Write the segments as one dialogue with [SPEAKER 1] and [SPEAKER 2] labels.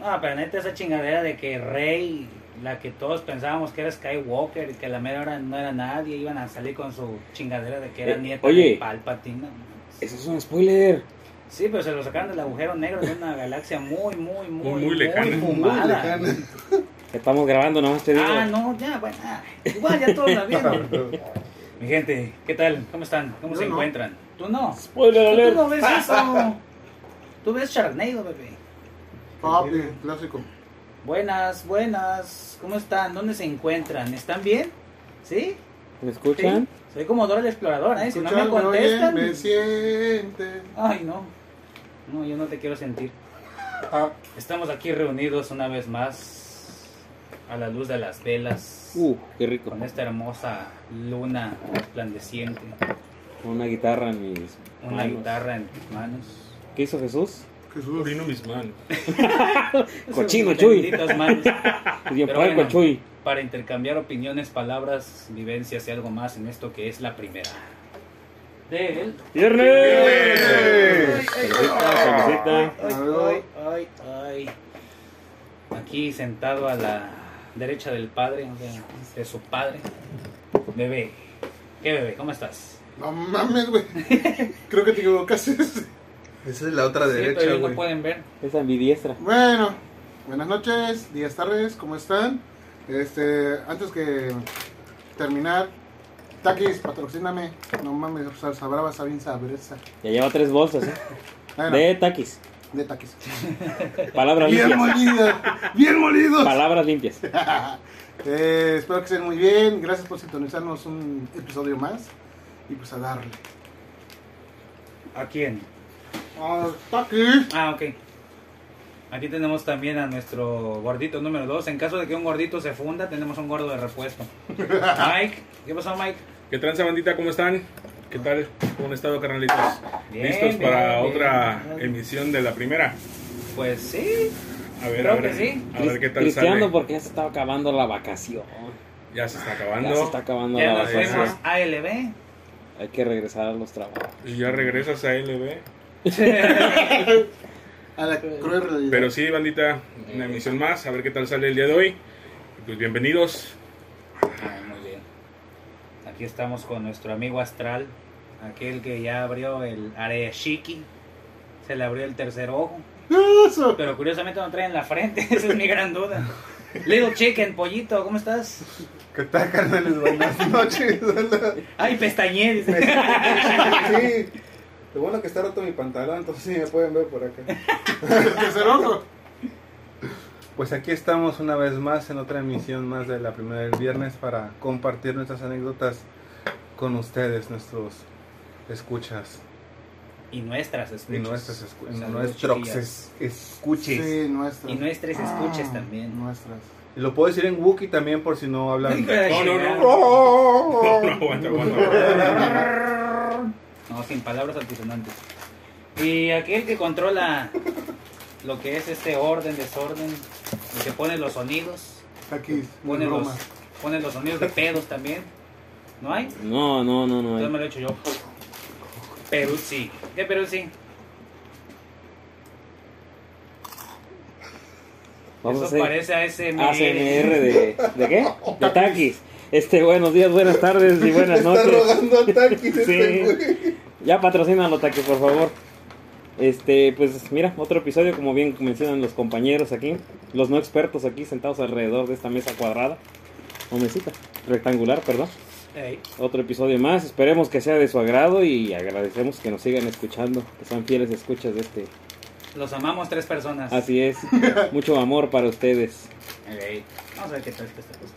[SPEAKER 1] No, pero neta, esa chingadera de que Rey, la que todos pensábamos que era Skywalker, y que a la mera hora no era nadie, iban a salir con su chingadera de que era
[SPEAKER 2] Eh,
[SPEAKER 1] nieta
[SPEAKER 2] oye.
[SPEAKER 1] de Palpatine. no mames.
[SPEAKER 2] Eso es un spoiler.
[SPEAKER 1] Sí, pero se lo sacaron del agujero negro de una galaxia muy, muy, muy,
[SPEAKER 3] Muy, muy lejana.
[SPEAKER 1] fumada.
[SPEAKER 2] Estamos grabando, Este nomás te digo.
[SPEAKER 1] Ah, no, ya, bueno, ah, igual ya todos la vieron. Mi gente, ¿qué tal? ¿Cómo están? ¿Cómo
[SPEAKER 4] Yo
[SPEAKER 1] se
[SPEAKER 4] no.
[SPEAKER 1] encuentran? Tú no.
[SPEAKER 2] Spoiler
[SPEAKER 1] Tú
[SPEAKER 2] alert.
[SPEAKER 1] no ves eso. Tú ves Sharknado, bebé.
[SPEAKER 4] Papi, clásico.
[SPEAKER 1] Buenas, buenas. ¿Cómo están? ¿Dónde se encuentran? ¿Están bien? ¿Sí?
[SPEAKER 2] ¿Me escuchan?
[SPEAKER 1] Sí. Soy como Dora la exploradora, ¿eh? Si no me
[SPEAKER 4] Escuchadme,
[SPEAKER 1] contestan.
[SPEAKER 4] oye, me siente.
[SPEAKER 1] Ay, no. No, yo no te quiero sentir.
[SPEAKER 4] Ah,
[SPEAKER 1] Estamos aquí reunidos una vez más a la luz de las velas.
[SPEAKER 2] Uh, qué rico.
[SPEAKER 1] Con esta hermosa luna resplandeciente.
[SPEAKER 2] Una guitarra en mis
[SPEAKER 1] Una
[SPEAKER 2] manos.
[SPEAKER 1] guitarra en tus manos.
[SPEAKER 2] ¿Qué hizo Jesús?
[SPEAKER 4] Jesús.
[SPEAKER 3] Vino mis manos.
[SPEAKER 2] Cochino,
[SPEAKER 1] Sus
[SPEAKER 2] Chuy.
[SPEAKER 1] benditas manos.
[SPEAKER 2] Yo
[SPEAKER 1] Ah, Pero
[SPEAKER 2] puedo,
[SPEAKER 1] bueno.
[SPEAKER 2] Chuy.
[SPEAKER 1] Para intercambiar opiniones, palabras, vivencias y algo más en esto que es la primera. De él.
[SPEAKER 2] ¡Viernes! Felicita, felicita.
[SPEAKER 1] Ay, ay, ay, ay. Aquí sentado a la derecha del padre, o sea, de su padre. Bebé. ¿Qué bebé? ¿Cómo estás?
[SPEAKER 4] No mames, güey. Creo que te equivocaste.
[SPEAKER 5] Esa es la otra
[SPEAKER 1] Sí,
[SPEAKER 5] derecha,
[SPEAKER 1] todavía
[SPEAKER 5] güey.
[SPEAKER 1] no pueden ver.
[SPEAKER 2] Es ambidiestra.
[SPEAKER 4] Bueno, buenas noches, días, tardes, ¿cómo están? Este, antes que terminar, Takis, patrocíname. No mames, salsa brava está bien sabrosa.
[SPEAKER 2] Ya lleva tres bolsas, ¿eh?
[SPEAKER 4] Bueno, de,
[SPEAKER 2] De taquis.
[SPEAKER 4] Takis.
[SPEAKER 2] Palabras
[SPEAKER 4] Bien
[SPEAKER 2] limpias.
[SPEAKER 4] molido, bien molido.
[SPEAKER 2] Palabras limpias.
[SPEAKER 4] Eh, espero que estén muy bien. Gracias por sintonizarnos un episodio más. Y pues a darle.
[SPEAKER 1] ¿A quién?
[SPEAKER 4] Ah, Takis.
[SPEAKER 1] Ah, ok. Aquí tenemos también a nuestro gordito número 2. En caso de que un gordito se funda, tenemos un gordo de repuesto. Mike, ¿qué pasó, Mike?
[SPEAKER 3] ¿Qué tranza, bandita? ¿Cómo están? ¿Qué tal? ¿Cómo han estado, carnalitos?
[SPEAKER 1] Bien,
[SPEAKER 3] ¿Listos
[SPEAKER 1] bien,
[SPEAKER 3] para
[SPEAKER 1] bien.
[SPEAKER 3] otra emisión de la primera?
[SPEAKER 1] Pues sí.
[SPEAKER 3] A ver,
[SPEAKER 1] Creo
[SPEAKER 3] a ver,
[SPEAKER 1] que sí.
[SPEAKER 3] a ver qué tal
[SPEAKER 2] Cristiano,
[SPEAKER 3] sale.
[SPEAKER 2] porque ya se está acabando la vacación.
[SPEAKER 3] Ya se está acabando.
[SPEAKER 2] Ya se está acabando
[SPEAKER 1] Ya
[SPEAKER 2] la
[SPEAKER 1] nos
[SPEAKER 3] vez.
[SPEAKER 1] fuimos
[SPEAKER 2] vacación.
[SPEAKER 1] a LB.
[SPEAKER 2] Hay que regresar a los trabajos.
[SPEAKER 3] Y ya regresas a LB.
[SPEAKER 4] A la cruel realidad.
[SPEAKER 3] Pero sí, bandita, una emisión más. A ver qué tal sale el día de hoy. Pues bienvenidos.
[SPEAKER 1] Ah, muy bien. Aquí estamos con nuestro amigo astral, aquel que ya abrió el Areshiki. Se le abrió el tercer ojo.
[SPEAKER 4] Eso.
[SPEAKER 1] Pero curiosamente no traen la frente, esa es mi gran duda. Little Chicken, pollito, ¿cómo estás?
[SPEAKER 5] ¿Qué tal, carnales? Buenas noches. hola.
[SPEAKER 1] Ay, pestañé, dice.
[SPEAKER 5] sí. Lo bueno que está roto mi pantalón, entonces sí me pueden ver por acá.
[SPEAKER 4] Tercer ojo.
[SPEAKER 5] Pues aquí estamos una vez más en otra emisión más de la primera del viernes para compartir nuestras anécdotas con ustedes, nuestros escuchas
[SPEAKER 1] Y nuestras
[SPEAKER 5] y
[SPEAKER 1] escuchas.
[SPEAKER 5] nuestras escu-
[SPEAKER 1] Saludos,
[SPEAKER 5] nuestros
[SPEAKER 1] chiquillas.
[SPEAKER 5] es- escuches.
[SPEAKER 4] Sí, nuestras.
[SPEAKER 1] Y nuestras escuches
[SPEAKER 5] Ah.
[SPEAKER 1] también.
[SPEAKER 4] Nuestras.
[SPEAKER 5] Y Lo puedo decir en Wookiee también por si no hablan.
[SPEAKER 3] No, no, no. No, no, aguanta, aguanta.
[SPEAKER 1] No, sin palabras altisonantes. Y aquel que controla lo que es este orden, desorden, el que pone los sonidos,
[SPEAKER 4] Takis.
[SPEAKER 1] pone los,
[SPEAKER 4] Roma.
[SPEAKER 1] pone los sonidos de pedos también. ¿No hay?
[SPEAKER 2] No, no, no, no.
[SPEAKER 1] Entonces
[SPEAKER 2] hay.
[SPEAKER 1] me lo he hecho yo. Peruzzi. ¿Qué Peruzzi?
[SPEAKER 2] Vamos
[SPEAKER 1] Eso
[SPEAKER 2] a hacer
[SPEAKER 1] parece a ese
[SPEAKER 2] ACMR de. ¿De qué? De taquis. Este, buenos días, buenas tardes y buenas
[SPEAKER 5] Está
[SPEAKER 2] noches.
[SPEAKER 5] rogando a Takis
[SPEAKER 2] pues. Sí.
[SPEAKER 5] este güey.
[SPEAKER 2] Ya patrocinan los taquis, por favor. Este, pues mira, otro episodio, como bien mencionan los compañeros aquí, los no expertos aquí sentados alrededor de esta mesa cuadrada, o mesita, rectangular, perdón.
[SPEAKER 1] Ey,
[SPEAKER 2] Otro episodio más, esperemos que sea de su agrado y agradecemos que nos sigan escuchando, que sean fieles escuchas de este.
[SPEAKER 1] los amamos tres personas.
[SPEAKER 2] Así es, mucho amor para ustedes.
[SPEAKER 1] Ey, Vamos a ver qué tal está esta cosa.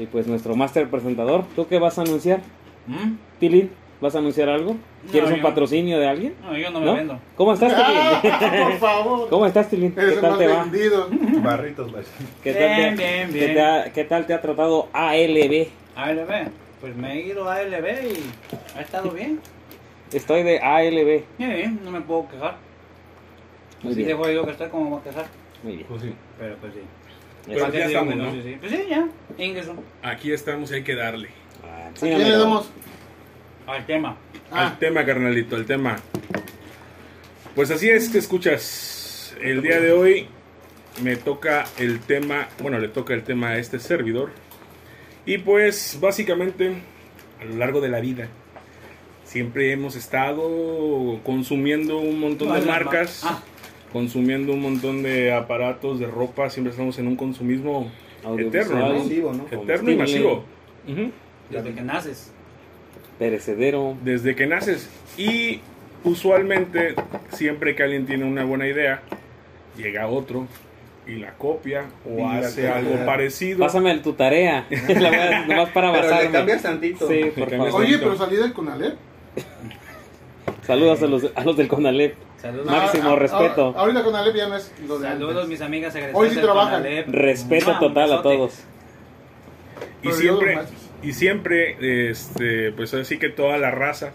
[SPEAKER 2] Y pues nuestro máster presentador, ¿tú qué vas a anunciar?
[SPEAKER 1] ¿Mm?
[SPEAKER 2] Tilín, ¿vas a anunciar algo?
[SPEAKER 1] No,
[SPEAKER 2] ¿Quieres un
[SPEAKER 1] yo-
[SPEAKER 2] patrocinio de alguien?
[SPEAKER 1] No, yo no me
[SPEAKER 2] ¿No?
[SPEAKER 1] vendo.
[SPEAKER 2] ¿Cómo estás, Tilín?
[SPEAKER 4] Ah, por favor.
[SPEAKER 2] ¿Cómo estás, Tilín? ¿Qué
[SPEAKER 4] Eres el
[SPEAKER 2] tal
[SPEAKER 4] más
[SPEAKER 2] te va?
[SPEAKER 4] vendido.
[SPEAKER 5] Barritos, vaya.
[SPEAKER 2] ¿Qué tal,
[SPEAKER 1] Bien,
[SPEAKER 2] te,
[SPEAKER 1] bien,
[SPEAKER 2] qué
[SPEAKER 1] bien.
[SPEAKER 2] te ha, qué tal te ha tratado ALB?
[SPEAKER 1] ALB. Pues me he ido a ALB y ha estado bien.
[SPEAKER 2] Estoy de ALB.
[SPEAKER 1] Bien, bien, no me puedo quejar.
[SPEAKER 2] Muy
[SPEAKER 1] Así
[SPEAKER 2] bien,
[SPEAKER 1] Pues dejo yo que estoy como voy a quejar.
[SPEAKER 2] muy bien.
[SPEAKER 5] Pues sí.
[SPEAKER 1] Pero pues sí.
[SPEAKER 3] Pero
[SPEAKER 1] ¿Para qué
[SPEAKER 3] ya
[SPEAKER 1] digo que
[SPEAKER 3] estamos, ¿no?
[SPEAKER 1] Sí, sí. Pues sí, ya. Ingreso.
[SPEAKER 3] Aquí estamos y hay que darle.
[SPEAKER 2] Ah, sí,
[SPEAKER 4] ¿Quién
[SPEAKER 2] amigo.
[SPEAKER 4] le damos?
[SPEAKER 1] Al tema.
[SPEAKER 4] Ah,
[SPEAKER 3] Al tema, carnalito, al tema. Pues así es que escuchas. El día de hoy me toca el tema, bueno, le toca el tema a este servidor. Y pues básicamente a lo largo de la vida siempre hemos estado consumiendo un montón de
[SPEAKER 1] Vaya, va-
[SPEAKER 3] marcas,
[SPEAKER 1] Ah,
[SPEAKER 3] consumiendo un montón de aparatos de ropa, siempre estamos en un consumismo Eterno, ¿no?
[SPEAKER 5] Masivo, ¿no?
[SPEAKER 3] eterno y
[SPEAKER 2] Comestible.
[SPEAKER 3] masivo. Ujú.
[SPEAKER 1] desde que naces.
[SPEAKER 2] Perecedero.
[SPEAKER 3] desde que naces. Y usualmente, siempre que alguien tiene una buena idea, llega otro y la copia o
[SPEAKER 5] Y la
[SPEAKER 3] hace
[SPEAKER 5] copia.
[SPEAKER 3] algo parecido.
[SPEAKER 2] Pásame el- tu tarea. La voy a- nomás para
[SPEAKER 5] Pero le
[SPEAKER 2] basarme.
[SPEAKER 5] cambias tantito.
[SPEAKER 2] Sí, por
[SPEAKER 3] cambias
[SPEAKER 2] favor.
[SPEAKER 4] Oye, pero salí del Conalep.
[SPEAKER 2] Saludos a los, a los del Conalep.
[SPEAKER 1] Saludos.
[SPEAKER 4] No,
[SPEAKER 2] Máximo
[SPEAKER 4] a- a-
[SPEAKER 2] respeto.
[SPEAKER 4] Ah, Ahorita Conalep ya no es lo de
[SPEAKER 1] Saludos,
[SPEAKER 4] antes.
[SPEAKER 1] mis amigas egresadas
[SPEAKER 4] Hoy sí
[SPEAKER 1] del
[SPEAKER 4] trabajan.
[SPEAKER 1] Conalep.
[SPEAKER 2] Respeto
[SPEAKER 1] Mua, Ah, un
[SPEAKER 2] total a
[SPEAKER 1] besote.
[SPEAKER 2] todos.
[SPEAKER 3] y
[SPEAKER 4] Pero
[SPEAKER 3] siempre,
[SPEAKER 4] yo, maestros.
[SPEAKER 3] y siempre, este, pues así que toda la raza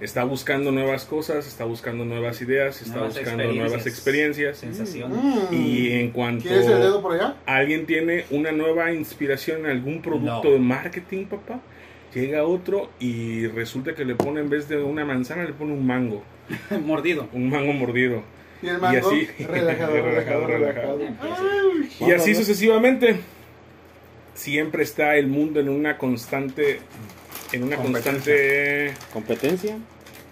[SPEAKER 3] está buscando nuevas cosas, está buscando nuevas ideas, está
[SPEAKER 1] Nuevas
[SPEAKER 3] buscando nuevas experiencias.
[SPEAKER 1] Sensaciones.
[SPEAKER 4] Mm.
[SPEAKER 3] Y en cuanto
[SPEAKER 4] ¿Quieres el dedo por allá?
[SPEAKER 3] alguien tiene una nueva inspiración en algún producto
[SPEAKER 1] No.
[SPEAKER 3] de marketing, papá, llega otro y resulta que le pone en vez de una manzana, le pone un mango, Mm.
[SPEAKER 1] Mordido.
[SPEAKER 3] un mango mordido.
[SPEAKER 4] Y el mango,
[SPEAKER 3] así.
[SPEAKER 4] relajado, relajado,
[SPEAKER 3] Relajado,
[SPEAKER 4] relajado.
[SPEAKER 3] Y
[SPEAKER 2] Vamos,
[SPEAKER 3] así
[SPEAKER 2] ¿no?
[SPEAKER 3] sucesivamente. Siempre está el mundo en una constante en una constante
[SPEAKER 2] Competencia.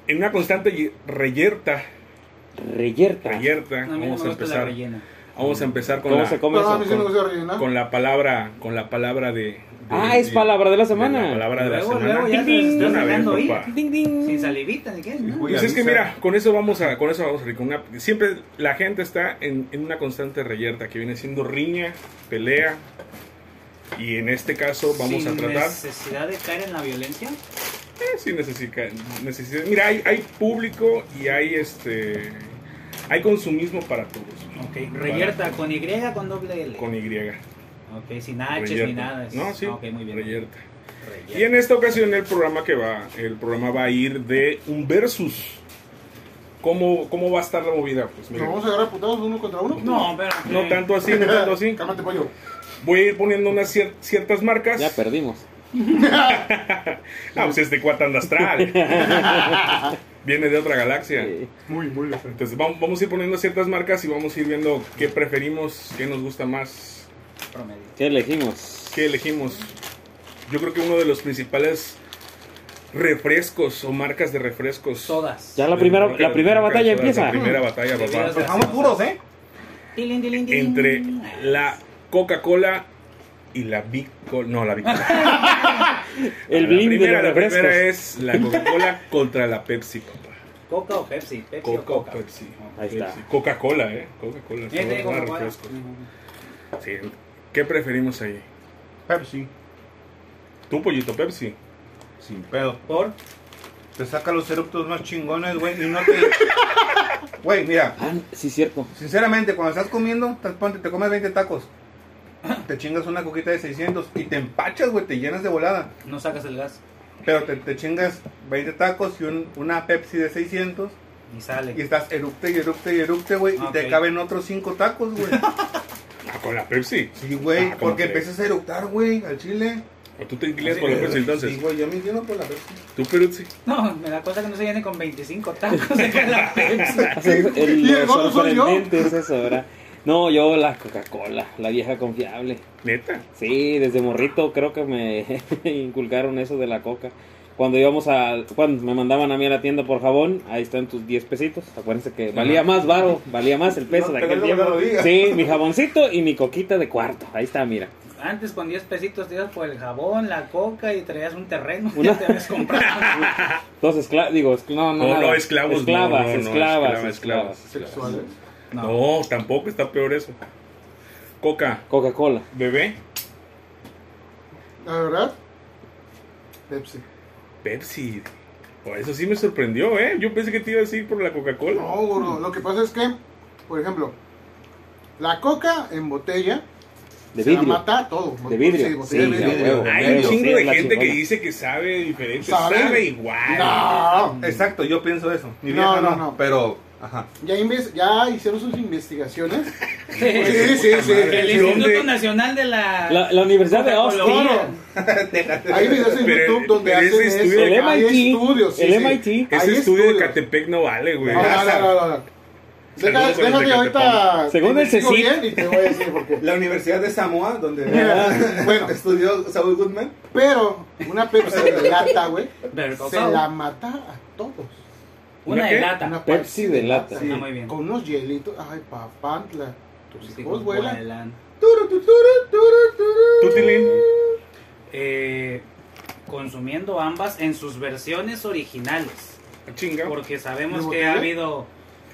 [SPEAKER 3] en una constante ye- reyerta,
[SPEAKER 2] Reyerta.
[SPEAKER 3] reyerta.
[SPEAKER 1] A mí no
[SPEAKER 3] Ah, Vamos
[SPEAKER 1] me
[SPEAKER 3] a
[SPEAKER 1] gusta la
[SPEAKER 3] empezar.
[SPEAKER 1] rellena.
[SPEAKER 3] Vamos a empezar con
[SPEAKER 2] ¿Cómo
[SPEAKER 3] la
[SPEAKER 2] se
[SPEAKER 4] No,
[SPEAKER 2] come
[SPEAKER 4] a mí sí me
[SPEAKER 2] eso?
[SPEAKER 4] gusta rellenar.
[SPEAKER 3] con la palabra, con la palabra de, de-
[SPEAKER 2] Ah, es
[SPEAKER 3] de-
[SPEAKER 2] palabra de la
[SPEAKER 3] de
[SPEAKER 2] semana.
[SPEAKER 3] la palabra de la
[SPEAKER 1] Luego,
[SPEAKER 3] semana.
[SPEAKER 1] luego ya te
[SPEAKER 3] De
[SPEAKER 1] estás
[SPEAKER 3] una vez,
[SPEAKER 1] dejando ir.
[SPEAKER 3] papá.
[SPEAKER 2] Ding, ding.
[SPEAKER 1] Sin salivita, ¿de qué? ¿no?
[SPEAKER 5] Uy,
[SPEAKER 3] Pues es que
[SPEAKER 5] avisa.
[SPEAKER 3] mira, con eso vamos a, con eso vamos Rico. Una- siempre la gente está en, en una constante reyerta que viene siendo riña, pelea. Y en este caso vamos
[SPEAKER 1] Sin
[SPEAKER 3] a tratar
[SPEAKER 1] necesidad de caer en la violencia.
[SPEAKER 3] eh, sin necesita, necesidad. Mira, hay, hay público y hay este hay consumismo para todos.
[SPEAKER 1] Ok. Reyerta con Y, con doble L.
[SPEAKER 3] Con Y.
[SPEAKER 1] Ok, sin H,
[SPEAKER 3] reyerta.
[SPEAKER 1] ni nada. es-
[SPEAKER 3] No, sí.
[SPEAKER 1] Ok, muy bien.
[SPEAKER 3] reyerta.
[SPEAKER 1] Reyerta.
[SPEAKER 3] Y en esta ocasión el programa que va, el programa va a ir de un versus. ¿Cómo, cómo va a estar la movida?
[SPEAKER 4] ¿Nos
[SPEAKER 3] Pues mira,
[SPEAKER 4] vamos a agarrar putados uno contra uno?
[SPEAKER 1] No, pero.
[SPEAKER 3] no tanto así, no tanto así.
[SPEAKER 4] Cálmate, pollo.
[SPEAKER 3] Voy a ir poniendo unas cier- ciertas marcas.
[SPEAKER 2] Ya perdimos.
[SPEAKER 3] Ah, pues este cuata anda astral. Viene de otra galaxia.
[SPEAKER 2] Eh,
[SPEAKER 4] Muy, muy diferente.
[SPEAKER 3] Entonces vamos, vamos a ir poniendo ciertas marcas y vamos a ir viendo qué preferimos, qué nos gusta más,
[SPEAKER 1] Promedio.
[SPEAKER 2] ¿Qué elegimos?
[SPEAKER 3] qué elegimos. Yo creo que uno de los principales refrescos o marcas de refrescos.
[SPEAKER 1] Todas.
[SPEAKER 2] Ya la
[SPEAKER 3] De
[SPEAKER 2] primera,
[SPEAKER 3] marca-
[SPEAKER 2] la primera
[SPEAKER 3] de marca
[SPEAKER 2] batalla
[SPEAKER 3] de todas,
[SPEAKER 2] empieza.
[SPEAKER 3] La primera batalla,
[SPEAKER 1] Bebidas
[SPEAKER 3] papá.
[SPEAKER 1] de-
[SPEAKER 5] Estamos puros, ¿eh?
[SPEAKER 1] Tilín, tilín, tilín.
[SPEAKER 3] Entre la Coca-Cola y la Bicola. No, la Bicola.
[SPEAKER 2] El
[SPEAKER 3] la
[SPEAKER 2] blink de
[SPEAKER 3] primera,
[SPEAKER 2] los
[SPEAKER 3] la primera
[SPEAKER 2] refrescos.
[SPEAKER 3] es la Coca-Cola contra la Pepsi, papá.
[SPEAKER 1] Coca o Pepsi. Pepsi o
[SPEAKER 3] Coca,
[SPEAKER 1] Coca.
[SPEAKER 3] Pepsi.
[SPEAKER 2] Ahí está.
[SPEAKER 3] Pepsi. Coca-Cola, ¿eh? Coca-Cola.
[SPEAKER 1] Ya te digo,
[SPEAKER 3] Ah,
[SPEAKER 1] Coca-Cola.
[SPEAKER 3] refrescos. Sí. ¿Qué preferimos ahí?
[SPEAKER 5] Pepsi.
[SPEAKER 3] ¿Tú, pollito Pepsi?
[SPEAKER 5] Sin pedo.
[SPEAKER 1] Por.
[SPEAKER 5] Te saca los eruptos más chingones, güey, y no te... Güey, mira,
[SPEAKER 2] Ah, sí, cierto.
[SPEAKER 5] sinceramente, cuando estás comiendo, te, ponte, te comes 20 tacos. Te chingas una coquita de 600 y te empachas, güey, te llenas de volada.
[SPEAKER 1] No sacas el gas.
[SPEAKER 5] Pero te, te chingas 20 tacos y un- una Pepsi de 600
[SPEAKER 1] Ni sale.
[SPEAKER 5] y estás erupte y erupte y erupte, güey, y
[SPEAKER 1] Ok.
[SPEAKER 5] te caben otros 5 tacos, güey.
[SPEAKER 3] Ah, con la Pepsi.
[SPEAKER 5] Sí, güey,
[SPEAKER 3] Ah, ¿cómo
[SPEAKER 5] porque
[SPEAKER 3] crees?
[SPEAKER 5] empiezas a eructar, güey, al chile.
[SPEAKER 3] ¿O tú te inclinas por la Pepsi entonces?
[SPEAKER 5] Sí, güey, yo me inclino por la Pepsi.
[SPEAKER 3] ¿Tú, Peruzzi?
[SPEAKER 1] No, me da cosa que no se llene con 25 tacos de la Pepsi.
[SPEAKER 2] O sea, el-
[SPEAKER 4] ¿Y el
[SPEAKER 2] lo
[SPEAKER 4] gordo soy yo?
[SPEAKER 2] sorprendente es eso, ¿verdad? No, yo la Coca-Cola, la vieja confiable.
[SPEAKER 3] ¿Neta?
[SPEAKER 2] Sí, desde morrito creo que me inculcaron eso de la coca. Cuando íbamos a... Cuando me mandaban a mí a la tienda por jabón, ahí están tus 10 pesitos. Acuérdense que valía más varo, valía más el peso
[SPEAKER 5] No,
[SPEAKER 2] de
[SPEAKER 5] pero
[SPEAKER 2] aquel
[SPEAKER 5] es lo que
[SPEAKER 2] tiempo.
[SPEAKER 5] lo diga.
[SPEAKER 2] Sí, mi jaboncito y mi coquita de cuarto. Ahí está, mira.
[SPEAKER 1] Antes con 10 pesitos te ibas por el jabón, la coca y traías un terreno.
[SPEAKER 2] Una-
[SPEAKER 1] Ya te habías comprado.
[SPEAKER 2] Dos esclavos, digo, escl- no, no,
[SPEAKER 3] No,
[SPEAKER 2] nada.
[SPEAKER 3] no, esclavos. no,
[SPEAKER 2] Esclavas,
[SPEAKER 3] no, no,
[SPEAKER 2] esclavas,
[SPEAKER 3] esclava,
[SPEAKER 2] esclavas.
[SPEAKER 3] esclavas.
[SPEAKER 4] Sexuales.
[SPEAKER 1] No.
[SPEAKER 3] No, tampoco está peor eso. Coca,
[SPEAKER 2] Coca-Cola.
[SPEAKER 3] bebé,
[SPEAKER 4] La verdad, Pepsi.
[SPEAKER 3] Pepsi. Por eso sí me sorprendió, ¿eh? Yo pensé que te ibas a ir por la Coca-Cola.
[SPEAKER 4] No, gordo. Lo que pasa es que, por ejemplo, la coca en botella
[SPEAKER 2] De
[SPEAKER 4] se la
[SPEAKER 2] vidrio.
[SPEAKER 4] mata todo.
[SPEAKER 2] De vidrio.
[SPEAKER 4] Sí, botella
[SPEAKER 2] Sí,
[SPEAKER 4] de
[SPEAKER 2] a
[SPEAKER 4] vidrio.
[SPEAKER 2] huevo.
[SPEAKER 3] Hay un
[SPEAKER 2] Sí,
[SPEAKER 3] chingo de
[SPEAKER 2] es la
[SPEAKER 3] gente que
[SPEAKER 2] chingona.
[SPEAKER 3] dice que sabe diferente.
[SPEAKER 4] ¿Sabe?
[SPEAKER 3] Sabe, igual.
[SPEAKER 4] No.
[SPEAKER 5] Exacto, yo pienso eso. Mi
[SPEAKER 4] No,
[SPEAKER 5] vieja
[SPEAKER 4] no,
[SPEAKER 5] no,
[SPEAKER 4] no.
[SPEAKER 5] Pero, ajá.
[SPEAKER 4] Ya, inves- ya hicieron sus investigaciones.
[SPEAKER 1] Sí,
[SPEAKER 4] Sí, sí, sí.
[SPEAKER 1] El
[SPEAKER 3] ¿Dónde?
[SPEAKER 1] Instituto Nacional de la.
[SPEAKER 2] La, la Universidad de
[SPEAKER 1] Coca-Cola.
[SPEAKER 2] Austin.
[SPEAKER 1] Claro.
[SPEAKER 4] Hay videos en
[SPEAKER 3] Pero-
[SPEAKER 4] YouTube donde
[SPEAKER 3] pero
[SPEAKER 4] hacen
[SPEAKER 3] ese
[SPEAKER 4] eso.
[SPEAKER 3] estudio de-
[SPEAKER 2] El
[SPEAKER 4] Hay
[SPEAKER 2] MIT,
[SPEAKER 4] estudios, sí,
[SPEAKER 2] el
[SPEAKER 4] sí.
[SPEAKER 2] MIT.
[SPEAKER 4] Hay
[SPEAKER 3] Ese estudio de
[SPEAKER 4] estudios.
[SPEAKER 5] Ah.
[SPEAKER 3] Catepec no vale, güey.
[SPEAKER 4] No, no, no, no, no. Deja,
[SPEAKER 3] Saludos a los
[SPEAKER 4] deja
[SPEAKER 3] de
[SPEAKER 4] que ahorita.
[SPEAKER 2] Catepec. Según
[SPEAKER 4] te
[SPEAKER 2] el
[SPEAKER 4] investigo
[SPEAKER 2] CECIT.
[SPEAKER 4] bien y te voy a decir por qué.
[SPEAKER 5] La Universidad de Samoa, donde
[SPEAKER 4] Bueno.
[SPEAKER 5] estudió Saúl Goodman.
[SPEAKER 4] Pero una Pepsi de lata, güey,
[SPEAKER 1] Pero,
[SPEAKER 4] se la mata a todos.
[SPEAKER 1] una
[SPEAKER 3] ¿Una qué?
[SPEAKER 1] de lata.
[SPEAKER 4] Una
[SPEAKER 2] Pepsi de lata.
[SPEAKER 1] Ah, muy bien.
[SPEAKER 4] Con unos hielitos. Ay, papantla. Tus
[SPEAKER 1] Tus
[SPEAKER 4] hijos
[SPEAKER 1] hijos
[SPEAKER 4] vuelan.
[SPEAKER 1] vuelan.
[SPEAKER 4] Turu, tu, turu, turu, turu.
[SPEAKER 3] Tutilín.
[SPEAKER 1] Eh, consumiendo ambas en sus versiones originales.
[SPEAKER 3] Ah, Chinga.
[SPEAKER 1] Porque sabemos
[SPEAKER 4] ¿De
[SPEAKER 1] que ha
[SPEAKER 4] botella?
[SPEAKER 1] habido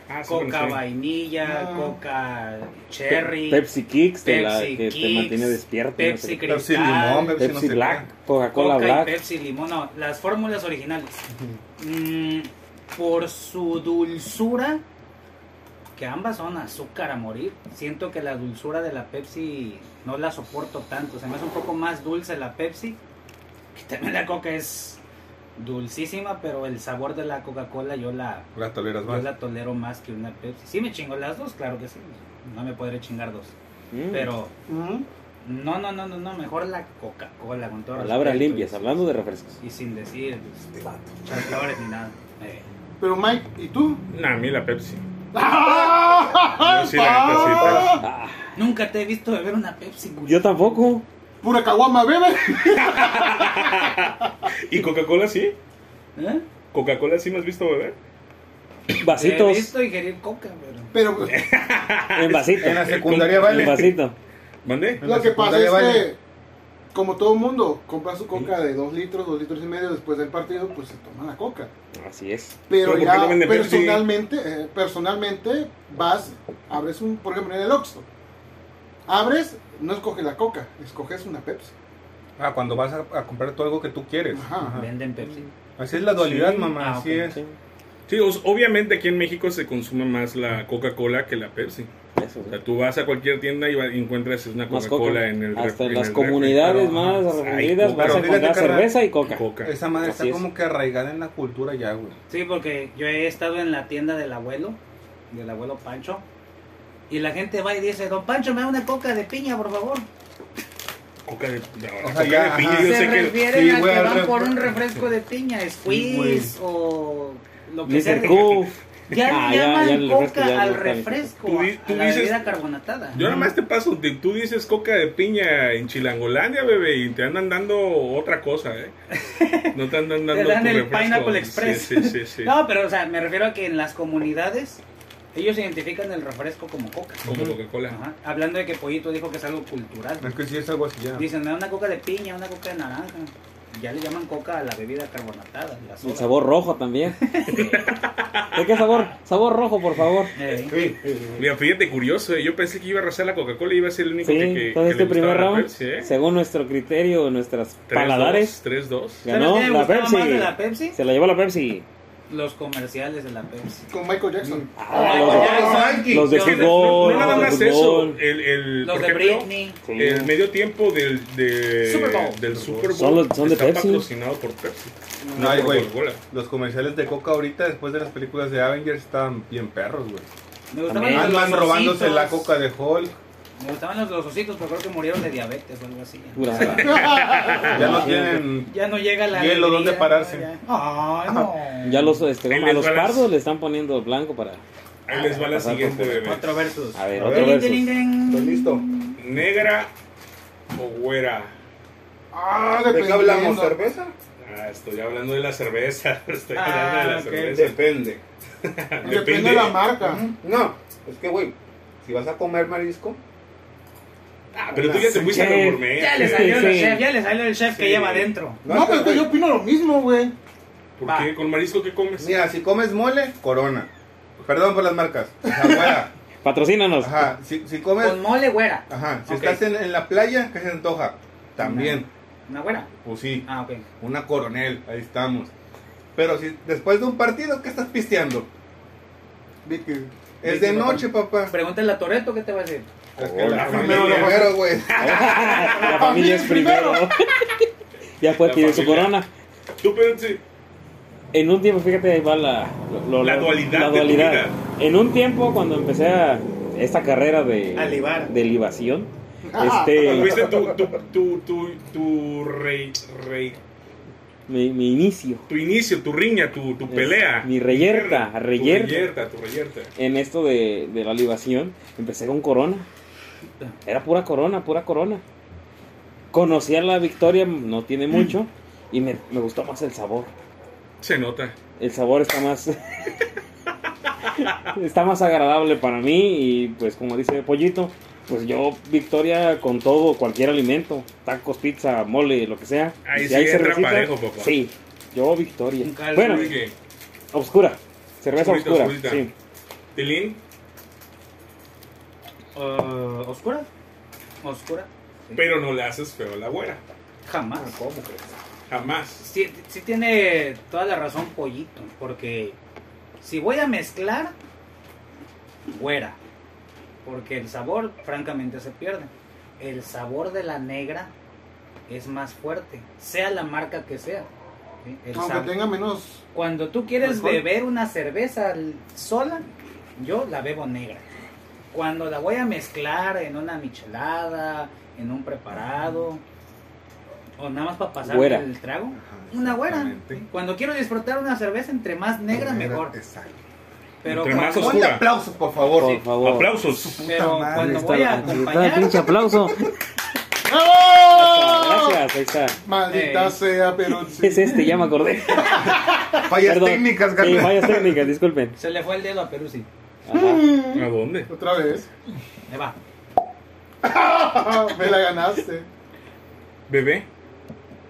[SPEAKER 3] Ah, sí,
[SPEAKER 1] coca
[SPEAKER 3] bueno, sí.
[SPEAKER 1] vainilla,
[SPEAKER 4] Ah.
[SPEAKER 1] coca
[SPEAKER 2] Pe-
[SPEAKER 1] cherry,
[SPEAKER 2] Pepsi Kicks, de la
[SPEAKER 1] Pepsi
[SPEAKER 2] que te
[SPEAKER 1] Kicks,
[SPEAKER 2] mantiene despierto. no
[SPEAKER 1] Pepsi
[SPEAKER 2] sé qué.
[SPEAKER 1] Cristal,
[SPEAKER 5] Pepsi Limón, Pepsi, no
[SPEAKER 2] Pepsi
[SPEAKER 5] sé
[SPEAKER 2] Black, Coca-Cola
[SPEAKER 1] coca y
[SPEAKER 2] Black.
[SPEAKER 1] Pepsi limón, no, las fórmulas originales. Mm, por su dulzura, que ambas son azúcar a morir, siento que la dulzura de la Pepsi no la soporto tanto, se me hace un poco más dulce la Pepsi, que también la coca es dulcísima, pero el sabor de la Coca-Cola yo la...
[SPEAKER 5] qué. La toleras
[SPEAKER 1] Yo
[SPEAKER 5] más.
[SPEAKER 1] la tolero más que una Pepsi. Sí me chingo las dos, claro que sí. No me podré chingar dos.
[SPEAKER 2] Mm.
[SPEAKER 1] Pero
[SPEAKER 4] Ujú.
[SPEAKER 1] no, no, no, no, no. Mejor la Coca-Cola con todo
[SPEAKER 2] Palabras
[SPEAKER 1] respeto,
[SPEAKER 2] limpias,
[SPEAKER 1] y-
[SPEAKER 2] hablando de refrescos.
[SPEAKER 1] Y sin decir pues, chateadores ni nada. Eh,
[SPEAKER 4] Pero Mike, ¿y tú?
[SPEAKER 3] Nah, a mí la Pepsi.
[SPEAKER 4] Yo
[SPEAKER 3] Yo sí, la neta, sí,
[SPEAKER 5] Ah.
[SPEAKER 4] Ah,
[SPEAKER 3] pero-
[SPEAKER 1] Nunca te he visto beber una Pepsi, güey.
[SPEAKER 2] Yo tampoco.
[SPEAKER 4] Pura caguama, bebe.
[SPEAKER 3] ¿Y Coca-Cola sí?
[SPEAKER 1] ¿Eh?
[SPEAKER 3] ¿Coca-Cola sí me has visto beber?
[SPEAKER 1] Te he
[SPEAKER 5] Eh,
[SPEAKER 2] Vasitos.
[SPEAKER 1] visto ingerir coca, pero...
[SPEAKER 4] Pero
[SPEAKER 2] En vasito.
[SPEAKER 5] En la secundaria,
[SPEAKER 2] En
[SPEAKER 5] vale.
[SPEAKER 2] vasito.
[SPEAKER 3] ¿Mandé?
[SPEAKER 4] lo que pasa
[SPEAKER 5] secundaria
[SPEAKER 4] es
[SPEAKER 5] baña.
[SPEAKER 4] que, como todo mundo, compra su coca de 2 litros, 2 litros y medio después del partido, pues se toma la coca.
[SPEAKER 2] Así es.
[SPEAKER 4] Pero,
[SPEAKER 3] Pero ¿por qué
[SPEAKER 4] ya
[SPEAKER 3] no venden Pepsi?
[SPEAKER 4] personalmente, eh, personalmente vas, abres un, por ejemplo, en el Oxxo. Abres, no escoges la coca, escoges una Pepsi.
[SPEAKER 5] Ah, cuando vas a, a comprar tú algo que tú quieres.
[SPEAKER 4] Ajá, ajá.
[SPEAKER 1] Venden Pepsi.
[SPEAKER 5] Así es la dualidad,
[SPEAKER 3] Sí.
[SPEAKER 5] mamá.
[SPEAKER 1] Ah,
[SPEAKER 5] así
[SPEAKER 1] ok.
[SPEAKER 5] es.
[SPEAKER 2] Sí,
[SPEAKER 3] Sí, os- obviamente aquí en México se consume más la Coca-Cola que la Pepsi.
[SPEAKER 2] eso,
[SPEAKER 3] O
[SPEAKER 2] güey.
[SPEAKER 3] sea, tú vas a cualquier tienda y va- encuentras una
[SPEAKER 2] Más coca.
[SPEAKER 3] Coca-Cola en el
[SPEAKER 2] Hasta
[SPEAKER 3] en
[SPEAKER 2] en las
[SPEAKER 3] el refri.
[SPEAKER 2] comunidades
[SPEAKER 5] pero,
[SPEAKER 2] más
[SPEAKER 3] ajá, hay
[SPEAKER 2] refundidas vas a
[SPEAKER 3] coca.
[SPEAKER 5] Pero fíjate,
[SPEAKER 2] encontrar
[SPEAKER 5] carnal,
[SPEAKER 2] cerveza y coca.
[SPEAKER 3] Coca.
[SPEAKER 5] Esa madre
[SPEAKER 2] Así
[SPEAKER 5] está
[SPEAKER 2] es.
[SPEAKER 5] como que arraigada en la cultura ya, güey.
[SPEAKER 1] Sí, porque yo he estado en la tienda del abuelo, del abuelo Pancho, y la gente va y dice, don Pancho, me da una coca de piña, por favor.
[SPEAKER 3] Coca de, de-
[SPEAKER 5] sea,
[SPEAKER 3] coca de
[SPEAKER 5] ya,
[SPEAKER 3] piña,
[SPEAKER 5] ajá.
[SPEAKER 3] yo
[SPEAKER 1] se
[SPEAKER 3] sé que...
[SPEAKER 1] refieren
[SPEAKER 5] sí,
[SPEAKER 1] a
[SPEAKER 5] güey,
[SPEAKER 1] que van
[SPEAKER 5] refre-
[SPEAKER 1] por un refresco de piña, squeeze
[SPEAKER 5] Sí,
[SPEAKER 1] o lo que sea.
[SPEAKER 2] Mr.
[SPEAKER 1] de-
[SPEAKER 2] Q.
[SPEAKER 1] Ya
[SPEAKER 2] Ah,
[SPEAKER 1] le
[SPEAKER 2] ya,
[SPEAKER 1] llaman
[SPEAKER 2] ya el refresco
[SPEAKER 1] coca
[SPEAKER 2] ya
[SPEAKER 1] al
[SPEAKER 2] está bien.
[SPEAKER 1] refresco,
[SPEAKER 3] Tú di-
[SPEAKER 1] a
[SPEAKER 3] tú
[SPEAKER 1] la
[SPEAKER 3] dices-
[SPEAKER 1] bebida carbonatada.
[SPEAKER 3] Yo nada más te paso, te- tú dices coca de piña en Chilangolandia, bebé, y te andan dando otra cosa, ¿eh? No te andan dando
[SPEAKER 1] Te dan
[SPEAKER 3] tu
[SPEAKER 1] el
[SPEAKER 3] refresco.
[SPEAKER 1] Pineapple Express.
[SPEAKER 3] Sí, sí, sí. sí.
[SPEAKER 1] No, pero o sea, me refiero a que en las comunidades ellos identifican el refresco como coca.
[SPEAKER 3] Como Coca-Cola.
[SPEAKER 1] Ajá. Hablando de que Pollito dijo que es algo cultural.
[SPEAKER 5] Es que sí es algo así ya.
[SPEAKER 1] Dicen, me da una coca de piña, una coca de naranja. Ya le llaman coca a la bebida carbonatada. La soda.
[SPEAKER 2] El sabor rojo también. ¿De qué sabor? Sabor rojo, por favor.
[SPEAKER 1] Eh,
[SPEAKER 3] Mira, fíjate, curioso, ¿eh? yo pensé que iba a arrasar la Coca-Cola y iba a ser el único
[SPEAKER 2] Sí,
[SPEAKER 3] que, que,
[SPEAKER 2] todo
[SPEAKER 3] que
[SPEAKER 2] este
[SPEAKER 3] le gustaba
[SPEAKER 2] primer
[SPEAKER 3] la
[SPEAKER 2] round,
[SPEAKER 3] Pepsi, ¿eh?
[SPEAKER 2] según nuestro criterio, nuestras
[SPEAKER 3] Tres,
[SPEAKER 2] paladares,
[SPEAKER 3] dos, 3-2.
[SPEAKER 1] ¿Sabes
[SPEAKER 2] ganó
[SPEAKER 1] qué me
[SPEAKER 2] la
[SPEAKER 1] gustaba
[SPEAKER 2] Pepsi.
[SPEAKER 1] más de la Pepsi?
[SPEAKER 2] Se la llevó la Pepsi.
[SPEAKER 1] Los comerciales de la Pepsi.
[SPEAKER 4] Con Michael Jackson.
[SPEAKER 2] Ah,
[SPEAKER 1] Ay,
[SPEAKER 2] los,
[SPEAKER 1] ya,
[SPEAKER 2] de-
[SPEAKER 1] ya,
[SPEAKER 5] Nike.
[SPEAKER 2] los de
[SPEAKER 1] Los de-
[SPEAKER 3] No,
[SPEAKER 2] fútbol.
[SPEAKER 3] no nada
[SPEAKER 2] los de
[SPEAKER 3] más eso.
[SPEAKER 2] fútbol.
[SPEAKER 3] El, el,
[SPEAKER 1] Los
[SPEAKER 3] por
[SPEAKER 1] de
[SPEAKER 3] ejemplo,
[SPEAKER 1] Britney.
[SPEAKER 2] Sí.
[SPEAKER 3] El medio tiempo del, de-
[SPEAKER 1] Super Bowl.
[SPEAKER 3] del Super Bowl
[SPEAKER 2] Son los- son de
[SPEAKER 3] está
[SPEAKER 2] Pepsi.
[SPEAKER 3] patrocinado por Pepsi.
[SPEAKER 5] No, ay,
[SPEAKER 3] por
[SPEAKER 5] güey.
[SPEAKER 3] Coca-Cola.
[SPEAKER 5] Los comerciales de Coca ahorita, después de las películas de Avengers, estaban bien perros, güey.
[SPEAKER 1] Me gustaban
[SPEAKER 2] También.
[SPEAKER 1] Eh, los
[SPEAKER 5] Andan
[SPEAKER 1] ositos.
[SPEAKER 5] robándose la Coca de Hulk.
[SPEAKER 1] Me gustaban los, los ositos, pero creo que murieron de diabetes o algo así.
[SPEAKER 2] Pura-
[SPEAKER 5] Ya no tienen...
[SPEAKER 1] Ya no llega la.
[SPEAKER 5] Hielo,
[SPEAKER 1] alegría,
[SPEAKER 5] ¿dónde pararse?
[SPEAKER 1] ya. Ay, no.
[SPEAKER 2] Ya los, este,
[SPEAKER 3] Ahí
[SPEAKER 2] a
[SPEAKER 3] les
[SPEAKER 2] los
[SPEAKER 3] va las-
[SPEAKER 2] pardos le están poniendo blanco para.
[SPEAKER 3] Ahí les va la
[SPEAKER 2] Pasar
[SPEAKER 3] siguiente,
[SPEAKER 2] con-
[SPEAKER 3] bebé.
[SPEAKER 1] Otro versus.
[SPEAKER 2] A ver,
[SPEAKER 5] A
[SPEAKER 2] otro
[SPEAKER 5] ver.
[SPEAKER 2] verso.
[SPEAKER 1] Ding, ding,
[SPEAKER 5] Pues
[SPEAKER 1] ding.
[SPEAKER 5] listo.
[SPEAKER 3] ¿Negra o güera?
[SPEAKER 4] Ah,
[SPEAKER 5] ¿De qué
[SPEAKER 4] dependiendo.
[SPEAKER 5] hablamos? ¿Cerveza?
[SPEAKER 3] Ah, estoy hablando de la cerveza. Estoy
[SPEAKER 1] Ah,
[SPEAKER 3] hablando de la
[SPEAKER 1] ok.
[SPEAKER 3] cerveza.
[SPEAKER 5] Depende.
[SPEAKER 4] Depende de la marca.
[SPEAKER 5] No, es que, güey, si vas a comer marisco...
[SPEAKER 3] Ah, pero tú ya te fuiste a
[SPEAKER 2] Sí.
[SPEAKER 3] lo gourmet.
[SPEAKER 1] Ya le
[SPEAKER 3] güey.
[SPEAKER 1] salió el
[SPEAKER 2] Sí.
[SPEAKER 1] chef, ya le salió el chef que
[SPEAKER 3] Sí.
[SPEAKER 1] lleva adentro.
[SPEAKER 4] No, pero es que yo opino lo mismo, güey.
[SPEAKER 3] ¿Por qué? ¿Con marisco qué comes?
[SPEAKER 5] Mira, si comes mole, corona. Perdón por las marcas. Afuera.
[SPEAKER 2] Patrocínanos.
[SPEAKER 5] Ajá, si, si comes...
[SPEAKER 1] Con mole güera.
[SPEAKER 5] Ajá, si
[SPEAKER 1] Ok.
[SPEAKER 5] estás en, en la playa, ¿qué se antoja? También,
[SPEAKER 1] ¿Una güera?
[SPEAKER 5] pues sí,
[SPEAKER 1] Ah, ok.
[SPEAKER 5] una coronel, ahí estamos. Pero si después de un partido, ¿qué estás pisteando?
[SPEAKER 4] Vicky.
[SPEAKER 5] Es
[SPEAKER 1] Dice,
[SPEAKER 5] de noche, papá.
[SPEAKER 1] Pregúntale a Toreto qué te va a decir.
[SPEAKER 5] Es que la
[SPEAKER 2] Hola,
[SPEAKER 5] familia,
[SPEAKER 4] familia.
[SPEAKER 5] primero, güey.
[SPEAKER 2] La familia es primero. ya puede
[SPEAKER 3] La
[SPEAKER 2] tirar su
[SPEAKER 3] familia.
[SPEAKER 2] corona.
[SPEAKER 3] Tú, Pepsi.
[SPEAKER 2] En un tiempo, fíjate, ahí va la, lo- lo-
[SPEAKER 3] La dualidad de tu vida.
[SPEAKER 2] En un tiempo, cuando empecé a esta carrera de.
[SPEAKER 1] A libar.
[SPEAKER 2] De libación.
[SPEAKER 4] Ah,
[SPEAKER 2] Este.
[SPEAKER 3] Fuiste tu, tu, tu, tu, tu rey, rey,
[SPEAKER 2] mi, mi inicio
[SPEAKER 3] Tu inicio, tu riña, tu, tu
[SPEAKER 2] Es
[SPEAKER 3] pelea.
[SPEAKER 2] mi reyerta,
[SPEAKER 3] Tu
[SPEAKER 2] reyerta.
[SPEAKER 3] Tu reyerta,
[SPEAKER 2] en esto de, de la libación. Empecé con Corona. Era pura Corona, pura Corona. Conocía la victoria, no tiene mucho. Y me, me gustó más el sabor.
[SPEAKER 3] Se nota.
[SPEAKER 2] El sabor está más. está más agradable para mí. Y pues, como dice Pollito, pues yo victoria con todo, cualquier alimento: tacos, pizza, mole, lo que sea.
[SPEAKER 3] Ahí
[SPEAKER 2] Y
[SPEAKER 3] sí entra
[SPEAKER 2] cervecita,
[SPEAKER 3] parejo, papá.
[SPEAKER 2] Sí, yo victoria.
[SPEAKER 1] Un caldo.
[SPEAKER 2] Bueno,
[SPEAKER 3] Así que,
[SPEAKER 2] obscura. Cerveza
[SPEAKER 3] Oscurita,
[SPEAKER 2] oscura.
[SPEAKER 3] oscurita.
[SPEAKER 2] Sí.
[SPEAKER 3] Tilín,
[SPEAKER 1] Eh, ¿Oscura? ¿Oscura? Sí.
[SPEAKER 3] pero no le haces feo a la güera.
[SPEAKER 1] Jamás.
[SPEAKER 4] ¿Cómo crees?
[SPEAKER 3] Jamás.
[SPEAKER 1] Sí, sí tiene toda la razón Pollito, porque si voy a mezclar, güera, porque el sabor francamente se pierde. El sabor de la negra es más fuerte, sea la marca que sea. ¿sí? El
[SPEAKER 4] Aunque
[SPEAKER 1] sab-
[SPEAKER 4] tenga menos.
[SPEAKER 1] Cuando tú quieres
[SPEAKER 4] Alcohol.
[SPEAKER 1] beber una cerveza l- sola, yo la bebo negra. Cuando la voy a mezclar en una michelada, en un preparado, o nada más para pasar
[SPEAKER 2] Güera.
[SPEAKER 1] el trago,
[SPEAKER 5] Ajá,
[SPEAKER 1] una güera.
[SPEAKER 5] exactamente. este,
[SPEAKER 1] Cuando quiero disfrutar una cerveza, entre más negra, mejor.
[SPEAKER 5] Exacto.
[SPEAKER 1] Pero,
[SPEAKER 3] Entre más
[SPEAKER 1] cuando,
[SPEAKER 5] Un
[SPEAKER 3] Oscura.
[SPEAKER 5] aplauso, por favor.
[SPEAKER 2] Por favor.
[SPEAKER 3] Aplausos.
[SPEAKER 1] pero
[SPEAKER 5] madre,
[SPEAKER 1] cuando
[SPEAKER 2] Ahí
[SPEAKER 1] voy a
[SPEAKER 2] está, ahí está el
[SPEAKER 1] acompañar,
[SPEAKER 2] pinche aplauso.
[SPEAKER 4] ¡Bravo!
[SPEAKER 2] Gracias, ahí está.
[SPEAKER 4] Maldita
[SPEAKER 1] Ey.
[SPEAKER 4] sea, pero sí.
[SPEAKER 2] Es este, ya me acordé.
[SPEAKER 5] Fallas
[SPEAKER 2] Perdón.
[SPEAKER 5] técnicas,
[SPEAKER 2] Sí,
[SPEAKER 5] carnal.
[SPEAKER 2] fallas técnicas, disculpen.
[SPEAKER 1] se le fue el dedo a Perú, sí.
[SPEAKER 2] Ajá.
[SPEAKER 3] ¿A dónde?
[SPEAKER 4] Otra vez.
[SPEAKER 1] Ahí va.
[SPEAKER 4] Me la ganaste.
[SPEAKER 3] Bebé.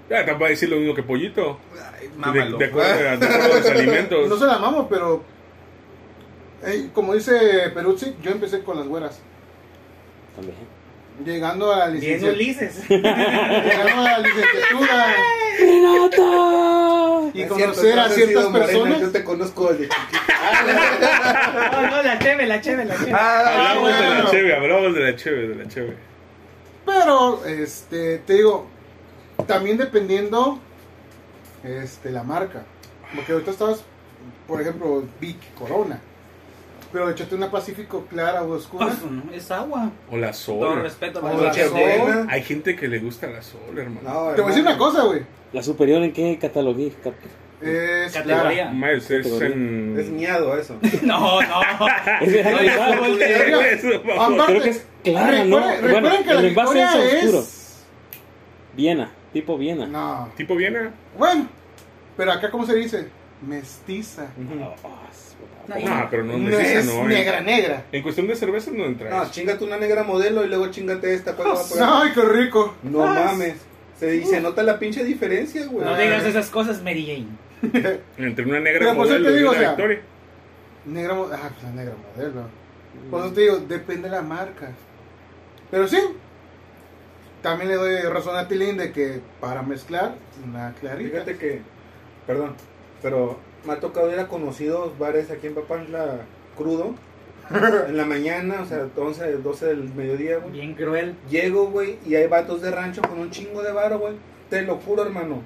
[SPEAKER 3] Ya te va a decir lo mismo que pollito.
[SPEAKER 5] Ay,
[SPEAKER 3] De, de,
[SPEAKER 5] mámalo.
[SPEAKER 3] acuerdo, a- de acuerdo a los alimentos.
[SPEAKER 4] No se la amamos, pero. eh, como dice Peruzzi, yo empecé con las güeras.
[SPEAKER 2] También.
[SPEAKER 4] Llegando a la
[SPEAKER 1] Bien
[SPEAKER 4] licenciatura.
[SPEAKER 1] Ulises.
[SPEAKER 4] Llegando a la licenciatura. Y
[SPEAKER 5] Es
[SPEAKER 4] conocer
[SPEAKER 5] cierto,
[SPEAKER 4] a
[SPEAKER 5] tú
[SPEAKER 4] ciertas
[SPEAKER 5] has sido morena,
[SPEAKER 4] personas.
[SPEAKER 5] Yo te conozco desde
[SPEAKER 1] No, no, la cheve, la cheve, la cheve.
[SPEAKER 5] Ah,
[SPEAKER 3] Hablamos de la
[SPEAKER 4] bueno.
[SPEAKER 3] cheve, hablamos de la cheve, de la cheve.
[SPEAKER 4] Pero, este, te digo, también dependiendo este, la marca. Porque ahorita estabas, por ejemplo, Vic Corona. Pero échate una Pacífico clara o oscura.
[SPEAKER 1] Pues, no, es agua.
[SPEAKER 3] O la
[SPEAKER 1] Todo
[SPEAKER 3] sol.
[SPEAKER 1] respeto
[SPEAKER 4] Hola,
[SPEAKER 1] para la
[SPEAKER 4] chef.
[SPEAKER 1] cheve.
[SPEAKER 5] Sol.
[SPEAKER 3] Hay gente que le gusta la sol, hermano.
[SPEAKER 5] No,
[SPEAKER 4] Te voy a decir
[SPEAKER 5] hermano.
[SPEAKER 4] una cosa, güey.
[SPEAKER 2] ¿La superior en qué catalogué? Cap-
[SPEAKER 4] Es
[SPEAKER 1] Categoría.
[SPEAKER 3] Miles, es en.
[SPEAKER 5] Es miado eso.
[SPEAKER 1] No, no.
[SPEAKER 2] Es de-
[SPEAKER 1] No, ya se voltea.
[SPEAKER 3] Eso,
[SPEAKER 4] clara.
[SPEAKER 3] vamos.
[SPEAKER 2] Creo que es clara, ¿no?
[SPEAKER 4] recuerden, recuerden
[SPEAKER 2] Bueno,
[SPEAKER 4] que la
[SPEAKER 2] el envase
[SPEAKER 4] victoria
[SPEAKER 2] es oscuro.
[SPEAKER 4] es...
[SPEAKER 2] Viena, tipo Viena.
[SPEAKER 4] No.
[SPEAKER 3] Tipo Viena.
[SPEAKER 4] Bueno, pero acá, ¿cómo se dice? Mestiza.
[SPEAKER 2] Ah, ah, su-
[SPEAKER 3] No, pero no,
[SPEAKER 4] No
[SPEAKER 3] necesita,
[SPEAKER 4] es
[SPEAKER 3] no, eh.
[SPEAKER 4] negra, negra.
[SPEAKER 3] En cuestión de cervezas no entra.
[SPEAKER 5] No, chingate una negra modelo y luego chingate esta. ¿cuál va a pagar?
[SPEAKER 4] Ay, qué rico.
[SPEAKER 5] No mames. Se dice, nota la pinche diferencia, güey.
[SPEAKER 1] No digas esas cosas, Mary Jane.
[SPEAKER 3] Entre una negra
[SPEAKER 4] Pero, pues,
[SPEAKER 3] modelo
[SPEAKER 4] yo te digo,
[SPEAKER 3] y una
[SPEAKER 4] o sea,
[SPEAKER 3] victoria.
[SPEAKER 4] Negra mo- ah, pues la negra modelo. Por eso te digo, depende de la marca. Pero sí, también le doy razón a Tilín de que para mezclar, una clarita.
[SPEAKER 5] Fíjate que, perdón, pero me ha tocado ir a conocidos bares aquí en Papantla crudo. En la mañana, o sea, 11, 12 del mediodía, güey.
[SPEAKER 1] Bien cruel.
[SPEAKER 5] Llego, güey, y hay vatos de rancho con un chingo de varo, güey. Te lo juro, hermano.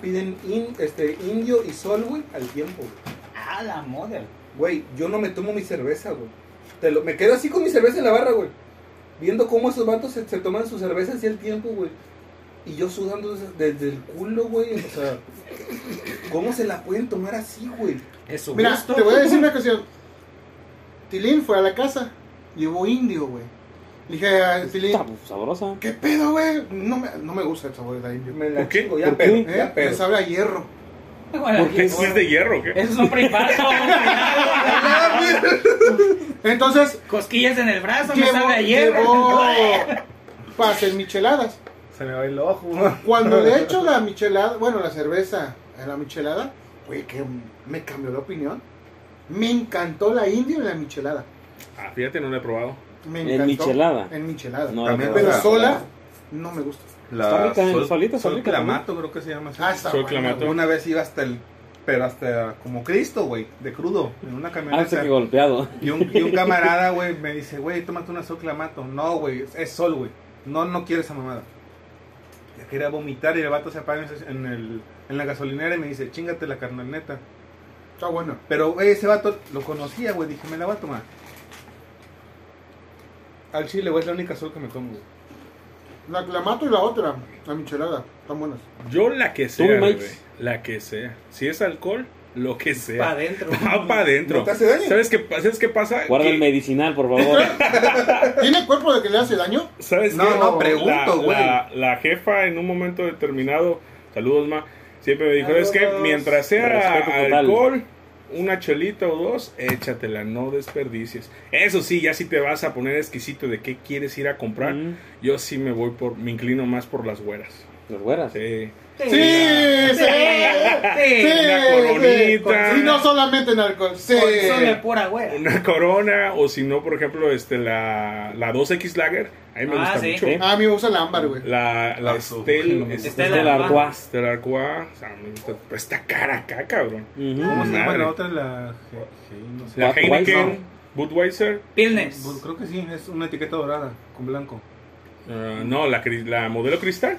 [SPEAKER 5] Piden in- este, indio y sol, güey, al tiempo, güey.
[SPEAKER 1] Ah, la model.
[SPEAKER 5] Güey, yo no me tomo mi cerveza, güey. Te lo- me quedo así con mi cerveza en la barra, güey. Viendo cómo esos vatos se, se toman sus cervezas así el tiempo, güey. Y yo sudando des- desde el culo, güey. O sea, ¿cómo se la pueden tomar así, güey?
[SPEAKER 1] Es su
[SPEAKER 4] Mira,
[SPEAKER 1] gusto.
[SPEAKER 4] te voy a decir una cuestión. Tilín fue a la casa, llevó indio, güey. Le dije a Tilín,
[SPEAKER 2] Está pues, sabrosa.
[SPEAKER 4] ¿qué pedo, güey? No me, no me gusta el sabor de la indio.
[SPEAKER 5] Me la
[SPEAKER 3] ¿Por qué?
[SPEAKER 5] chingo, ya
[SPEAKER 2] ¿Por
[SPEAKER 5] pedo,
[SPEAKER 2] qué?
[SPEAKER 4] ¿Eh?
[SPEAKER 5] ya
[SPEAKER 4] Me
[SPEAKER 5] pedo.
[SPEAKER 4] sabe a hierro.
[SPEAKER 1] Bueno,
[SPEAKER 2] ¿Por qué
[SPEAKER 1] eso-
[SPEAKER 3] ¿Sí es de hierro o qué?
[SPEAKER 1] Eso es un primazo.
[SPEAKER 4] Entonces,
[SPEAKER 1] Cosquillas en el brazo, me
[SPEAKER 4] llevó,
[SPEAKER 1] sabe ayer.
[SPEAKER 4] llevó para hacer micheladas.
[SPEAKER 5] Se me va el ojo,
[SPEAKER 4] Cuando le echo la michelada, bueno, la cerveza a la michelada, güey, que me cambió la opinión. Me encantó la indio y la michelada.
[SPEAKER 3] Ah, fíjate, no lo he probado.
[SPEAKER 4] Me
[SPEAKER 2] ¿En
[SPEAKER 4] encantó.
[SPEAKER 2] michelada?
[SPEAKER 4] En michelada.
[SPEAKER 2] No,
[SPEAKER 5] También
[SPEAKER 2] no,
[SPEAKER 4] Pero
[SPEAKER 2] no.
[SPEAKER 4] sola no me gusta.
[SPEAKER 2] Está rica, solita,
[SPEAKER 5] Sol
[SPEAKER 2] solita
[SPEAKER 5] Clamato, creo que se llama así.
[SPEAKER 4] Ah, está
[SPEAKER 3] Soy
[SPEAKER 4] buena,
[SPEAKER 3] clamato.
[SPEAKER 4] güey.
[SPEAKER 5] Una vez iba hasta el. Pero hasta como Cristo, güey, de crudo, en una
[SPEAKER 2] Ah, sé
[SPEAKER 5] camioneta.
[SPEAKER 2] que golpeado.
[SPEAKER 5] Y un, y un camarada, güey, me dice, güey, tómate una sol clamato. No, güey, es sol, güey. No, no quiero esa mamada. Ya quería vomitar y el vato se apaga en, el, en la gasolinera y me dice, chingate la carnal neta.
[SPEAKER 4] Está bueno.
[SPEAKER 5] Pero, güey, ese vato lo conocía, güey. Dije, me la voy a tomar. Al chile, güey, es la única sol que me tomo, güey.
[SPEAKER 4] La clamato y la otra, la michelada, están buenas.
[SPEAKER 3] Yo la que
[SPEAKER 2] Tú,
[SPEAKER 3] sea,
[SPEAKER 2] Mike.
[SPEAKER 3] bebé. La que sea. Si es alcohol, lo que sea.
[SPEAKER 1] Pa' adentro.
[SPEAKER 3] Va para adentro.
[SPEAKER 5] No te hace daño.
[SPEAKER 3] ¿Sabes qué, pa- ¿Sabes qué pasa?
[SPEAKER 2] Guarda
[SPEAKER 3] Que-
[SPEAKER 2] el medicinal, por favor.
[SPEAKER 4] ¿Tiene cuerpo de que le hace daño?
[SPEAKER 3] ¿Sabes
[SPEAKER 5] No,
[SPEAKER 3] qué?
[SPEAKER 5] no,
[SPEAKER 3] La-
[SPEAKER 5] pregunto, güey.
[SPEAKER 3] La, la jefa en un momento determinado, saludos, ma, siempre me dijo, es que
[SPEAKER 5] Saludos.
[SPEAKER 3] mientras sea
[SPEAKER 2] Respeto total.
[SPEAKER 3] alcohol, una chelita o dos, échatela, no desperdicies. Eso sí, ya si te vas a poner exquisito de qué quieres ir a comprar,
[SPEAKER 2] Mm,
[SPEAKER 3] yo sí me voy por, me inclino más por las güeras.
[SPEAKER 2] Las güeras.
[SPEAKER 3] Sí.
[SPEAKER 1] Sí,
[SPEAKER 4] Sí, sí. Sí,
[SPEAKER 3] Una
[SPEAKER 4] sí.
[SPEAKER 3] coronita.
[SPEAKER 4] Y no solamente en alcohol. Sí.
[SPEAKER 1] Son de pura güera.
[SPEAKER 3] Una corona, o si no, por ejemplo, este, la, la 2X Lager, a mí me
[SPEAKER 1] Ah,
[SPEAKER 3] gusta
[SPEAKER 1] sí.
[SPEAKER 3] mucho.
[SPEAKER 2] Sí.
[SPEAKER 4] A mí me gusta el ámbar, güey.
[SPEAKER 3] La, la
[SPEAKER 6] Ah, su-
[SPEAKER 3] Estel,
[SPEAKER 1] Estela
[SPEAKER 2] Estela
[SPEAKER 1] Artois.
[SPEAKER 2] Artois.
[SPEAKER 3] Del Arcoa, o sea, me gusta, pero está cara acá, cabrón.
[SPEAKER 2] Ujú.
[SPEAKER 6] ¿Cómo se llama
[SPEAKER 3] Madre.
[SPEAKER 6] la otra? La G- G- no sé.
[SPEAKER 3] La
[SPEAKER 2] Budweiser.
[SPEAKER 3] Heineken, Budweiser,
[SPEAKER 1] Pilnes.
[SPEAKER 5] Pues,
[SPEAKER 6] Bu- Creo que sí, es una etiqueta dorada con blanco.
[SPEAKER 3] eh, no, la, cri- la modelo cristal.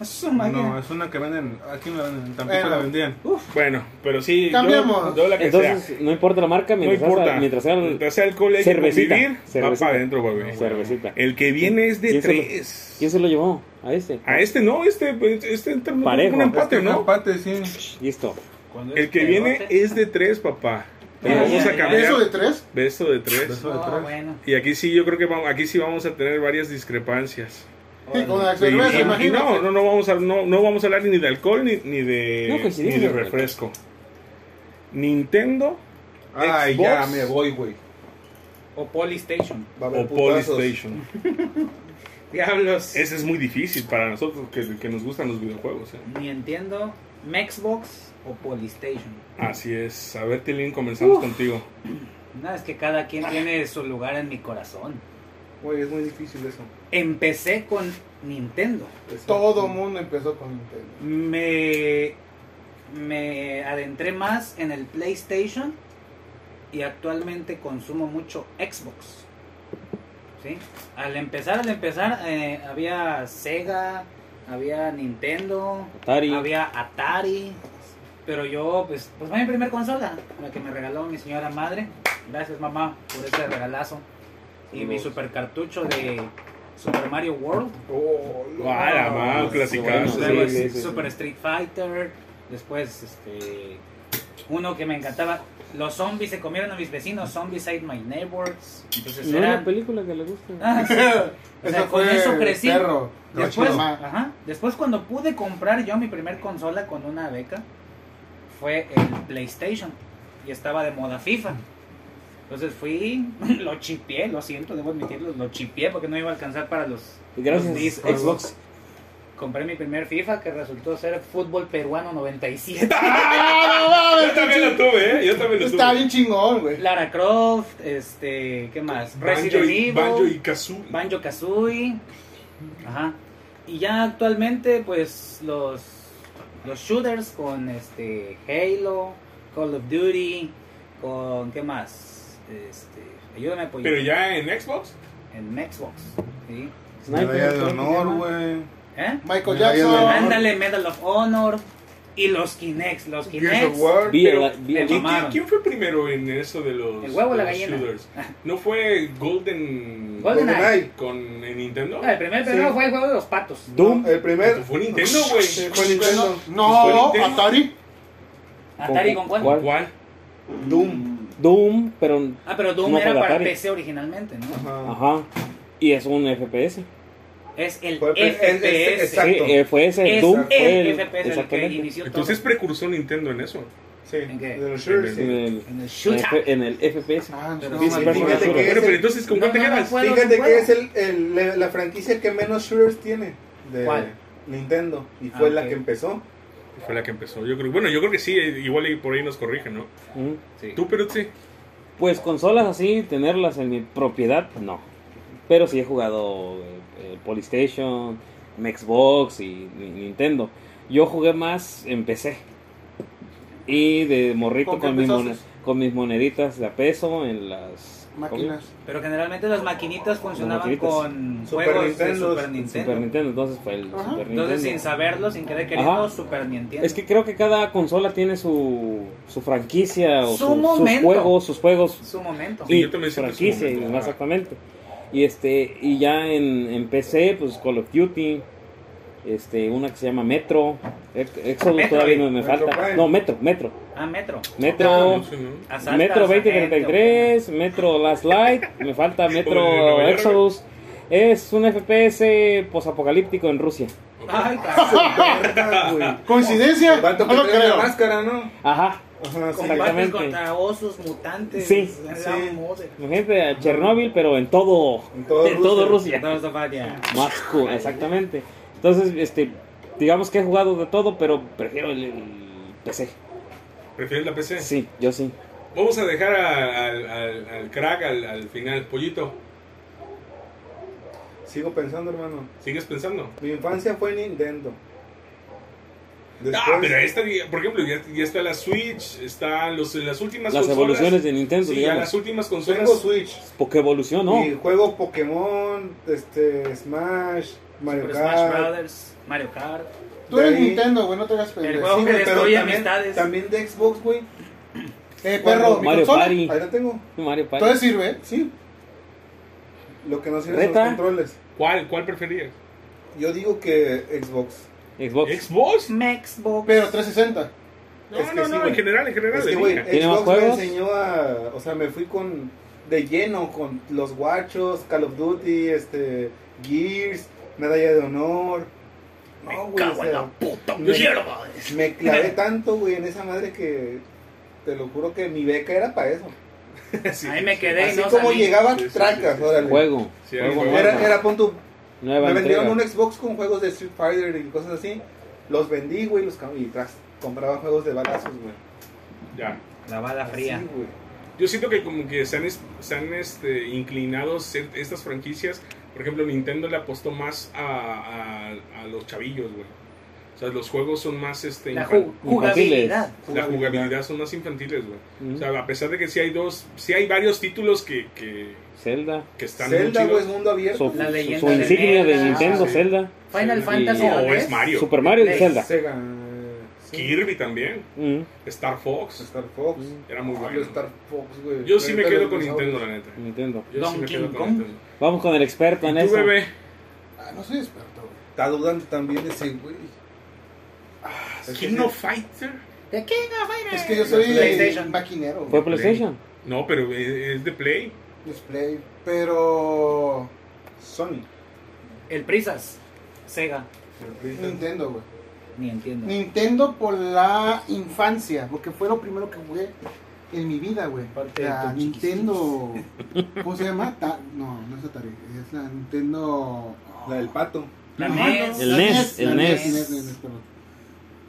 [SPEAKER 1] Eso,
[SPEAKER 6] No,
[SPEAKER 1] máquina.
[SPEAKER 6] es una que venden. Aquí la venden, en Tampico
[SPEAKER 4] Eh,
[SPEAKER 6] la vendían.
[SPEAKER 3] Bueno, pero sí. yo-
[SPEAKER 4] Cambiamos.
[SPEAKER 3] yo la que
[SPEAKER 2] Entonces,
[SPEAKER 3] sea.
[SPEAKER 2] no importa la marca,
[SPEAKER 3] No
[SPEAKER 2] mientras,
[SPEAKER 3] importa.
[SPEAKER 2] sea- mientras sea el-
[SPEAKER 3] Mientras sea alcohol, hay
[SPEAKER 2] cervecita,
[SPEAKER 3] que convivir. Va
[SPEAKER 2] cervecita.
[SPEAKER 3] para adentro, güey.
[SPEAKER 2] cervecita.
[SPEAKER 3] El que viene es de
[SPEAKER 2] ¿Quién se lo-
[SPEAKER 3] tres.
[SPEAKER 2] ¿Quién se lo llevó? A este.
[SPEAKER 3] A este no, este, este terminó con
[SPEAKER 2] Parejo.
[SPEAKER 3] un empate,
[SPEAKER 6] Este,
[SPEAKER 3] ¿no?
[SPEAKER 6] Empate, sí.
[SPEAKER 2] Listo.
[SPEAKER 1] Cuando
[SPEAKER 3] El
[SPEAKER 1] es
[SPEAKER 3] que
[SPEAKER 1] pedote.
[SPEAKER 3] viene es de tres, papá. Y
[SPEAKER 1] Ah,
[SPEAKER 3] vamos
[SPEAKER 1] ya,
[SPEAKER 3] a
[SPEAKER 1] ya.
[SPEAKER 3] cambiar.
[SPEAKER 4] ¿Eso de tres?
[SPEAKER 3] Beso de tres.
[SPEAKER 6] Beso.
[SPEAKER 1] No, Ah, bueno.
[SPEAKER 3] Y aquí sí, yo creo que vamos, aquí sí vamos a tener varias discrepancias.
[SPEAKER 4] Y con la
[SPEAKER 3] Sí,
[SPEAKER 4] cerveza,
[SPEAKER 3] y- y
[SPEAKER 4] imagínate.
[SPEAKER 3] no, no, no vamos a, no, no vamos a hablar ni de alcohol ni, ni de,
[SPEAKER 2] No, coincidimos.
[SPEAKER 3] ni de refresco. Nintendo
[SPEAKER 5] Ay,
[SPEAKER 3] Xbox.
[SPEAKER 5] ya me voy, güey.
[SPEAKER 1] O Polystation.
[SPEAKER 5] Va a haber
[SPEAKER 3] o
[SPEAKER 5] putazos.
[SPEAKER 3] PlayStation.
[SPEAKER 1] Diablos.
[SPEAKER 3] Ese es muy difícil para nosotros que, que nos gustan los videojuegos. ¿eh?
[SPEAKER 1] Ni entiendo. Mexbox o Polystation.
[SPEAKER 3] Así es. A ver, Tilín, comenzamos contigo.
[SPEAKER 1] Nada, es que cada quien tiene su lugar en mi corazón.
[SPEAKER 5] Güey, es muy difícil eso.
[SPEAKER 1] Empecé con Nintendo.
[SPEAKER 5] Eso.
[SPEAKER 4] Todo mundo empezó con Nintendo.
[SPEAKER 1] Me, me adentré más en el PlayStation y actualmente consumo mucho Xbox. ¿Sí? Al empezar, al empezar, eh, había Sega, había Nintendo,
[SPEAKER 2] Atari.
[SPEAKER 1] había Atari. Pero yo, pues, pues fue mi primer consola, la que me regaló mi señora madre. Gracias, mamá, por ese regalazo. Y mi super cartucho de Super Mario World.
[SPEAKER 5] Oh, lo-
[SPEAKER 3] Ah, la madre,
[SPEAKER 5] Ah,
[SPEAKER 3] clasicazo.
[SPEAKER 2] bueno,
[SPEAKER 1] Luego
[SPEAKER 2] sí,
[SPEAKER 1] es
[SPEAKER 2] sí, sí.
[SPEAKER 1] Super Street Fighter. Después, este. Uno que me encantaba. Los zombies se comieron a mis vecinos. Zombies ate my neighbors. Entonces
[SPEAKER 2] No es
[SPEAKER 1] era.
[SPEAKER 2] la película que le gusta.
[SPEAKER 1] Ah, sí. O sea, con eso crecí.
[SPEAKER 4] Perro.
[SPEAKER 1] Después,
[SPEAKER 4] Mamá.
[SPEAKER 1] ajá, después, cuando pude comprar yo mi primer consola con una beca, fue el PlayStation. Y estaba de moda FIFA. Entonces fui, lo chipié, lo siento, debo admitirlo, lo chipié porque no iba a alcanzar para los
[SPEAKER 2] Gracias,
[SPEAKER 1] Los discos.
[SPEAKER 2] Xbox.
[SPEAKER 1] Compré mi primer FIFA que resultó ser Fútbol Peruano 97.
[SPEAKER 4] ¡Ah, no mames,
[SPEAKER 3] Yo también lo tuve, ¿eh? Yo también lo tuve.
[SPEAKER 4] Está bien chingón, güey.
[SPEAKER 1] Lara Croft, este, ¿qué más?
[SPEAKER 3] Banjo
[SPEAKER 1] Resident
[SPEAKER 3] y,
[SPEAKER 1] Evil,
[SPEAKER 3] Banjo y Kazooie.
[SPEAKER 1] Banjo Kazooie. Ajá. Y ya actualmente, pues los, los shooters con este Halo, Call of Duty, con ¿qué más? Este, ayúdame a apoyar
[SPEAKER 3] Pero ya en Xbox.
[SPEAKER 1] en Xbox, ¿sí?
[SPEAKER 6] Medalla de
[SPEAKER 2] creo que se
[SPEAKER 6] honor,
[SPEAKER 2] llama.
[SPEAKER 6] güey.
[SPEAKER 1] ¿Eh?
[SPEAKER 4] Michael
[SPEAKER 6] Medalla de honor.
[SPEAKER 4] Jackson.
[SPEAKER 1] Ándale, Medal of Honor y los Kinects, los
[SPEAKER 5] Gears
[SPEAKER 1] Kinects.
[SPEAKER 5] of War.
[SPEAKER 2] Vi
[SPEAKER 3] Pero-
[SPEAKER 2] la- vi
[SPEAKER 1] Me
[SPEAKER 2] el-
[SPEAKER 3] ¿Quién,
[SPEAKER 1] mamaron.
[SPEAKER 3] quién- quién fue primero en eso de los,
[SPEAKER 1] El huevo o
[SPEAKER 3] de
[SPEAKER 1] la
[SPEAKER 3] los
[SPEAKER 1] gallina.
[SPEAKER 3] shooters? ¿No fue Golden,
[SPEAKER 1] GoldenEye.
[SPEAKER 3] con en Nintendo?
[SPEAKER 1] No, Ah, el primer primero
[SPEAKER 5] Sí.
[SPEAKER 1] fue el juego de los patos.
[SPEAKER 2] Doom.
[SPEAKER 5] El primer.
[SPEAKER 3] Fue Nintendo, güey.
[SPEAKER 5] Fue Nintendo.
[SPEAKER 4] No,
[SPEAKER 3] Nintendo.
[SPEAKER 4] Atari.
[SPEAKER 1] Atari con cuál?
[SPEAKER 2] ¿Cuál?
[SPEAKER 3] ¿Cuál?
[SPEAKER 5] Doom.
[SPEAKER 2] Doom, pero.
[SPEAKER 1] Ah, pero Doom
[SPEAKER 2] No
[SPEAKER 1] era
[SPEAKER 2] fue
[SPEAKER 1] para
[SPEAKER 2] Atari.
[SPEAKER 1] PC originalmente, ¿no?
[SPEAKER 5] Ajá.
[SPEAKER 2] Ajá. Y es un FPS.
[SPEAKER 1] Es el
[SPEAKER 5] Fue el-
[SPEAKER 1] FPS.
[SPEAKER 5] el- el-
[SPEAKER 1] Es,
[SPEAKER 5] exacto.
[SPEAKER 2] Sí, eh, fue ese.
[SPEAKER 1] el,
[SPEAKER 2] Doom fue el.
[SPEAKER 1] FPS el que
[SPEAKER 2] exactamente.
[SPEAKER 1] inició
[SPEAKER 3] Entonces
[SPEAKER 1] todo.
[SPEAKER 3] precursó Nintendo en eso.
[SPEAKER 5] Sí.
[SPEAKER 1] ¿En qué?
[SPEAKER 5] De los
[SPEAKER 2] En
[SPEAKER 5] shooters, sí.
[SPEAKER 2] el,
[SPEAKER 1] En el
[SPEAKER 2] F-
[SPEAKER 1] shooter.
[SPEAKER 2] en el FPS.
[SPEAKER 4] Ah, no,
[SPEAKER 1] Pero
[SPEAKER 4] mames.
[SPEAKER 2] fíjate
[SPEAKER 5] Fíjate que
[SPEAKER 3] Pero,
[SPEAKER 5] es
[SPEAKER 3] pero
[SPEAKER 5] el-
[SPEAKER 3] entonces, ¿con
[SPEAKER 1] No,
[SPEAKER 3] cuál te
[SPEAKER 1] no, no
[SPEAKER 3] quedas?
[SPEAKER 1] fue-
[SPEAKER 5] Fíjate
[SPEAKER 1] juego.
[SPEAKER 5] que es el, el- la, la franquicia que menos shooters tiene. De
[SPEAKER 1] ¿Cuál?
[SPEAKER 5] Nintendo. Y
[SPEAKER 1] Ah,
[SPEAKER 5] fue la
[SPEAKER 1] ok.
[SPEAKER 5] que empezó.
[SPEAKER 3] Fue la que empezó. Yo creo, bueno, yo creo que sí, eh, igual y por ahí nos corrigen, ¿no?
[SPEAKER 2] Ujú.
[SPEAKER 1] Sí.
[SPEAKER 3] Tú, pero sí.
[SPEAKER 2] Pues consolas así, tenerlas en mi propiedad, no. Pero sí he jugado eh, eh, Polystation, Xbox y Ni- Nintendo. Yo jugué más en PC. Y de morrito
[SPEAKER 4] ¿Con qué
[SPEAKER 2] con, mis,
[SPEAKER 4] empezaste?
[SPEAKER 2] mone- con mis moneditas de a peso en las
[SPEAKER 4] Máquinas.
[SPEAKER 1] Pero generalmente las maquinitas funcionaban
[SPEAKER 2] maquinitas.
[SPEAKER 1] con
[SPEAKER 5] Super
[SPEAKER 1] juegos
[SPEAKER 5] Nintendo,
[SPEAKER 1] de Super
[SPEAKER 5] Super
[SPEAKER 1] Nintendo.
[SPEAKER 2] Super Nintendo, entonces fue el
[SPEAKER 4] Ajá.
[SPEAKER 2] Super Nintendo.
[SPEAKER 1] Entonces, sin saberlo, sin querer queriendo,
[SPEAKER 2] Ajá.
[SPEAKER 1] Super Nintendo.
[SPEAKER 2] Es que creo que cada consola tiene su, su franquicia o
[SPEAKER 1] Su
[SPEAKER 2] su- sus
[SPEAKER 1] momento.
[SPEAKER 2] juegos, sus juegos,
[SPEAKER 1] su momento.
[SPEAKER 3] Sí,
[SPEAKER 2] y
[SPEAKER 3] yo también siento
[SPEAKER 2] franquicia,
[SPEAKER 3] ese momento.
[SPEAKER 2] más exactamente. Y este y ya en, en PC, pues Call of Duty, este, una que se llama Metro, Ex- Exodus
[SPEAKER 1] Metro,
[SPEAKER 2] todavía no me
[SPEAKER 5] Metro
[SPEAKER 2] falta,
[SPEAKER 5] Prime.
[SPEAKER 2] no, Metro, Metro,
[SPEAKER 1] Ah, Metro.
[SPEAKER 2] Metro,
[SPEAKER 3] No sé, ¿no?
[SPEAKER 1] Asalta,
[SPEAKER 2] Metro
[SPEAKER 1] sargento.
[SPEAKER 2] 2033, Metro Last Light, me falta
[SPEAKER 3] Joder, Nueva
[SPEAKER 2] Metro
[SPEAKER 3] York.
[SPEAKER 2] Exodus. Es un FPS posapocalíptico en Rusia.
[SPEAKER 1] Ay, cabrón.
[SPEAKER 5] Verga, güey.
[SPEAKER 4] ¿Coincidencia?
[SPEAKER 5] El vato
[SPEAKER 4] No
[SPEAKER 5] que
[SPEAKER 4] lo
[SPEAKER 5] trae la
[SPEAKER 4] creo.
[SPEAKER 5] máscara, ¿no?
[SPEAKER 2] Ajá.
[SPEAKER 5] Ajá, sí.
[SPEAKER 1] Combates
[SPEAKER 2] Exactamente.
[SPEAKER 1] contra osos mutantes.
[SPEAKER 2] Sí,
[SPEAKER 1] La
[SPEAKER 4] sí.
[SPEAKER 1] madre.
[SPEAKER 2] Imagínate a Chernóbil, pero en todo,
[SPEAKER 5] En todo
[SPEAKER 2] en todo
[SPEAKER 5] Rusia.
[SPEAKER 2] Rusia.
[SPEAKER 1] Todos los varias.
[SPEAKER 2] Moscú, exactamente. Entonces, este, digamos que he jugado de todo, pero prefiero el, el PC.
[SPEAKER 3] ¿Prefieres la PC?
[SPEAKER 2] Sí, yo sí.
[SPEAKER 3] Vamos a dejar a- al, al- al crack al, al final. Pollito,
[SPEAKER 5] Sigo pensando, hermano.
[SPEAKER 3] ¿sigues pensando?
[SPEAKER 5] Mi infancia fue Nintendo.
[SPEAKER 3] Ah, pero esta, por ejemplo, ya, ya está la Switch, están los, las últimas
[SPEAKER 2] Las
[SPEAKER 3] consolas.
[SPEAKER 2] evoluciones de Nintendo,
[SPEAKER 3] Sí, ya las
[SPEAKER 2] digamos.
[SPEAKER 3] últimas
[SPEAKER 5] tengo
[SPEAKER 3] consolas.
[SPEAKER 5] Switch.
[SPEAKER 2] Porque evolución, ¿no?
[SPEAKER 5] Y juego Pokémon, este, Smash, Mario
[SPEAKER 1] Super Smash
[SPEAKER 5] Kart.
[SPEAKER 1] Brothers, Mario Kart.
[SPEAKER 4] Tú eres
[SPEAKER 5] De ahí-
[SPEAKER 4] Nintendo, güey, no te hagas pendejo.
[SPEAKER 1] juego. Aunque
[SPEAKER 5] güey,
[SPEAKER 1] destruye
[SPEAKER 5] también,
[SPEAKER 1] amistades.
[SPEAKER 5] también de Xbox, güey.
[SPEAKER 4] Eh, perro, mi
[SPEAKER 2] Mario
[SPEAKER 4] consola.
[SPEAKER 2] Party.
[SPEAKER 5] Ahí la tengo.
[SPEAKER 2] Mario Party.
[SPEAKER 4] Entonces sirve, ¿eh?
[SPEAKER 5] Sí. Lo que no sirve son
[SPEAKER 2] ¿Reta?
[SPEAKER 5] los controles.
[SPEAKER 3] ¿Cuál? ¿Cuál preferías?
[SPEAKER 5] Yo digo que Xbox.
[SPEAKER 2] Xbox.
[SPEAKER 3] ¿Xbox?
[SPEAKER 1] Xbox.
[SPEAKER 4] pero 360.
[SPEAKER 3] No,
[SPEAKER 5] Es que
[SPEAKER 3] no,
[SPEAKER 5] sí,
[SPEAKER 3] no, en
[SPEAKER 5] güey.
[SPEAKER 3] general, en general.
[SPEAKER 5] Es que,
[SPEAKER 3] de
[SPEAKER 5] güey,
[SPEAKER 3] liga.
[SPEAKER 2] ¿Tiene más
[SPEAKER 5] Xbox me
[SPEAKER 2] juegos?
[SPEAKER 5] enseñó a. O sea, me fui con. De lleno con los guachos, Call of Duty, este. Gears, Medalla de Honor. No, güey. o sea,
[SPEAKER 1] puta
[SPEAKER 5] me- me clavé tanto, güey, en esa madre que. Te lo juro que mi beca era para eso.
[SPEAKER 3] Sí,
[SPEAKER 1] Ahí me
[SPEAKER 3] sí,
[SPEAKER 1] quedé y
[SPEAKER 5] Así
[SPEAKER 1] no
[SPEAKER 5] como
[SPEAKER 1] salí.
[SPEAKER 5] llegaba,
[SPEAKER 3] Sí, sí,
[SPEAKER 5] tracas,
[SPEAKER 3] sí, sí.
[SPEAKER 5] órale.
[SPEAKER 2] Juego.
[SPEAKER 3] Sí,
[SPEAKER 2] Juego
[SPEAKER 3] juego.
[SPEAKER 2] nuevo.
[SPEAKER 5] Era, era pon tú,
[SPEAKER 2] Nueva
[SPEAKER 5] me vendieron
[SPEAKER 2] entrega.
[SPEAKER 5] un Xbox con juegos de Street Fighter y cosas así. Los vendí, güey, los cam- y tras, compraba juegos de balazos, güey.
[SPEAKER 3] Ya.
[SPEAKER 1] La bala fría.
[SPEAKER 5] Así, güey.
[SPEAKER 3] Yo siento que como que se han, es- se han, este, inclinado ser- estas franquicias. Por ejemplo, Nintendo le apostó más a, a- a los chavillos, güey. O sea, los juegos son más... Este,
[SPEAKER 1] La
[SPEAKER 3] infan-
[SPEAKER 1] ju- jugabilidad.
[SPEAKER 3] la jugabilidad son más infantiles, güey.
[SPEAKER 2] Ujú.
[SPEAKER 3] O sea, a pesar de que sí hay dos... Sí hay varios títulos que, que,
[SPEAKER 2] Zelda.
[SPEAKER 3] que están muy
[SPEAKER 5] Zelda, güey, es
[SPEAKER 3] chidos.
[SPEAKER 5] mundo abierto.
[SPEAKER 2] Su,
[SPEAKER 1] La
[SPEAKER 2] su-
[SPEAKER 1] leyenda
[SPEAKER 2] su
[SPEAKER 1] de
[SPEAKER 2] insignia de
[SPEAKER 1] Zelda.
[SPEAKER 2] Nintendo,
[SPEAKER 3] Ah, sí.
[SPEAKER 2] Zelda.
[SPEAKER 1] Final
[SPEAKER 3] Sí.
[SPEAKER 1] Fantasy.
[SPEAKER 2] No,
[SPEAKER 1] ¿no
[SPEAKER 3] O
[SPEAKER 1] ves?
[SPEAKER 3] es Mario.
[SPEAKER 2] Super Mario y
[SPEAKER 1] Play.
[SPEAKER 2] Zelda. Mm,
[SPEAKER 5] Sega. sí.
[SPEAKER 3] Kirby también.
[SPEAKER 2] Ujú.
[SPEAKER 3] Star Fox.
[SPEAKER 5] Star Fox.
[SPEAKER 3] Era muy
[SPEAKER 5] Mario
[SPEAKER 3] bueno.
[SPEAKER 5] Ah, Star Fox, güey.
[SPEAKER 3] Yo sí me
[SPEAKER 5] Neta,
[SPEAKER 3] quedo
[SPEAKER 5] los
[SPEAKER 3] con
[SPEAKER 5] dinosaurios.
[SPEAKER 3] Nintendo, la neta.
[SPEAKER 2] Nintendo.
[SPEAKER 3] Yo sí me
[SPEAKER 1] Donkey
[SPEAKER 3] quedo con
[SPEAKER 1] Kong.
[SPEAKER 3] Nintendo.
[SPEAKER 2] Vamos con el experto en
[SPEAKER 3] ¿Y tú,
[SPEAKER 2] eso.
[SPEAKER 3] bebé?
[SPEAKER 4] Ah, no soy experto, güey.
[SPEAKER 5] Está dudando también de ese, güey. Es que
[SPEAKER 3] ¿Kino
[SPEAKER 5] sí.
[SPEAKER 3] Fighter?
[SPEAKER 1] The King of Fighters.
[SPEAKER 4] Es que yo soy
[SPEAKER 1] PlayStation.
[SPEAKER 4] maquinero,
[SPEAKER 2] Fue
[SPEAKER 4] güey.
[SPEAKER 2] PlayStation.
[SPEAKER 3] No, pero es es de Play.
[SPEAKER 4] Display. Pero.
[SPEAKER 5] Sony.
[SPEAKER 1] El Prisas. Sega.
[SPEAKER 4] Nintendo, güey.
[SPEAKER 1] Ni entiendo.
[SPEAKER 4] Nintendo por la infancia, porque fue lo primero que jugué en mi vida, güey.
[SPEAKER 1] Parte de
[SPEAKER 4] La
[SPEAKER 1] tus
[SPEAKER 4] Nintendo. ¿Cómo se llama? Ta- no, no es Atari. Es la Nintendo.
[SPEAKER 5] La del pato.
[SPEAKER 1] La E
[SPEAKER 4] No,
[SPEAKER 1] NES.
[SPEAKER 4] no,
[SPEAKER 2] El
[SPEAKER 4] la
[SPEAKER 2] NES, el E
[SPEAKER 4] la E
[SPEAKER 2] NES.
[SPEAKER 4] perdón.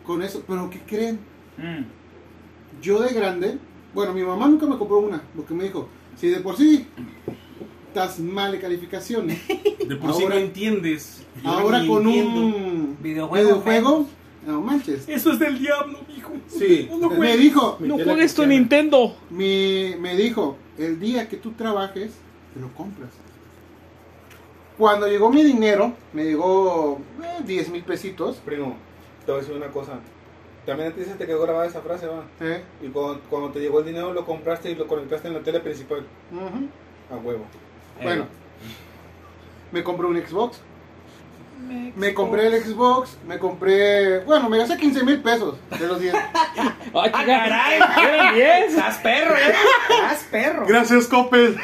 [SPEAKER 4] Con eso, pero ¿qué creen?
[SPEAKER 1] Mm.
[SPEAKER 4] Yo de grande, bueno, mi mamá nunca me compró una, porque me dijo, si de por sí estás mal de calificaciones,
[SPEAKER 3] De por sí no
[SPEAKER 4] Ahora-
[SPEAKER 3] entiendes. Yo
[SPEAKER 4] ahora
[SPEAKER 3] ni
[SPEAKER 4] con
[SPEAKER 3] entiendo.
[SPEAKER 4] un
[SPEAKER 1] Videojuego,
[SPEAKER 4] videojuego, no manches.
[SPEAKER 3] Eso es del diablo, hijo.
[SPEAKER 5] Sí.
[SPEAKER 4] Me dijo,
[SPEAKER 5] No juegues tu
[SPEAKER 2] Nintendo.
[SPEAKER 4] Mi- me dijo, el día que tú trabajes, te lo compras. Cuando llegó mi dinero, me llegó eh, 10 mil pesitos.
[SPEAKER 5] Primo, te voy a decir una cosa. También a ti se te quedó grabada esa frase, va.
[SPEAKER 4] eh,
[SPEAKER 5] Y cuando, cuando te llegó el dinero lo compraste y lo conectaste en la tele principal.
[SPEAKER 4] ujú,
[SPEAKER 5] A huevo.
[SPEAKER 1] Eh.
[SPEAKER 4] Bueno, me compré un Xbox.
[SPEAKER 1] Me,
[SPEAKER 4] Me compré el Xbox, me compré... Bueno, me gasté 15 mil pesos de los 10.
[SPEAKER 2] ¡Ah,
[SPEAKER 1] ¡Ah,
[SPEAKER 2] chica!
[SPEAKER 1] caray!
[SPEAKER 2] ¡Eran 10!
[SPEAKER 1] ¡Estás perro, eh! ¡Estás perro!
[SPEAKER 4] Gracias, Coppel.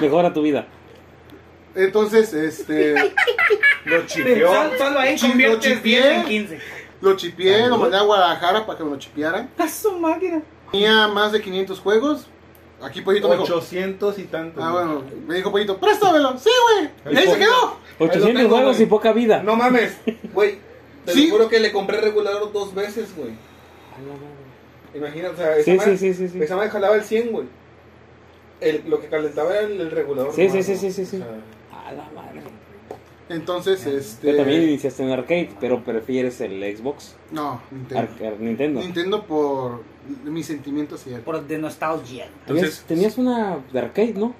[SPEAKER 2] Mejora tu vida.
[SPEAKER 4] Entonces, este...
[SPEAKER 5] Lo
[SPEAKER 1] Solo, solo ahí
[SPEAKER 4] Chin- lo
[SPEAKER 1] conviertes
[SPEAKER 4] chipié.
[SPEAKER 1] 10 en 15.
[SPEAKER 4] Lo chipié, lo mandé a Guadalajara para que me lo chipearan.
[SPEAKER 1] ¡A su máquina!
[SPEAKER 4] Tenía más de 500 juegos. Aquí Pollito me dijo,
[SPEAKER 5] 800 y tanto.
[SPEAKER 4] Ah,
[SPEAKER 5] güey.
[SPEAKER 4] bueno, me dijo Pollito, préstamelo. Sí, güey. Y ahí se quedó.
[SPEAKER 2] 800
[SPEAKER 5] tengo,
[SPEAKER 2] juegos
[SPEAKER 5] güey.
[SPEAKER 2] y poca vida.
[SPEAKER 5] No mames, güey. Te
[SPEAKER 4] Sí.
[SPEAKER 5] lo juro que le compré regulador dos veces, güey. Imagínate, o sea, esa
[SPEAKER 2] Sí,
[SPEAKER 5] madre-
[SPEAKER 2] sí, sí, sí, sí.
[SPEAKER 5] esa madre jalaba el 100, güey. El- lo que calentaba era el, el regulador.
[SPEAKER 2] Sí, sí,
[SPEAKER 5] nomás,
[SPEAKER 2] sí,
[SPEAKER 5] ¿no?
[SPEAKER 2] sí, sí,
[SPEAKER 5] O
[SPEAKER 2] sí.
[SPEAKER 5] sea,
[SPEAKER 2] A la madre.
[SPEAKER 4] Entonces,
[SPEAKER 2] Yo también
[SPEAKER 4] este...
[SPEAKER 2] iniciaste en arcade, pero prefieres el Xbox.
[SPEAKER 4] No, Nintendo.
[SPEAKER 2] Ar- ar- Nintendo.
[SPEAKER 4] Nintendo por mis sentimientos hacia él.
[SPEAKER 1] Por de nostalgia.
[SPEAKER 2] Tenías, tenías una de arcade, ¿no?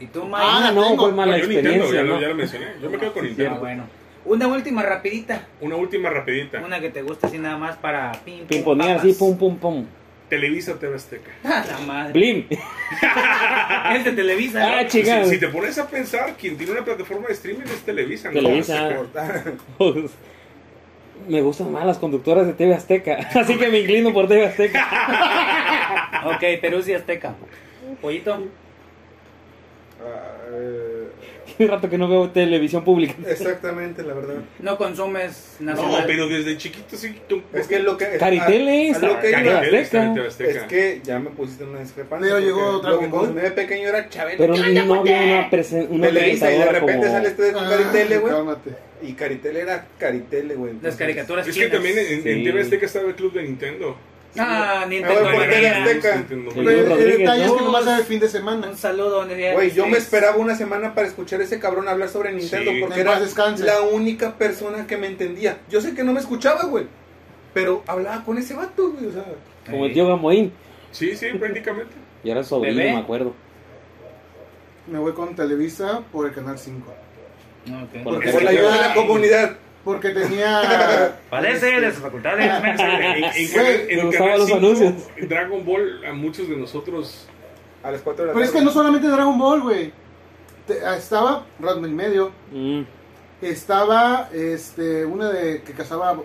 [SPEAKER 1] ¿Y tú, Mike?
[SPEAKER 4] Ah,
[SPEAKER 2] Ah,
[SPEAKER 4] la
[SPEAKER 2] no,
[SPEAKER 4] tengo.
[SPEAKER 2] fue mala
[SPEAKER 3] No, yo Nintendo,
[SPEAKER 2] experiencia,
[SPEAKER 3] ya,
[SPEAKER 2] ¿no?
[SPEAKER 3] lo, ya lo mencioné. Yo me quedo con
[SPEAKER 2] Sí,
[SPEAKER 1] Ah,
[SPEAKER 3] Nintendo.
[SPEAKER 1] bueno. Una última rapidita.
[SPEAKER 3] Una última rapidita.
[SPEAKER 1] Una que te guste así nada más para pim, pum,
[SPEAKER 2] Pimponear
[SPEAKER 1] papas.
[SPEAKER 2] así, pum, pum, pum.
[SPEAKER 3] Televisa TV Azteca.
[SPEAKER 1] La madre.
[SPEAKER 2] Blim.
[SPEAKER 1] Es de Televisa.
[SPEAKER 2] Ah, chingada.
[SPEAKER 3] Si, si te pones a pensar, quien tiene una plataforma de streaming es Televisa. ¿no?
[SPEAKER 2] Televisa. ah, pues, Me gustan más las conductoras de TV Azteca. Así que me inclino por TV Azteca.
[SPEAKER 1] Ok, Perú y Azteca. Pollito.
[SPEAKER 5] Ah, eh,
[SPEAKER 2] Tiene rato que no veo televisión pública.
[SPEAKER 5] exactamente, la verdad.
[SPEAKER 1] No consumes
[SPEAKER 3] No,
[SPEAKER 1] nacional.
[SPEAKER 3] pero desde chiquito sí. tú- Ah,
[SPEAKER 5] Es que lo que.
[SPEAKER 2] Caritele
[SPEAKER 5] a- a lo que
[SPEAKER 2] esa,
[SPEAKER 5] iba-
[SPEAKER 3] Canal Tele,
[SPEAKER 2] Azteca.
[SPEAKER 3] TV Azteca.
[SPEAKER 5] Es que ya me pusiste en una discrepancia.
[SPEAKER 4] Pero llegó
[SPEAKER 5] porque Lo
[SPEAKER 4] Dragon
[SPEAKER 5] que
[SPEAKER 4] Ball.
[SPEAKER 5] consumí de pequeño era Chabelo.
[SPEAKER 2] Pero no había una, presen- una
[SPEAKER 5] Televisa y de
[SPEAKER 2] presentadora
[SPEAKER 5] repente
[SPEAKER 2] como...
[SPEAKER 5] sale este de
[SPEAKER 4] Ah,
[SPEAKER 5] Caritele, güey.
[SPEAKER 4] Cálmate.
[SPEAKER 5] Y Caritele era Caritele, güey.
[SPEAKER 1] Las
[SPEAKER 5] entonces-
[SPEAKER 1] caricaturas
[SPEAKER 3] Es que
[SPEAKER 1] chinas.
[SPEAKER 3] también eh, en, en
[SPEAKER 2] Sí.
[SPEAKER 3] TV Azteca estaba el club de Nintendo.
[SPEAKER 1] Ah,
[SPEAKER 5] Ah,
[SPEAKER 1] Nintendo
[SPEAKER 5] bueno, ¿por qué
[SPEAKER 1] Arena.
[SPEAKER 5] las de- Azteca.
[SPEAKER 3] Nintendo.
[SPEAKER 2] Sí.
[SPEAKER 4] Pero el- el,
[SPEAKER 2] Rodríguez,
[SPEAKER 4] detalle es que
[SPEAKER 1] ¿no?
[SPEAKER 4] nomás sale el fin de semana.
[SPEAKER 1] Un saludo. Nerea.
[SPEAKER 5] Güey, yo me
[SPEAKER 1] Sí.
[SPEAKER 5] esperaba una semana para escuchar ese cabrón hablar sobre Nintendo
[SPEAKER 3] Sí.
[SPEAKER 5] porque
[SPEAKER 4] En
[SPEAKER 5] era
[SPEAKER 4] paz descanse.
[SPEAKER 5] la única persona que me entendía. Yo sé que no me escuchaba, güey, pero hablaba con ese vato, güey, o sea,
[SPEAKER 2] Como el tío Gamoín.
[SPEAKER 3] Sí, sí, prácticamente.
[SPEAKER 2] Y ahora sobrino,
[SPEAKER 1] Bebé.
[SPEAKER 2] me acuerdo.
[SPEAKER 4] Me voy con Televisa por el canal 5.
[SPEAKER 1] Ok.
[SPEAKER 2] Por-
[SPEAKER 5] porque fue la ayuda de la comunidad.
[SPEAKER 4] Porque tenía.
[SPEAKER 1] Padece de sus facultades.
[SPEAKER 3] En,
[SPEAKER 1] Mexa.
[SPEAKER 4] Güey,
[SPEAKER 3] en, en
[SPEAKER 2] me
[SPEAKER 3] el
[SPEAKER 2] gustaban
[SPEAKER 3] canal
[SPEAKER 2] los
[SPEAKER 3] 5,
[SPEAKER 2] anuncios.
[SPEAKER 3] Dragon Ball a muchos de nosotros.
[SPEAKER 5] A las 4 de la
[SPEAKER 4] Pero es que
[SPEAKER 5] tarde.
[SPEAKER 4] no solamente Dragon Ball, güey. Te- ah, Estaba Ranma y medio.
[SPEAKER 2] Mm.
[SPEAKER 4] Estaba este una de que cazaba.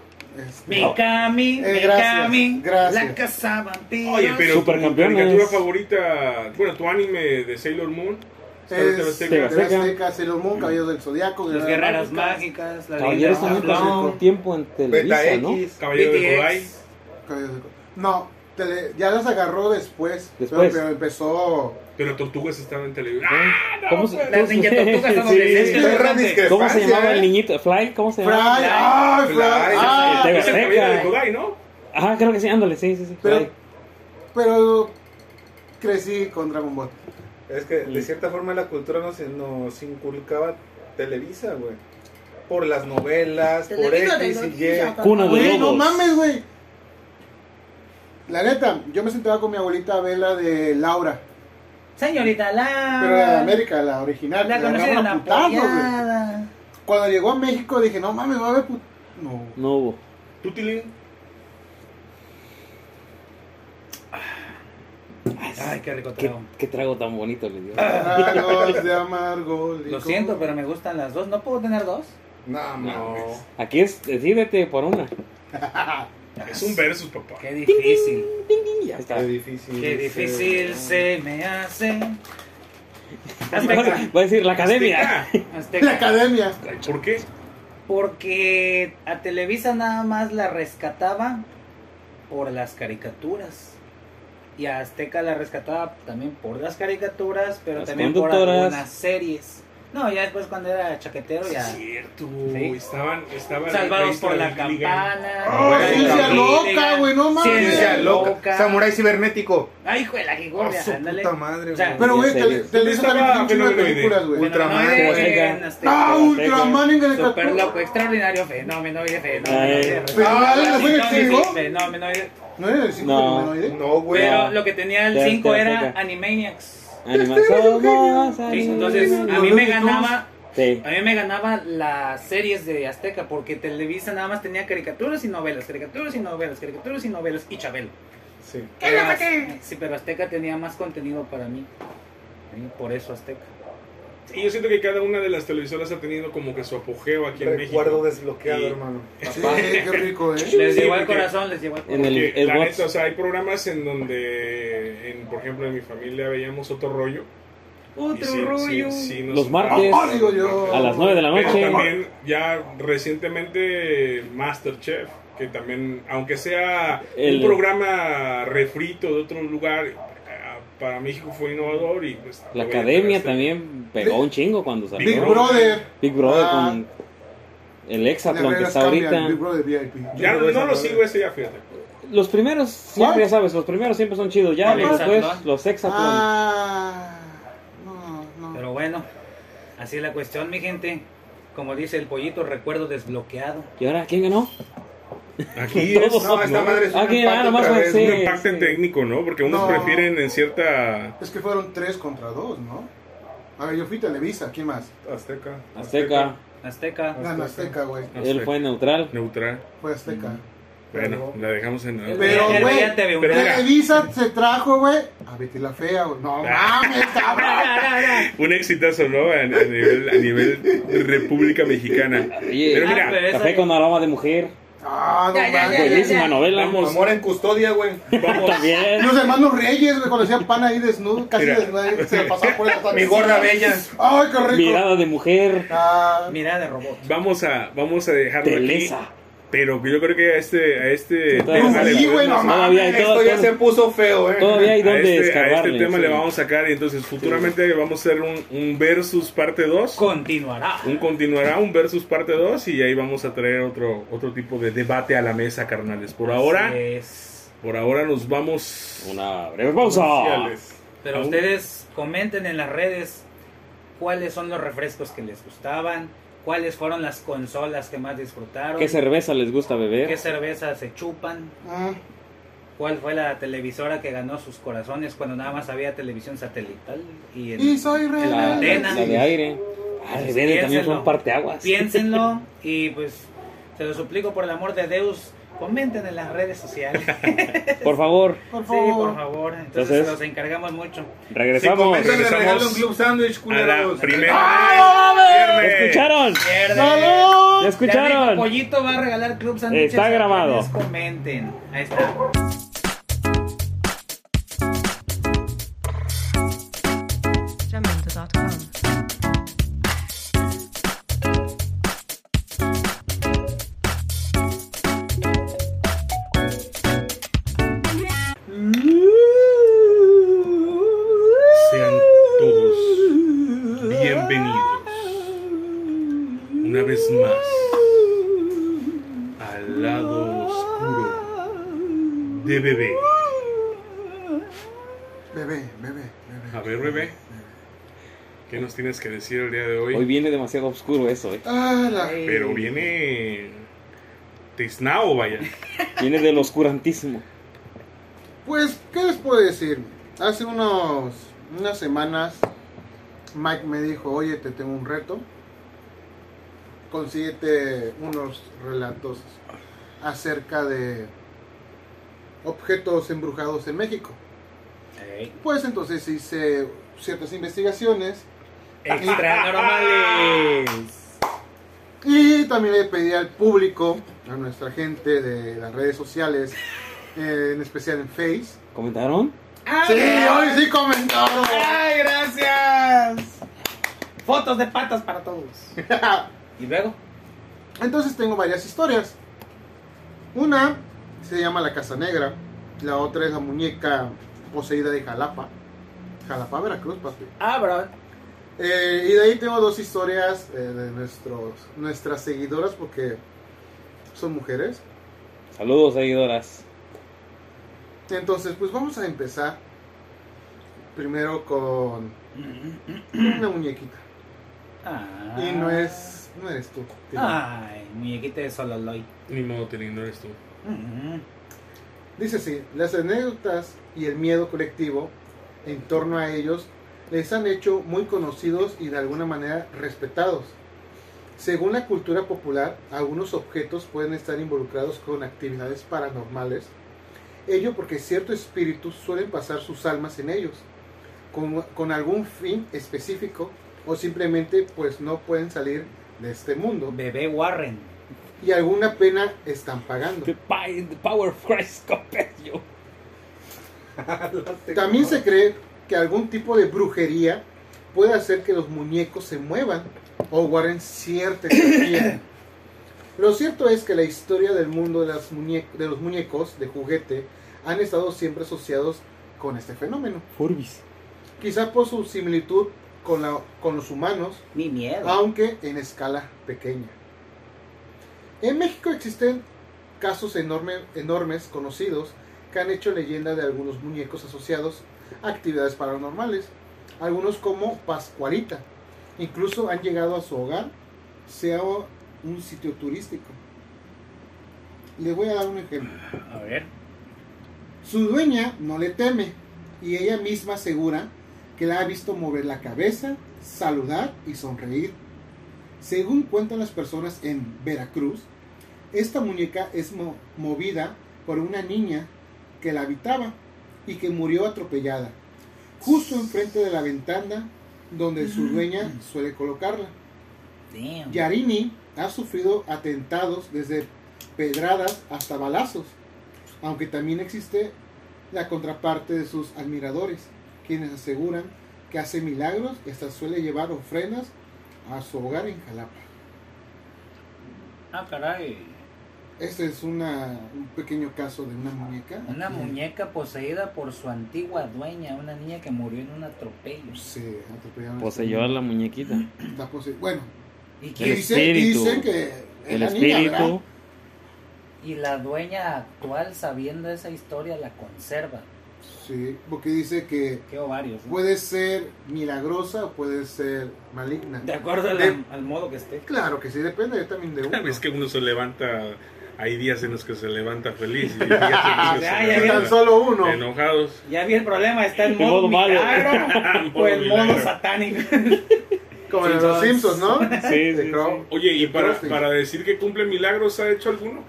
[SPEAKER 4] este,
[SPEAKER 1] Mikami,
[SPEAKER 4] Eh, gracias,
[SPEAKER 1] Mikami,
[SPEAKER 4] gracias.
[SPEAKER 1] la casa vampiro.
[SPEAKER 3] Oye, pero tu
[SPEAKER 2] Supercampeones.
[SPEAKER 3] caricatura favorita, bueno, tu anime de Sailor Moon. estaba en TV
[SPEAKER 4] es,
[SPEAKER 3] Azteca.
[SPEAKER 4] de Azteca, Sailor Moon, Caballeros del Zodiaco,
[SPEAKER 1] Las guerreras mágicas, la leyenda
[SPEAKER 2] Caballeros también
[SPEAKER 1] de Azkaban.
[SPEAKER 2] pasó un tiempo en
[SPEAKER 5] Beta
[SPEAKER 2] Televisa,
[SPEAKER 5] X.
[SPEAKER 2] ¿no?
[SPEAKER 3] Caballero de
[SPEAKER 1] BTX.
[SPEAKER 3] Kodai.
[SPEAKER 4] Caballeros del- No, tele- ya las agarró después. pero-
[SPEAKER 2] Después.
[SPEAKER 4] Pero, empezó.
[SPEAKER 3] Pero Tortugas estaba en televisión.
[SPEAKER 2] Ah,
[SPEAKER 4] Ah,
[SPEAKER 2] ¿Cómo se,
[SPEAKER 4] pues.
[SPEAKER 1] Las Ninja Tortugas están
[SPEAKER 2] pues, Sí.
[SPEAKER 1] adolescentes.
[SPEAKER 5] Perra disque-
[SPEAKER 2] ¿Cómo se
[SPEAKER 5] Francia,
[SPEAKER 2] llamaba
[SPEAKER 5] eh?
[SPEAKER 2] el niñito? ¿Fly? ¿Cómo se
[SPEAKER 4] Fry,
[SPEAKER 2] llamaba?
[SPEAKER 4] ay, Fry,
[SPEAKER 5] Fly,
[SPEAKER 4] ah,
[SPEAKER 2] Te-
[SPEAKER 3] Es pues el Caballero de
[SPEAKER 2] Azteca.
[SPEAKER 3] Kodai, ¿no?
[SPEAKER 2] Ajá, creo que sí, ándale, sí, sí, sí.
[SPEAKER 4] Pero-
[SPEAKER 2] Fly.
[SPEAKER 4] Pero crecí con Dragon Ball.
[SPEAKER 5] Es que de cierta forma la cultura nos, nos inculcaba Televisa, güey. Por las novelas, por X y Y.
[SPEAKER 2] Cuna de
[SPEAKER 4] Güey, no
[SPEAKER 2] Lobos.
[SPEAKER 4] mames, güey. La neta, yo me sentaba con mi abuelita a ver la de Laura.
[SPEAKER 1] Señorita Lara.
[SPEAKER 4] Pero la de América, la original.
[SPEAKER 1] Ah. La
[SPEAKER 4] que la
[SPEAKER 1] conocen en
[SPEAKER 4] agarraban
[SPEAKER 1] la
[SPEAKER 4] a putazos, güey.
[SPEAKER 1] pollada.
[SPEAKER 4] Cuando llegó a México dije, no mames, va a haber put... No.
[SPEAKER 2] No hubo.
[SPEAKER 3] Tutilin.
[SPEAKER 1] Ay, qué rico
[SPEAKER 2] ¿Qué,
[SPEAKER 1] trago.
[SPEAKER 2] qué trago tan bonito le dio.
[SPEAKER 4] Tragos de amargo.
[SPEAKER 1] Lo siento, pero me gustan las dos. ¿No puedo tener dos?
[SPEAKER 5] No, mames.
[SPEAKER 3] No.
[SPEAKER 2] Aquí es, decídete por una.
[SPEAKER 3] Es un versus, papá.
[SPEAKER 1] Qué difícil.
[SPEAKER 2] Ya está.
[SPEAKER 5] Qué difícil.
[SPEAKER 1] Qué difícil se me hace. Azteca.
[SPEAKER 2] Va a decir la academia.
[SPEAKER 3] Azteca.
[SPEAKER 4] La
[SPEAKER 1] Azteca.
[SPEAKER 4] academia.
[SPEAKER 3] ¿Por qué?
[SPEAKER 1] Porque a Televisa nada más la rescataba por las caricaturas. Y a Azteca la rescataba también por las caricaturas, pero
[SPEAKER 2] Las
[SPEAKER 1] también por
[SPEAKER 2] conductoras.
[SPEAKER 1] algunas series. No, ya después cuando era chaquetero ya.
[SPEAKER 3] Es cierto.
[SPEAKER 1] Sí.
[SPEAKER 3] Estaban, estaban
[SPEAKER 1] Salvados por la
[SPEAKER 3] campana
[SPEAKER 1] campana.
[SPEAKER 4] Ay,
[SPEAKER 1] Ay,
[SPEAKER 5] ciencia
[SPEAKER 1] Ligan,
[SPEAKER 4] loca, güey, no mames.
[SPEAKER 1] Ciencia
[SPEAKER 4] Ciencia
[SPEAKER 1] loca.
[SPEAKER 6] Samurai cibernético.
[SPEAKER 1] Ay, hijo de la
[SPEAKER 6] Oh,
[SPEAKER 1] gigorria,
[SPEAKER 6] su
[SPEAKER 1] ándale.
[SPEAKER 6] puta madre,
[SPEAKER 1] O sea,
[SPEAKER 6] güey.
[SPEAKER 4] Pero, güey,
[SPEAKER 2] Ya sé,
[SPEAKER 4] tele- Televisa
[SPEAKER 3] Estaba
[SPEAKER 4] también tiene un chingo de
[SPEAKER 3] Fenomenoide.
[SPEAKER 4] películas, güey.
[SPEAKER 6] Ultraman,
[SPEAKER 1] Fenomenoide,
[SPEAKER 2] Azteca.
[SPEAKER 1] Azteca.
[SPEAKER 4] Ah,
[SPEAKER 2] Este,
[SPEAKER 4] Ultraman en el
[SPEAKER 1] Super loco,
[SPEAKER 4] cartón.
[SPEAKER 1] extraordinario, fenómenoide, fenómenoide.
[SPEAKER 2] Ay.
[SPEAKER 4] Fenómeno, ¿fue el que llegó?
[SPEAKER 1] Fenómenoide.
[SPEAKER 4] ¿No era el 5
[SPEAKER 2] No.
[SPEAKER 4] fenomenoide?
[SPEAKER 5] No, güey.
[SPEAKER 1] Pero lo que tenía el
[SPEAKER 2] Ya,
[SPEAKER 1] 5
[SPEAKER 2] ya,
[SPEAKER 1] era
[SPEAKER 2] ya.
[SPEAKER 1] Animaniacs.
[SPEAKER 2] Animación.
[SPEAKER 1] Sí, entonces a mí me ganaba
[SPEAKER 2] Sí.
[SPEAKER 1] a mí me ganaba las series de Azteca porque Televisa nada más tenía caricaturas y novelas, caricaturas y novelas, caricaturas y novelas y Chabelo.
[SPEAKER 5] Sí.
[SPEAKER 1] Pero, sí, pero Azteca tenía más contenido para mí. Sí, Por eso Azteca.
[SPEAKER 3] Y yo siento que cada una de las televisoras ha tenido como que su apogeo aquí en
[SPEAKER 5] Recuerdo
[SPEAKER 3] México.
[SPEAKER 5] desbloqueado,
[SPEAKER 3] Y-
[SPEAKER 5] hermano.
[SPEAKER 4] Sí, qué rico, eh.
[SPEAKER 1] Les
[SPEAKER 3] Sí,
[SPEAKER 1] llegó al
[SPEAKER 3] porque-
[SPEAKER 1] corazón, les llegó al
[SPEAKER 2] En
[SPEAKER 1] corazón.
[SPEAKER 2] el,
[SPEAKER 3] Porque,
[SPEAKER 2] el
[SPEAKER 3] la
[SPEAKER 2] box.
[SPEAKER 3] neta, o sea, hay programas en donde, en, por ejemplo, en mi familia veíamos otro rollo. Y
[SPEAKER 1] Otro
[SPEAKER 3] sí,
[SPEAKER 1] rollo.
[SPEAKER 3] sí, sí, nos-
[SPEAKER 2] Los martes
[SPEAKER 4] Ah, digo yo.
[SPEAKER 2] a las 9 de la
[SPEAKER 3] Pero
[SPEAKER 2] noche.
[SPEAKER 3] también, ya recientemente, Masterchef, que también, aunque sea
[SPEAKER 2] El-
[SPEAKER 3] un programa refrito de otro lugar, eh, para México fue innovador y pues...
[SPEAKER 2] La
[SPEAKER 3] obviamente,
[SPEAKER 2] academia
[SPEAKER 3] este,
[SPEAKER 2] también pegó un chingo cuando salió.
[SPEAKER 4] Big Brother.
[SPEAKER 2] Big Brother
[SPEAKER 4] Ah.
[SPEAKER 2] con el
[SPEAKER 4] Las
[SPEAKER 2] Exatlon que
[SPEAKER 4] reglas
[SPEAKER 2] está
[SPEAKER 4] cambian.
[SPEAKER 2] ahorita.
[SPEAKER 4] Big Brother VIP.
[SPEAKER 3] Ya
[SPEAKER 5] Yo
[SPEAKER 3] no,
[SPEAKER 5] no
[SPEAKER 3] no
[SPEAKER 5] esa
[SPEAKER 3] lo
[SPEAKER 5] madre.
[SPEAKER 3] sigo ese ya, fíjate.
[SPEAKER 2] Los primeros siempre,
[SPEAKER 4] ¿Cuál?
[SPEAKER 2] ya sabes, los primeros siempre son chidos. Ya
[SPEAKER 1] ¿Cuál?
[SPEAKER 2] los después,
[SPEAKER 1] Hexatlón.
[SPEAKER 2] los Exatlon.
[SPEAKER 4] Ah. No, no.
[SPEAKER 1] Pero bueno, así es la cuestión, mi gente. Como dice el pollito, recuerdo desbloqueado.
[SPEAKER 2] ¿Y ahora quién ganó?
[SPEAKER 3] Aquí
[SPEAKER 2] Todos
[SPEAKER 3] es...
[SPEAKER 2] son-
[SPEAKER 5] No, esta madre es
[SPEAKER 2] Ah,
[SPEAKER 5] un
[SPEAKER 2] que
[SPEAKER 5] empate
[SPEAKER 2] nada más
[SPEAKER 5] otra vez,
[SPEAKER 2] fue-
[SPEAKER 3] un
[SPEAKER 2] sí.
[SPEAKER 3] impacto en técnico, ¿no? Porque unos
[SPEAKER 4] No.
[SPEAKER 3] prefieren en cierta...
[SPEAKER 4] Es que fueron 3 contra 2, ¿no? A ver, yo fui Televisa, ¿quién más?
[SPEAKER 5] Azteca.
[SPEAKER 2] Azteca.
[SPEAKER 1] Azteca.
[SPEAKER 4] Gana Azteca, güey.
[SPEAKER 3] No
[SPEAKER 2] Él
[SPEAKER 3] sé,
[SPEAKER 2] fue neutral.
[SPEAKER 3] Neutral.
[SPEAKER 2] Mm.
[SPEAKER 4] Fue Azteca.
[SPEAKER 3] Bueno, la dejamos en.
[SPEAKER 4] Pero,
[SPEAKER 1] El- el
[SPEAKER 4] güey,
[SPEAKER 1] Vaya TV, un-
[SPEAKER 3] pero mira.
[SPEAKER 4] Televisa se trajo, güey, a Betty la Fea, güey. No
[SPEAKER 3] Ah.
[SPEAKER 4] mames, cabrón.
[SPEAKER 3] Un exitazo, ¿no? A, a nivel, a nivel República Mexicana.
[SPEAKER 2] Oye,
[SPEAKER 3] Pero
[SPEAKER 1] Ah,
[SPEAKER 3] mira,
[SPEAKER 1] pero
[SPEAKER 2] Café
[SPEAKER 1] esa-
[SPEAKER 2] con aroma de mujer.
[SPEAKER 4] Ah, no
[SPEAKER 7] Ya, ya,
[SPEAKER 4] mames.
[SPEAKER 2] Buenísima novela.
[SPEAKER 3] Vamos.
[SPEAKER 5] Amor en custodia, güey.
[SPEAKER 3] vamos.
[SPEAKER 2] También.
[SPEAKER 4] Los hermanos Reyes, güey, cuando hacían pan ahí desnudo, casi
[SPEAKER 3] Mira.
[SPEAKER 4] desnudo, se le pasaba por el
[SPEAKER 5] Mi gorda bella.
[SPEAKER 4] Ay, qué rico.
[SPEAKER 2] Mirada de mujer.
[SPEAKER 4] Ah,
[SPEAKER 1] Mirada de robot.
[SPEAKER 3] Vamos a, vamos a dejarlo aquí.
[SPEAKER 2] Teleza.
[SPEAKER 3] Pero yo creo que a este, a este
[SPEAKER 2] Todavía
[SPEAKER 3] tema le
[SPEAKER 4] sí, güey, no
[SPEAKER 3] podemos-
[SPEAKER 4] mames.
[SPEAKER 2] Todavía hay, todo-
[SPEAKER 5] Esto ya
[SPEAKER 2] todo-
[SPEAKER 5] se puso feo, eh.
[SPEAKER 2] todavía hay
[SPEAKER 3] a
[SPEAKER 2] donde
[SPEAKER 3] este, a
[SPEAKER 2] escarbarle.
[SPEAKER 3] este tema le
[SPEAKER 2] sí.
[SPEAKER 3] vamos a sacar y entonces futuramente vamos a hacer un, un versus parte 2.
[SPEAKER 1] Continuará.
[SPEAKER 3] Un continuará, un versus parte 2 y ahí vamos a traer otro, otro tipo de debate a la mesa, carnales. Por ahora,
[SPEAKER 1] Así es.
[SPEAKER 3] por ahora nos vamos
[SPEAKER 2] Una breve pausa.
[SPEAKER 3] comerciales.
[SPEAKER 1] Pero
[SPEAKER 3] Aún-
[SPEAKER 1] ustedes comenten en las redes cuáles son los refrescos que les gustaban, cuáles fueron las consolas que más disfrutaron,
[SPEAKER 2] ¿Qué cerveza les gusta
[SPEAKER 1] qué
[SPEAKER 2] beber?
[SPEAKER 1] cerveza se chupan,
[SPEAKER 4] ah,
[SPEAKER 1] cuál fue la televisora que ganó sus corazones cuando nada más había televisión satelital y en-
[SPEAKER 4] y soy
[SPEAKER 1] en
[SPEAKER 4] rebelde.
[SPEAKER 1] la
[SPEAKER 2] La,
[SPEAKER 1] antena.
[SPEAKER 2] la de aire. Ah, de verde también fue
[SPEAKER 1] Piénsenlo.
[SPEAKER 2] un parteaguas.
[SPEAKER 1] Piénsenlo y pues se lo suplico por el amor de Deus, comenten en las redes sociales.
[SPEAKER 2] Por favor,
[SPEAKER 4] Por
[SPEAKER 1] Sí, por
[SPEAKER 4] favor.
[SPEAKER 1] favor. Entonces,
[SPEAKER 2] Entonces-
[SPEAKER 1] nos encargamos mucho.
[SPEAKER 2] regresamos.
[SPEAKER 6] Si comentan, le
[SPEAKER 3] regresamos
[SPEAKER 6] regalo un club
[SPEAKER 3] a
[SPEAKER 6] sándwich,
[SPEAKER 3] la
[SPEAKER 6] culeros.
[SPEAKER 3] primera vez.
[SPEAKER 2] ¿Escucharon?
[SPEAKER 1] Pierde.
[SPEAKER 2] ¿Ya
[SPEAKER 1] Ya dijo,
[SPEAKER 2] escucharon?
[SPEAKER 1] Pollito va a regalar club sándwiches.
[SPEAKER 2] Está
[SPEAKER 1] a
[SPEAKER 2] grabado.
[SPEAKER 1] quienes Comenten. Ahí está.
[SPEAKER 7] Jamendo.com.
[SPEAKER 3] Sean todos bienvenidos una vez más al lado oscuro de bebé.
[SPEAKER 4] Bebé, bebé, bebé.
[SPEAKER 3] A ver, bebé, ¿qué nos tienes que decir el día de hoy?
[SPEAKER 2] Hoy viene demasiado oscuro eso, eh.
[SPEAKER 4] Ah, la.
[SPEAKER 3] Pero
[SPEAKER 1] Eh,
[SPEAKER 3] viene tiznao, vaya.
[SPEAKER 2] Viene del oscurantísimo.
[SPEAKER 4] Pues, ¿qué les puedo decir? Hace unos, unas semanas, Mike me dijo, oye, te tengo un reto. Consíguete unos relatos acerca de objetos embrujados en México.
[SPEAKER 1] Ey.
[SPEAKER 4] Pues entonces hice ciertas investigaciones
[SPEAKER 1] Extra normales.
[SPEAKER 4] Y también le pedí al público, a nuestra gente de las redes sociales, eh, en especial en Face.
[SPEAKER 2] ¿Comentaron?
[SPEAKER 4] Ah, Sí, hoy sí comentaron.
[SPEAKER 1] ¡Ay, gracias! Fotos de patas para todos. ¿Y luego?
[SPEAKER 4] Entonces tengo varias historias. Una se llama La Casa Negra, la otra es la muñeca poseída de Jalapa. Jalapa, Veracruz, papi.
[SPEAKER 1] Ah, bro.
[SPEAKER 4] Eh, y de ahí tengo dos historias eh, de nuestros, nuestras seguidoras porque son mujeres.
[SPEAKER 2] Saludos, seguidoras.
[SPEAKER 4] Entonces, pues vamos a empezar primero con una muñequita.
[SPEAKER 1] Ah.
[SPEAKER 4] Y no es. No eres tú. tío.
[SPEAKER 1] Ay, muñequita de Sololoy.
[SPEAKER 3] Ni modo teniendo esto.
[SPEAKER 1] Mm.
[SPEAKER 4] Dice así: las anécdotas y el miedo colectivo en torno a ellos les han hecho muy conocidos y de alguna manera respetados. Según la cultura popular, algunos objetos pueden estar involucrados con actividades paranormales, ello porque ciertos espíritus suelen pasar sus almas en ellos, con, con algún fin específico o simplemente pues no pueden salir de este mundo
[SPEAKER 1] Bebé Warren.
[SPEAKER 4] y alguna pena están pagando.
[SPEAKER 2] The pi- the power of Christ compels you.
[SPEAKER 4] También se cree que algún tipo de brujería puede hacer que los muñecos se muevan o guarden cierta energía. Lo cierto es que la historia del mundo de, las muñe- de los muñecos de juguete han estado siempre asociados con este fenómeno.
[SPEAKER 2] Furbis.
[SPEAKER 4] Quizá por su similitud con, la- con los humanos,
[SPEAKER 1] Mi miedo.
[SPEAKER 4] aunque en escala pequeña. En México existen casos enorme- enormes conocidos que han hecho leyenda de algunos muñecos asociados a actividades paranormales, algunos como Pascualita, incluso han llegado a su hogar, sea o- un sitio turístico. Les voy a dar un ejemplo.
[SPEAKER 1] A ver.
[SPEAKER 4] Su dueña no le teme y ella misma asegura que la ha visto mover la cabeza, saludar y sonreír. Según cuentan las personas en Veracruz, Esta muñeca es mo- movida por una niña que la habitaba y que murió atropellada, justo enfrente de la ventana donde su dueña suele colocarla.
[SPEAKER 1] Damn.
[SPEAKER 4] Yarini ha sufrido atentados desde pedradas hasta balazos, aunque también existe la contraparte de sus admiradores, quienes aseguran que hace milagros y hasta suele llevar ofrendas a su hogar en Jalapa.
[SPEAKER 1] Ah, caray.
[SPEAKER 4] Este es una, un pequeño caso de una muñeca.
[SPEAKER 1] Una
[SPEAKER 4] Aquí-
[SPEAKER 1] muñeca poseída por su antigua dueña, una niña que murió en un atropello.
[SPEAKER 4] Sí, atropellaron a
[SPEAKER 2] Poseyó a la muñequita.
[SPEAKER 4] esta- la pose- Bueno,
[SPEAKER 1] Y,
[SPEAKER 2] El
[SPEAKER 1] que,
[SPEAKER 4] dicen,
[SPEAKER 2] espíritu.
[SPEAKER 4] dicen que
[SPEAKER 2] El
[SPEAKER 4] era Eh, niña, ¿verdad?
[SPEAKER 2] espíritu.
[SPEAKER 1] y la dueña actual, sabiendo esa historia, la conserva.
[SPEAKER 4] Sí, porque dice que
[SPEAKER 1] Qué ovarios. ¿no?
[SPEAKER 4] puede ser milagrosa o puede ser maligna.
[SPEAKER 1] De acuerdo al,
[SPEAKER 4] De-
[SPEAKER 1] al modo que esté.
[SPEAKER 4] Claro que sí, depende también de uno.
[SPEAKER 3] Es que uno se levanta, hay días en los que se levanta feliz y hay días en los que
[SPEAKER 1] Ya,
[SPEAKER 3] se
[SPEAKER 1] ya,
[SPEAKER 4] Y tan
[SPEAKER 3] levanta
[SPEAKER 4] solo uno.
[SPEAKER 3] enojados.
[SPEAKER 1] Ya vi el problema, está en
[SPEAKER 2] En
[SPEAKER 1] modo,
[SPEAKER 2] modo malo.
[SPEAKER 1] milagro o en modo
[SPEAKER 3] milagro.
[SPEAKER 1] satánico.
[SPEAKER 4] Como en los Simpsons, ¿no?
[SPEAKER 2] Sí,
[SPEAKER 4] De
[SPEAKER 2] sí,
[SPEAKER 4] Crow.
[SPEAKER 3] Oye, ¿y para,
[SPEAKER 4] Crosby.
[SPEAKER 3] para decir que cumple milagros ha hecho alguno?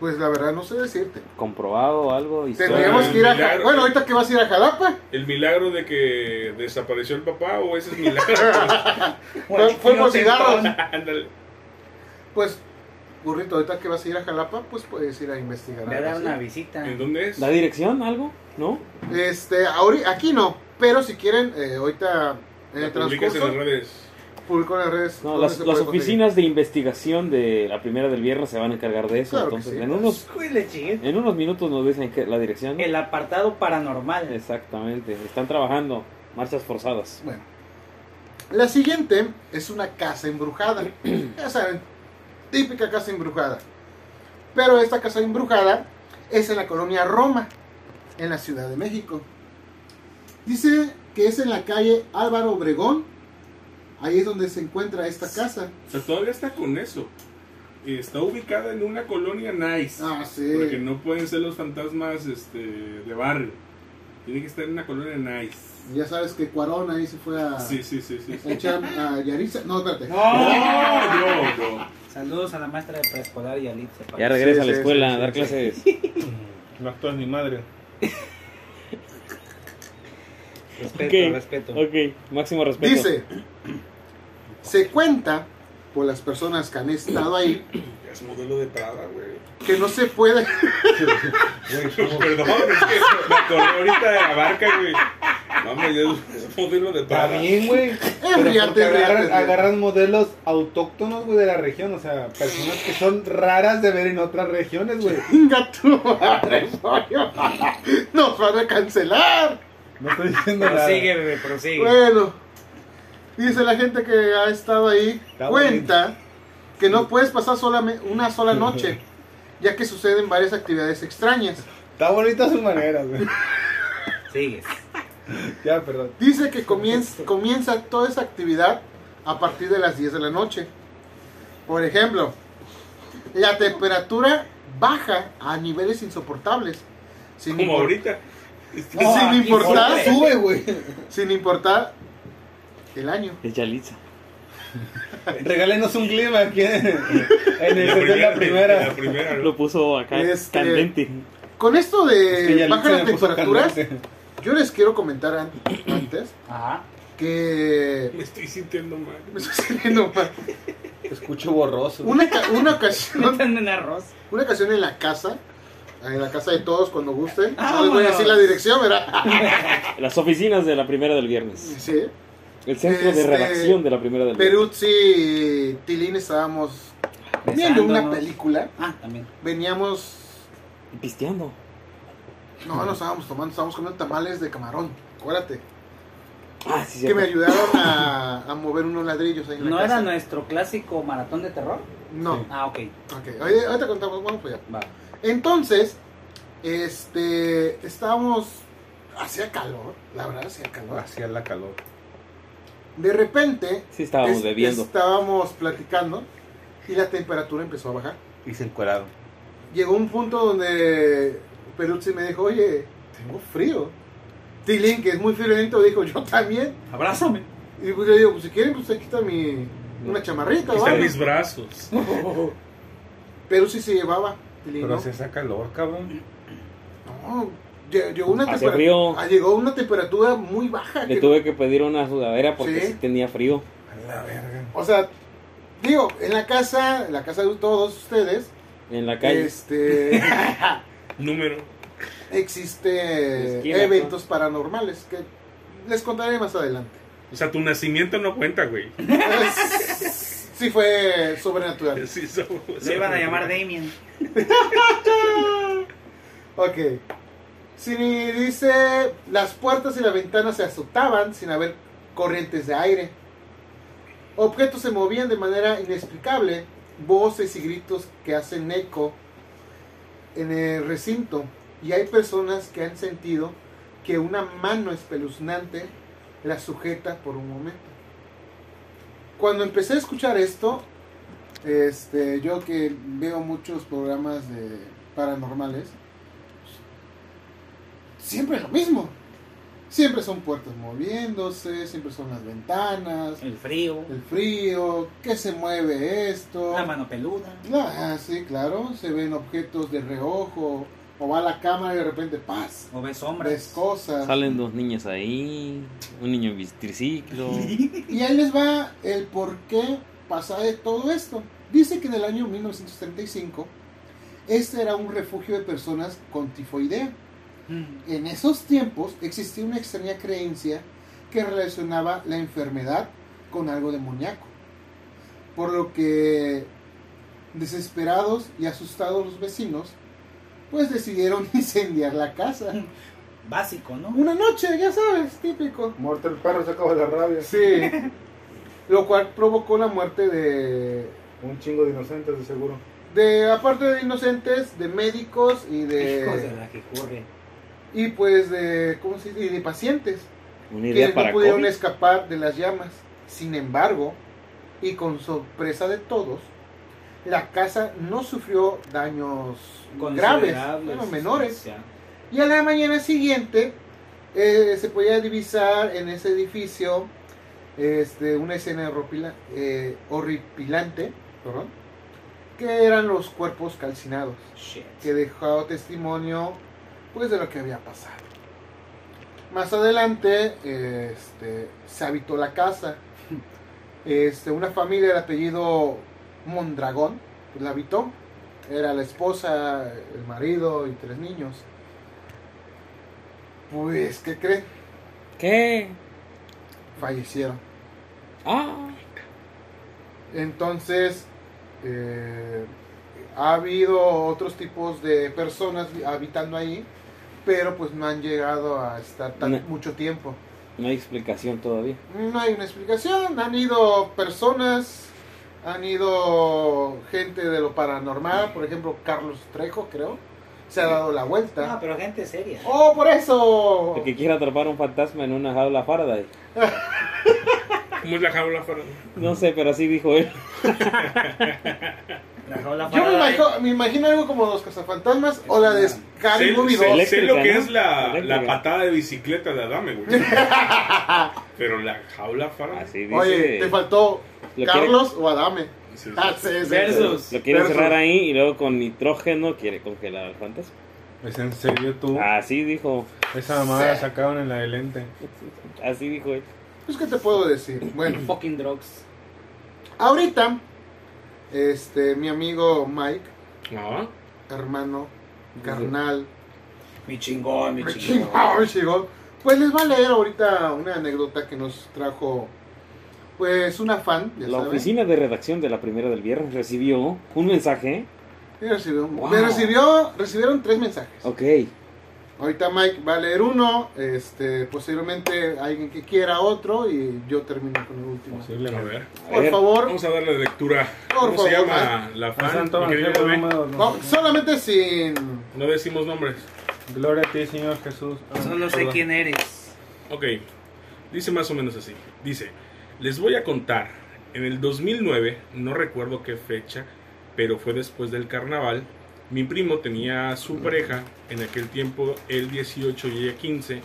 [SPEAKER 4] Pues la verdad no sé decirte.
[SPEAKER 2] Comprobado algo.
[SPEAKER 4] Tendríamos
[SPEAKER 3] el
[SPEAKER 4] que ir a
[SPEAKER 3] milagro.
[SPEAKER 4] Ja- Bueno, ahorita que vas a ir a Jalapa.
[SPEAKER 3] ¿El milagro de que desapareció el papá o ese es milagro?
[SPEAKER 4] Fue, fue por cigarros.
[SPEAKER 3] Ándale.
[SPEAKER 4] Pues, burrito, ahorita que vas a ir a Jalapa, pues puedes ir a investigar.
[SPEAKER 1] Le
[SPEAKER 4] algo
[SPEAKER 1] da
[SPEAKER 4] así.
[SPEAKER 1] una visita.
[SPEAKER 3] ¿En dónde es?
[SPEAKER 2] ¿La dirección? ¿Algo? ¿No?
[SPEAKER 4] Este, ahori- aquí no, pero si quieren, eh, ahorita en
[SPEAKER 3] ¿La
[SPEAKER 4] el
[SPEAKER 3] publicas en
[SPEAKER 4] transcurso,
[SPEAKER 3] las redes?
[SPEAKER 4] publico en las redes.
[SPEAKER 2] No,
[SPEAKER 4] ¿dónde
[SPEAKER 2] las,
[SPEAKER 4] se
[SPEAKER 2] las
[SPEAKER 4] puede conseguir?
[SPEAKER 2] oficinas de investigación de la primera del viernes se van a encargar de eso.
[SPEAKER 4] Claro que
[SPEAKER 2] entonces,
[SPEAKER 4] sí.
[SPEAKER 2] en, unos,
[SPEAKER 1] Hijo de la chingada.
[SPEAKER 2] en unos minutos nos dicen que la dirección.
[SPEAKER 1] El apartado paranormal.
[SPEAKER 2] Exactamente. Están trabajando. Marchas forzadas.
[SPEAKER 4] Bueno, la siguiente es una casa embrujada. ya saben, típica casa embrujada. Pero esta casa embrujada es en la colonia Roma, en la Ciudad de México. Dice que es en la calle Álvaro Obregón. Ahí es donde se encuentra esta casa.
[SPEAKER 3] O sea, todavía está con eso. Y Está ubicada en una colonia nice.
[SPEAKER 4] Ah, sí.
[SPEAKER 3] Porque no pueden ser los fantasmas este, de barrio. Tiene que estar en una colonia nice.
[SPEAKER 4] Ya sabes que Cuarón ahí se fue a,
[SPEAKER 3] Sí, sí, sí, sí.
[SPEAKER 4] a
[SPEAKER 3] sí.
[SPEAKER 4] echar a Yaritza. No, espérate.
[SPEAKER 3] No, no, no.
[SPEAKER 1] Saludos a la maestra de preescolar y a Litz.
[SPEAKER 2] Ya regresa
[SPEAKER 4] Sí,
[SPEAKER 2] a la
[SPEAKER 4] sí,
[SPEAKER 2] escuela
[SPEAKER 4] sí,
[SPEAKER 2] a
[SPEAKER 4] sí,
[SPEAKER 2] dar
[SPEAKER 4] sí.
[SPEAKER 2] clases.
[SPEAKER 6] No actúas ni madre.
[SPEAKER 1] Respeto,
[SPEAKER 2] Ok.
[SPEAKER 1] respeto.
[SPEAKER 2] ok, máximo respeto.
[SPEAKER 4] Dice, se cuenta por las personas que han estado ahí
[SPEAKER 3] Es modelo de Prada, güey.
[SPEAKER 4] que no se puede
[SPEAKER 3] Perdón, es que me acordé ahorita de la barca, güey. Mames, ya es modelo de Prada.
[SPEAKER 6] También, güey. Pero
[SPEAKER 4] ríete, ríete.
[SPEAKER 6] porque agarran, agarran modelos autóctonos, güey, de la región. O sea, personas que son raras de ver en otras regiones, güey.
[SPEAKER 4] Venga tu madre, pollo. Nos van a cancelar.
[SPEAKER 6] No estoy diciendo nada.
[SPEAKER 1] Prosigue, bebé, prosigue.
[SPEAKER 4] Bueno, dice la gente que ha estado ahí,
[SPEAKER 6] Está
[SPEAKER 4] cuenta que no puedes pasar solamente una sola noche, ya que suceden varias actividades extrañas.
[SPEAKER 6] Está bonita a su manera, güey.
[SPEAKER 1] Sigues.
[SPEAKER 6] Ya, perdón.
[SPEAKER 4] Dice que comienza, comienza toda esa actividad a partir de las 10 de la noche. Por ejemplo, la temperatura baja a niveles insoportables. Sin
[SPEAKER 3] Como
[SPEAKER 4] impor-
[SPEAKER 3] ahorita.
[SPEAKER 1] No,
[SPEAKER 4] sin
[SPEAKER 6] Ah,
[SPEAKER 1] aquí
[SPEAKER 4] importar,
[SPEAKER 1] sube.
[SPEAKER 4] sube,
[SPEAKER 5] Sube, güey.
[SPEAKER 4] sin importar el año.
[SPEAKER 2] Es Yalitza.
[SPEAKER 6] Regálenos un clima aquí en, en el set de la
[SPEAKER 3] La
[SPEAKER 6] primera.
[SPEAKER 3] primera, ¿no?
[SPEAKER 2] Lo puso acá
[SPEAKER 4] Este-
[SPEAKER 2] candente.
[SPEAKER 4] Con esto
[SPEAKER 6] Es que
[SPEAKER 4] de
[SPEAKER 6] Yalitza
[SPEAKER 4] bajar las
[SPEAKER 6] me puso
[SPEAKER 4] temperaturas,
[SPEAKER 6] caliente.
[SPEAKER 4] yo les quiero comentar an- antes
[SPEAKER 1] Ajá.
[SPEAKER 4] que
[SPEAKER 3] Me estoy sintiendo mal.
[SPEAKER 4] me estoy saliendo mal.
[SPEAKER 6] Escucho borroso.
[SPEAKER 4] una, ca- una ocasión,
[SPEAKER 1] Métanme en arroz.
[SPEAKER 4] una ocasión en la casa, en la casa de todos cuando gusten.
[SPEAKER 6] Ah,
[SPEAKER 4] No les voy
[SPEAKER 1] Vámonos.
[SPEAKER 4] a decir la dirección, ¿verdad?
[SPEAKER 2] Las oficinas de la primera del viernes.
[SPEAKER 4] Sí.
[SPEAKER 2] El centro
[SPEAKER 4] Este-
[SPEAKER 2] de redacción de la primera del viernes.
[SPEAKER 4] Peruzzi y Tilín estábamos viendo una
[SPEAKER 1] Besándonos.
[SPEAKER 4] película.
[SPEAKER 1] Ah, también.
[SPEAKER 4] Veníamos,
[SPEAKER 2] Y pisteando.
[SPEAKER 4] no, no estábamos tomando, estábamos comiendo tamales de camarón. Acuérdate.
[SPEAKER 2] Ah, sí,
[SPEAKER 4] Que me
[SPEAKER 2] cierto.
[SPEAKER 4] ayudaron a, a mover unos ladrillos ahí en la
[SPEAKER 1] ¿No
[SPEAKER 4] casa.
[SPEAKER 1] era nuestro clásico maratón de terror?
[SPEAKER 4] No,
[SPEAKER 1] Ah, ok.
[SPEAKER 4] ok. Oye, ahorita contamos, vamos para allá.
[SPEAKER 1] Va.
[SPEAKER 4] Entonces, este, estábamos, hacía calor, la verdad hacía calor.
[SPEAKER 6] Hacia la calor.
[SPEAKER 4] De repente,
[SPEAKER 2] Sí, estábamos
[SPEAKER 4] es-
[SPEAKER 2] bebiendo.
[SPEAKER 4] estábamos platicando y la temperatura empezó a bajar.
[SPEAKER 6] Y se encuerado.
[SPEAKER 4] Llegó un punto donde Peruzzi me dijo, oye, tengo frío. Tilín, que es muy friolento, dijo, yo también.
[SPEAKER 1] Abrázame.
[SPEAKER 4] Y pues yo digo, pues si quieren, pues aquí está mi, una chamarrita o
[SPEAKER 3] Están
[SPEAKER 4] algo.
[SPEAKER 3] mis brazos.
[SPEAKER 4] Pero sí se llevaba. y le
[SPEAKER 7] Pero
[SPEAKER 4] no.
[SPEAKER 7] se saca calor, cabrón.
[SPEAKER 4] No, lle- llegó una
[SPEAKER 2] Hace
[SPEAKER 4] temperatura.
[SPEAKER 2] frío.
[SPEAKER 4] Llegó una temperatura muy baja.
[SPEAKER 2] Le
[SPEAKER 4] que-
[SPEAKER 2] tuve que pedir una sudadera porque
[SPEAKER 4] Sí.
[SPEAKER 2] sí tenía frío.
[SPEAKER 7] A la verga.
[SPEAKER 4] O sea, digo, en la casa, en la casa de todos ustedes,
[SPEAKER 2] En la calle.
[SPEAKER 4] este
[SPEAKER 3] Número.
[SPEAKER 4] existe
[SPEAKER 2] Esquina,
[SPEAKER 4] eventos paranormales que les contaré más adelante.
[SPEAKER 3] O sea, tu nacimiento no cuenta, güey.
[SPEAKER 4] Es- sí fue sobrenatural.
[SPEAKER 3] Sí, so- so-
[SPEAKER 1] Le iban a llamar Damien.
[SPEAKER 4] Ok. Sini dice, las puertas y las ventanas se azotaban sin haber corrientes de aire. Objetos se movían de manera inexplicable, voces y gritos que hacen eco en el recinto. Y hay personas que han sentido que una mano espeluznante la sujeta por un momento. Cuando empecé a escuchar esto, este, yo que veo muchos programas de paranormales, siempre es lo mismo. Siempre son puertas moviéndose, siempre son las ventanas,
[SPEAKER 1] El frío.
[SPEAKER 4] el frío, que se mueve esto.
[SPEAKER 1] La mano peluda.
[SPEAKER 4] Ah, sí, claro, se ven objetos de reojo, o va la cámara y de repente paz,
[SPEAKER 1] O ves sombras.
[SPEAKER 4] ves cosas.
[SPEAKER 2] Salen dos niñas ahí, un niño en biciciclo.
[SPEAKER 4] Y ahí les va el por qué pasa de todo esto. Dice que en el año 1935 este era un refugio de personas con tifoidea.
[SPEAKER 1] Mm.
[SPEAKER 4] En esos tiempos existía una extraña creencia que relacionaba la enfermedad con algo demoníaco. Por lo que desesperados y asustados los vecinos, pues decidieron incendiar la casa.
[SPEAKER 1] Básico, ¿no?
[SPEAKER 4] Una noche, ya sabes, típico.
[SPEAKER 6] Muerto el perro, se acaba la rabia.
[SPEAKER 4] Sí. Lo cual provocó la muerte de,
[SPEAKER 6] Un chingo de inocentes, de seguro.
[SPEAKER 4] de aparte de inocentes, de médicos y
[SPEAKER 1] Hijos de
[SPEAKER 4] de
[SPEAKER 1] la que corre.
[SPEAKER 4] y pues de ¿cómo se dice? Y de pacientes
[SPEAKER 2] Una idea
[SPEAKER 4] que
[SPEAKER 2] para
[SPEAKER 4] no pudieron
[SPEAKER 2] COVID.
[SPEAKER 4] escapar de las llamas. Sin embargo, y con sorpresa de todos, la casa no sufrió daños graves,
[SPEAKER 1] Considerables,
[SPEAKER 4] bueno, menores.
[SPEAKER 1] o sea,
[SPEAKER 4] Y a la mañana siguiente eh, se podía divisar en ese edificio este, una escena horripila- eh, horripilante, perdón, que eran los cuerpos calcinados,
[SPEAKER 1] shit.
[SPEAKER 4] que dejó testimonio pues, de lo que había pasado. Más adelante eh, este, se habitó la casa. Este, una familia de apellido Mondragón pues, la habitó. Era la esposa, el marido y tres niños. Pues, ¿qué creen?
[SPEAKER 2] ¿Qué?
[SPEAKER 4] Fallecieron.
[SPEAKER 2] Ah,
[SPEAKER 4] Entonces, eh, ha habido otros tipos de personas vi- habitando ahí, pero pues no han llegado a estar tan
[SPEAKER 2] Ne-
[SPEAKER 4] mucho tiempo.
[SPEAKER 2] no hay explicación todavía.
[SPEAKER 4] No hay una explicación. Han ido personas, han ido gente de lo paranormal, por ejemplo, Carlos Trejo, creo. Se ha dado la
[SPEAKER 1] No,
[SPEAKER 4] vuelta.
[SPEAKER 1] pero gente seria.
[SPEAKER 4] ¡Oh, por eso!
[SPEAKER 2] El que quiera atrapar un fantasma en una jaula Faraday.
[SPEAKER 3] ¿Cómo es la jaula para.?
[SPEAKER 2] No sé, pero así dijo él.
[SPEAKER 1] La rola
[SPEAKER 4] Yo me
[SPEAKER 1] Faraday.
[SPEAKER 4] imagino, me imagino algo como los cazafantasmas o la de Scary
[SPEAKER 3] Sé,
[SPEAKER 4] Movie
[SPEAKER 3] sé-
[SPEAKER 4] 2.
[SPEAKER 3] sé lo que
[SPEAKER 2] Eléctrica,
[SPEAKER 3] es
[SPEAKER 2] ¿no?
[SPEAKER 3] la,
[SPEAKER 2] Eléctrica.
[SPEAKER 3] la patada de bicicleta de Adame, güey. Pero la jaula para.
[SPEAKER 2] Así dice.
[SPEAKER 4] Oye, te faltó
[SPEAKER 2] Lo
[SPEAKER 4] Carlos o Adame.
[SPEAKER 3] Sí, sí.
[SPEAKER 4] Ah, sí, sí, sí.
[SPEAKER 1] Versus.
[SPEAKER 2] Lo quiere
[SPEAKER 4] Verso.
[SPEAKER 2] cerrar ahí y luego con nitrógeno quiere congelar al fantasma.
[SPEAKER 7] ¿Es en serio tú?
[SPEAKER 2] Así dijo.
[SPEAKER 6] Ah,
[SPEAKER 7] Esa mamada la
[SPEAKER 4] Sí.
[SPEAKER 7] sacaron en la de lente.
[SPEAKER 2] Así dijo él.
[SPEAKER 4] Pues, ¿qué te puedo decir? Bueno,
[SPEAKER 1] Fucking drugs.
[SPEAKER 4] ahorita, este, mi amigo Mike,
[SPEAKER 3] Ah,
[SPEAKER 4] hermano, carnal,
[SPEAKER 1] Mi chingón, mi
[SPEAKER 4] me
[SPEAKER 1] chingón.
[SPEAKER 4] chingó, me chingó. Pues les va a leer ahorita una anécdota que nos trajo, pues, una fan, ya
[SPEAKER 2] La
[SPEAKER 4] saben.
[SPEAKER 2] oficina de redacción de la primera del viernes recibió un mensaje.
[SPEAKER 4] Y recibió, me
[SPEAKER 2] Wow.
[SPEAKER 4] recibió- recibieron tres mensajes.
[SPEAKER 2] Ok.
[SPEAKER 4] Ahorita Mike va a leer uno, este, posiblemente alguien que quiera otro y yo termino con el último.
[SPEAKER 3] a ver.
[SPEAKER 2] Pues A
[SPEAKER 4] Por
[SPEAKER 2] ver,
[SPEAKER 4] favor,
[SPEAKER 3] Vamos a darle lectura.
[SPEAKER 4] Por
[SPEAKER 3] ¿Cómo se
[SPEAKER 4] favor,
[SPEAKER 3] llama la
[SPEAKER 7] San
[SPEAKER 3] fan?
[SPEAKER 7] Santo
[SPEAKER 3] Mi querido
[SPEAKER 7] Evangelio,
[SPEAKER 3] Ben.
[SPEAKER 7] número
[SPEAKER 4] no,
[SPEAKER 7] dos.
[SPEAKER 4] solamente sin
[SPEAKER 3] No decimos nombres.
[SPEAKER 7] Gloria a ti, Señor Jesús.
[SPEAKER 6] Pues
[SPEAKER 7] Ah,
[SPEAKER 1] Solo sé
[SPEAKER 7] perdón.
[SPEAKER 1] quién eres.
[SPEAKER 3] Ok, dice más o menos así. Dice, les voy a contar, en el 2009, no recuerdo qué fecha, pero fue después del carnaval, mi primo tenía a su pareja, en aquel tiempo él 18 y ella 15,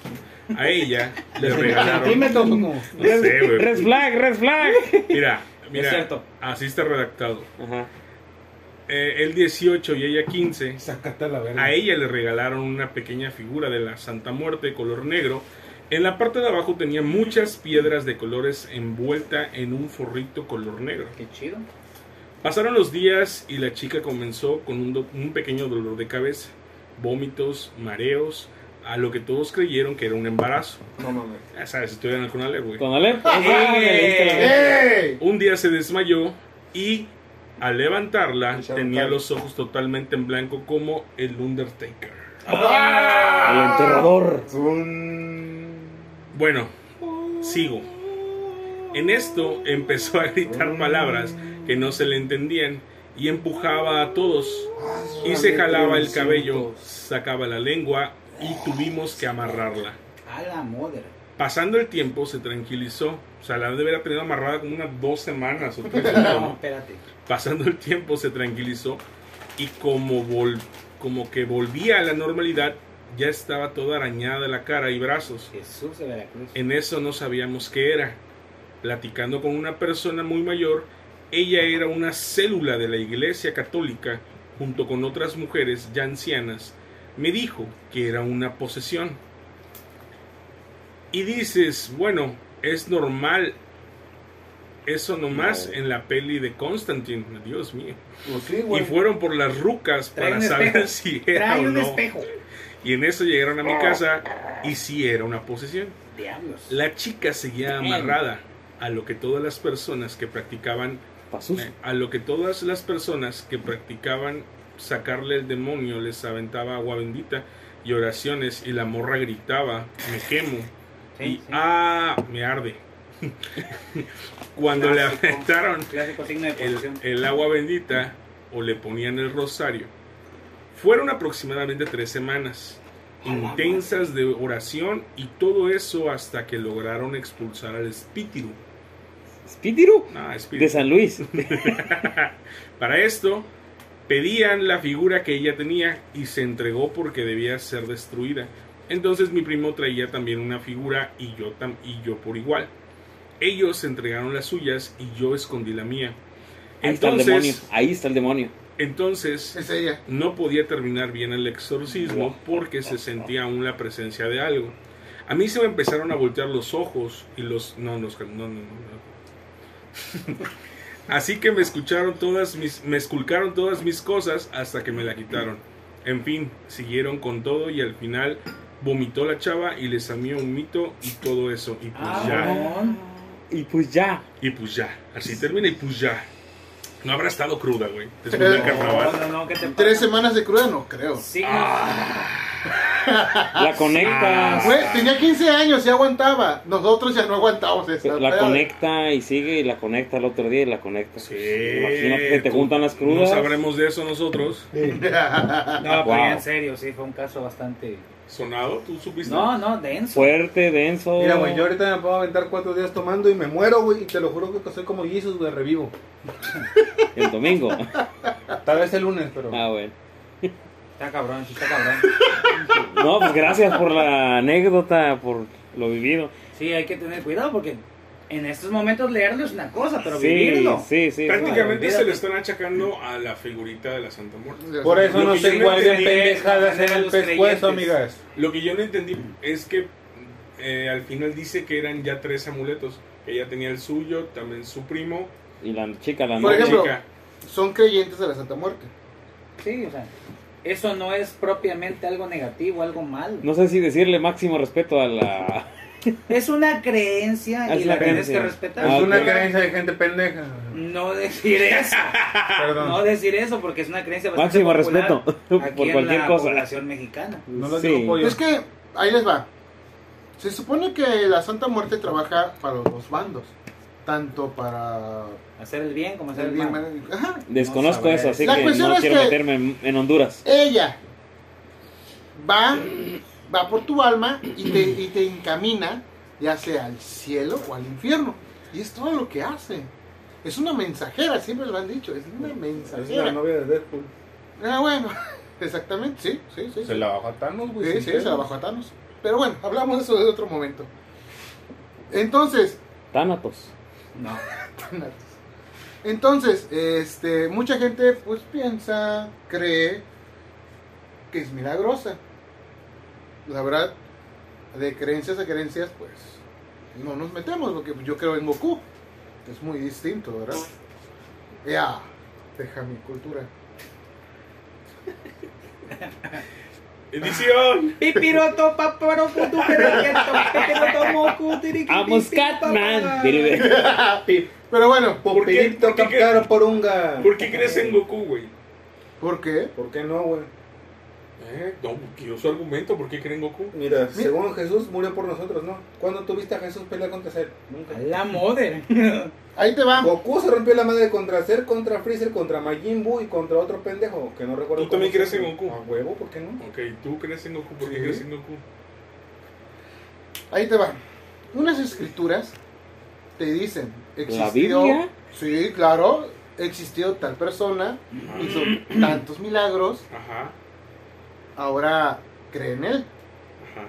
[SPEAKER 3] a ella le regalaron...
[SPEAKER 6] Dime, Tomo.
[SPEAKER 3] No sé, güey.
[SPEAKER 2] Red flag, red flag.
[SPEAKER 3] Mira,
[SPEAKER 1] Es
[SPEAKER 3] mira,
[SPEAKER 1] cierto.
[SPEAKER 3] así está redactado.
[SPEAKER 2] Ajá.
[SPEAKER 3] eh, él 18 y ella 15,
[SPEAKER 7] Sácate a la verga.
[SPEAKER 3] a ella le regalaron una pequeña figura de la Santa Muerte de color negro. En la parte de abajo tenía muchas piedras de colores envuelta en un forrito color negro.
[SPEAKER 1] Qué chido.
[SPEAKER 3] Pasaron los días y la chica comenzó con un, do- un pequeño dolor de cabeza, vómitos, mareos, a lo que todos creyeron que era un embarazo.
[SPEAKER 5] No mames.
[SPEAKER 3] Ya sabes, estuvieron con Ale, güey.
[SPEAKER 2] Con Alep. pues, ah, le diste
[SPEAKER 5] eh.
[SPEAKER 2] la verga.
[SPEAKER 4] ¡Ey!
[SPEAKER 3] Un día se desmayó y al levantarla
[SPEAKER 5] Echaron
[SPEAKER 3] tenía
[SPEAKER 5] cal.
[SPEAKER 3] los ojos totalmente en blanco como el Undertaker.
[SPEAKER 2] ¡Ah! El enterrador.
[SPEAKER 3] Bueno, sigo. En esto empezó a gritar palabras que no se le entendían y empujaba a todos y se jalaba el cabello, sacaba la lengua y tuvimos que amarrarla.
[SPEAKER 1] A la madre.
[SPEAKER 3] Pasando el tiempo se tranquilizó, o sea, la debe haber tenido amarrada como unas dos semanas o tres, ¿no?
[SPEAKER 1] No, espérate.
[SPEAKER 3] Pasando el tiempo se tranquilizó y como, vol- como que volvía a la normalidad, ya estaba toda arañada la cara y brazos.
[SPEAKER 1] Jesús de Veracruz.
[SPEAKER 3] En eso no sabíamos qué era. Platicando con una persona muy mayor, ella era una célula de la Iglesia Católica, junto con otras mujeres ya ancianas. Me dijo que era una posesión. Y dices, bueno, es normal. Eso nomás en la peli de Constantine, Dios mío.
[SPEAKER 5] Pues sí,
[SPEAKER 3] Y
[SPEAKER 5] güey.
[SPEAKER 3] fueron por las rucas
[SPEAKER 1] Trae
[SPEAKER 3] para
[SPEAKER 1] un
[SPEAKER 3] saber
[SPEAKER 1] espejo.
[SPEAKER 3] si era
[SPEAKER 1] Trae
[SPEAKER 3] o
[SPEAKER 1] un
[SPEAKER 3] este no.
[SPEAKER 1] espejo.
[SPEAKER 3] Y en eso llegaron a mi casa y si era una posesión.
[SPEAKER 1] Diablos.
[SPEAKER 3] La chica seguía amarrada a lo que todas las personas que practicaban
[SPEAKER 2] Pasus.
[SPEAKER 3] eh, a lo que todas las personas que practicaban sacarle el demonio les aventaba agua bendita y oraciones y la morra gritaba me quemo
[SPEAKER 1] Sí,
[SPEAKER 3] y
[SPEAKER 1] sí.
[SPEAKER 3] ah me arde cuando le
[SPEAKER 1] Clásico.
[SPEAKER 3] aventaron
[SPEAKER 1] Clásico signo de
[SPEAKER 3] el,
[SPEAKER 1] posición.
[SPEAKER 3] el agua bendita o le ponían el rosario. Fueron aproximadamente tres semanas intensas de oración y todo eso hasta que lograron expulsar al espíritu.
[SPEAKER 2] Spitiru.
[SPEAKER 3] Ah, espíritu.
[SPEAKER 2] De San Luis.
[SPEAKER 3] Para esto, pedían la figura que ella tenía y se entregó porque debía ser destruida. Entonces mi primo traía también una figura y yo, tam- y yo por igual. Ellos entregaron las suyas y yo escondí la mía.
[SPEAKER 2] Ahí está el demonio.
[SPEAKER 3] Entonces,
[SPEAKER 2] Ahí está el demonio.
[SPEAKER 3] entonces
[SPEAKER 4] Es ella.
[SPEAKER 3] no podía terminar bien el exorcismo porque se sentía aún la presencia de algo. A mí se me empezaron a voltear los ojos y los... No, los- no, no, no, no. Así que me escucharon todas mis... Me esculcaron todas mis cosas hasta que me la quitaron. En fin, siguieron con todo y al final vomitó la chava y les amió un mito y todo eso. Y pues
[SPEAKER 1] Ah,
[SPEAKER 3] ya.
[SPEAKER 1] mamón.
[SPEAKER 2] Y pues ya.
[SPEAKER 3] Y pues ya. Así termina y pues ya. No habrá estado cruda, güey. Después del carnaval.
[SPEAKER 1] No, no, no, ¿qué te pasa?
[SPEAKER 4] Tres semanas de cruda, no creo.
[SPEAKER 1] Signos.
[SPEAKER 2] La conectas.
[SPEAKER 4] Güey, tenía 15 años, ya aguantaba. Nosotros ya no aguantamos esta.
[SPEAKER 2] La
[SPEAKER 4] peda.
[SPEAKER 2] conecta y sigue y la conecta el otro día y la conecta.
[SPEAKER 3] Sí.
[SPEAKER 2] Imagínate que te juntan las
[SPEAKER 3] No
[SPEAKER 2] crudas.
[SPEAKER 3] sabremos de eso nosotros.
[SPEAKER 1] No,
[SPEAKER 2] Wow.
[SPEAKER 1] pero ya en serio, sí, fue un caso bastante.
[SPEAKER 3] Sonado, tú supiste.
[SPEAKER 1] No, no, denso.
[SPEAKER 2] Fuerte, denso.
[SPEAKER 6] Mira, güey, yo ahorita me puedo aventar cuatro días tomando y me muero, güey. Y te lo juro que soy como Jesus, güey, revivo.
[SPEAKER 2] El domingo.
[SPEAKER 6] Tal vez el lunes, pero.
[SPEAKER 2] Ah, bueno.
[SPEAKER 1] Está cabrón, sí, está cabrón.
[SPEAKER 2] No, pues gracias por la anécdota, por lo vivido.
[SPEAKER 1] Sí, hay que tener cuidado porque en estos momentos leerlo es una cosa, pero
[SPEAKER 2] sí,
[SPEAKER 1] vivirlo.
[SPEAKER 2] sí, sí.
[SPEAKER 3] Prácticamente
[SPEAKER 1] Olvídate.
[SPEAKER 3] se le están achacando a la figurita de la Santa Muerte.
[SPEAKER 6] Por eso
[SPEAKER 3] Lo
[SPEAKER 6] no
[SPEAKER 3] que yo
[SPEAKER 6] se
[SPEAKER 3] no
[SPEAKER 6] guarden
[SPEAKER 3] entendí es
[SPEAKER 6] pendejadas en
[SPEAKER 1] a
[SPEAKER 6] el
[SPEAKER 1] los
[SPEAKER 6] pescuezo,
[SPEAKER 1] creyentes.
[SPEAKER 6] amigas.
[SPEAKER 3] Lo que yo no entendí es que eh, al final dice que eran ya tres amuletos. Que ella tenía el suyo, también su primo.
[SPEAKER 2] Y la chica, la
[SPEAKER 3] y
[SPEAKER 4] Por
[SPEAKER 3] la
[SPEAKER 2] novia.
[SPEAKER 4] ejemplo-
[SPEAKER 3] chica.
[SPEAKER 4] Son creyentes de la Santa Muerte.
[SPEAKER 1] Sí, o sea, eso no es propiamente algo negativo, algo malo.
[SPEAKER 2] No sé si decirle máximo respeto a la.
[SPEAKER 1] Es una creencia
[SPEAKER 2] Es
[SPEAKER 1] y
[SPEAKER 2] una
[SPEAKER 1] la tienes
[SPEAKER 2] creencia.
[SPEAKER 1] que respetar.
[SPEAKER 2] Ah,
[SPEAKER 6] es una
[SPEAKER 2] ok.
[SPEAKER 6] creencia de gente pendeja.
[SPEAKER 1] No decir eso,
[SPEAKER 6] Perdón.
[SPEAKER 1] no decir eso porque es una creencia bastante
[SPEAKER 2] Máximo
[SPEAKER 1] popular
[SPEAKER 2] respeto por
[SPEAKER 1] aquí en
[SPEAKER 2] cualquier
[SPEAKER 1] la
[SPEAKER 2] cosa.
[SPEAKER 1] población mexicana.
[SPEAKER 7] No lo
[SPEAKER 2] Sí.
[SPEAKER 7] digo pollo.
[SPEAKER 4] Es que, ahí les va. Se supone que la Santa Muerte trabaja para los dos bandos. Tanto para
[SPEAKER 1] Hacer el bien como hacer
[SPEAKER 4] el
[SPEAKER 1] el
[SPEAKER 4] bien.
[SPEAKER 1] mal.
[SPEAKER 4] Ajá.
[SPEAKER 2] Desconozco
[SPEAKER 1] No
[SPEAKER 2] eso, así
[SPEAKER 4] La
[SPEAKER 2] que
[SPEAKER 4] cuestión
[SPEAKER 2] no
[SPEAKER 4] es
[SPEAKER 2] quiero
[SPEAKER 4] que-
[SPEAKER 2] meterme en, en Honduras.
[SPEAKER 4] Ella va, va por tu alma y te, y te encamina, ya sea al cielo o al infierno. Y es todo lo que hace. Es una mensajera, siempre lo han dicho. Es una
[SPEAKER 6] Es la
[SPEAKER 4] mensajera.
[SPEAKER 6] novia de Deadpool.
[SPEAKER 4] Ah, bueno, exactamente, sí, sí, sí.
[SPEAKER 7] Se
[SPEAKER 4] sí.
[SPEAKER 7] la bajó a Thanos, güey.
[SPEAKER 4] Sí,
[SPEAKER 7] sin
[SPEAKER 4] sí,
[SPEAKER 7] pedo.
[SPEAKER 4] se la bajó a Thanos. Pero bueno, hablamos de eso de otro momento. Entonces,
[SPEAKER 2] Tánatos.
[SPEAKER 1] No.
[SPEAKER 4] Entonces, este, mucha gente pues piensa, cree que es milagrosa. La verdad, de creencias a creencias, pues no nos metemos, porque yo creo en Goku. Es muy distinto, ¿verdad? Ya, deja mi cultura.
[SPEAKER 3] Edición.
[SPEAKER 8] Pipiroto, paparo, putu, perriento, pipiroto, mocu, tiriqui,
[SPEAKER 2] Vamos,
[SPEAKER 8] pipi,
[SPEAKER 2] Catman.
[SPEAKER 8] papá.
[SPEAKER 2] Diribe.
[SPEAKER 4] Pero bueno,
[SPEAKER 3] ¿Por qué?
[SPEAKER 6] Popirito,
[SPEAKER 3] ¿Por qué?
[SPEAKER 6] capcaro,
[SPEAKER 5] Ah.
[SPEAKER 6] porunga.
[SPEAKER 3] ¿Por qué crees en Goku, güey?
[SPEAKER 4] ¿por qué?
[SPEAKER 6] ¿Por qué no, güey?
[SPEAKER 3] Eh, no, quiero su argumento. ¿Por qué creen Goku?
[SPEAKER 6] Mira,
[SPEAKER 4] Mi-
[SPEAKER 6] según Jesús murió por nosotros, ¿no? ¿Cuándo tuviste a Jesús pelear contra Cell? Nunca.
[SPEAKER 8] A La moder.
[SPEAKER 4] Ahí te va.
[SPEAKER 6] Goku se rompió la madre contra Cell, contra Freezer, contra Majin Buu y contra otro pendejo que no recuerdo.
[SPEAKER 3] ¿Tú también
[SPEAKER 6] cómo
[SPEAKER 3] crees
[SPEAKER 6] se llama.
[SPEAKER 3] en Goku?
[SPEAKER 6] A huevo, ¿por qué no?
[SPEAKER 3] Ok, ¿tú crees en Goku? ¿Por qué
[SPEAKER 4] Sí.
[SPEAKER 3] crees en Goku?
[SPEAKER 4] Ahí te va. Unas escrituras te dicen, existió,
[SPEAKER 2] ¿La Biblia?
[SPEAKER 4] sí, claro, existió tal persona, hizo tantos milagros,
[SPEAKER 3] Ajá,
[SPEAKER 4] ahora cree en él.
[SPEAKER 3] ajá.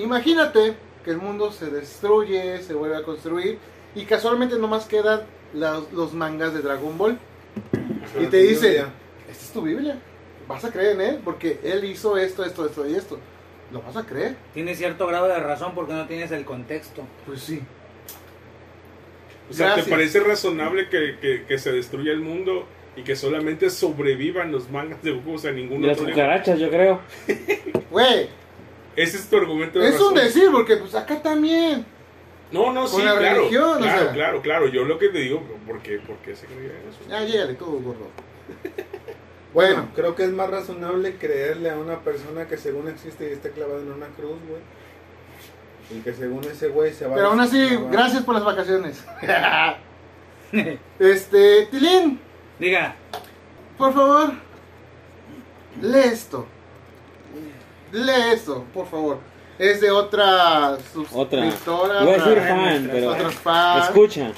[SPEAKER 4] Imagínate que el mundo se destruye, se vuelve a construir y casualmente nomás quedan las- los mangas de Dragon Ball. Y te dice, esta es tu Biblia, vas a creer en él porque él hizo esto, esto, esto y esto. ¿Lo vas a creer?
[SPEAKER 8] Tienes cierto grado de razón porque no tienes el contexto.
[SPEAKER 4] Pues sí.
[SPEAKER 3] O sea, ¿te
[SPEAKER 4] Gracias.
[SPEAKER 3] parece razonable que, que- que se destruya el mundo y que solamente sobrevivan los mangas de Goku? O sea,
[SPEAKER 2] Y
[SPEAKER 3] ningún
[SPEAKER 2] las
[SPEAKER 3] otro.
[SPEAKER 2] cucarachas, yo creo.
[SPEAKER 4] Güey,
[SPEAKER 3] Ese es tu argumento de
[SPEAKER 4] es un
[SPEAKER 3] razón.
[SPEAKER 4] decir porque pues acá también.
[SPEAKER 3] No, no, sí,
[SPEAKER 4] con la
[SPEAKER 3] claro.
[SPEAKER 4] religión, o
[SPEAKER 3] claro,
[SPEAKER 4] sea.
[SPEAKER 3] claro, claro. Yo lo que te digo, ¿por qué, por qué se creía en eso?
[SPEAKER 4] Ya, llégale todo, gordo.
[SPEAKER 6] Bueno,
[SPEAKER 4] Bueno,
[SPEAKER 6] creo que es más razonable creerle a una persona que según existe y está clavada en una cruz, güey. Y que según ese güey se va
[SPEAKER 4] pero aún así,
[SPEAKER 6] va-
[SPEAKER 4] gracias por las vacaciones. este, Tilín,
[SPEAKER 8] Diga,
[SPEAKER 4] por favor, lee esto. Lee esto, por favor. Es de otra suscriptora.
[SPEAKER 2] Iba a decir
[SPEAKER 4] otra-
[SPEAKER 2] fan, pero-
[SPEAKER 4] Otra fan,
[SPEAKER 2] Escucha.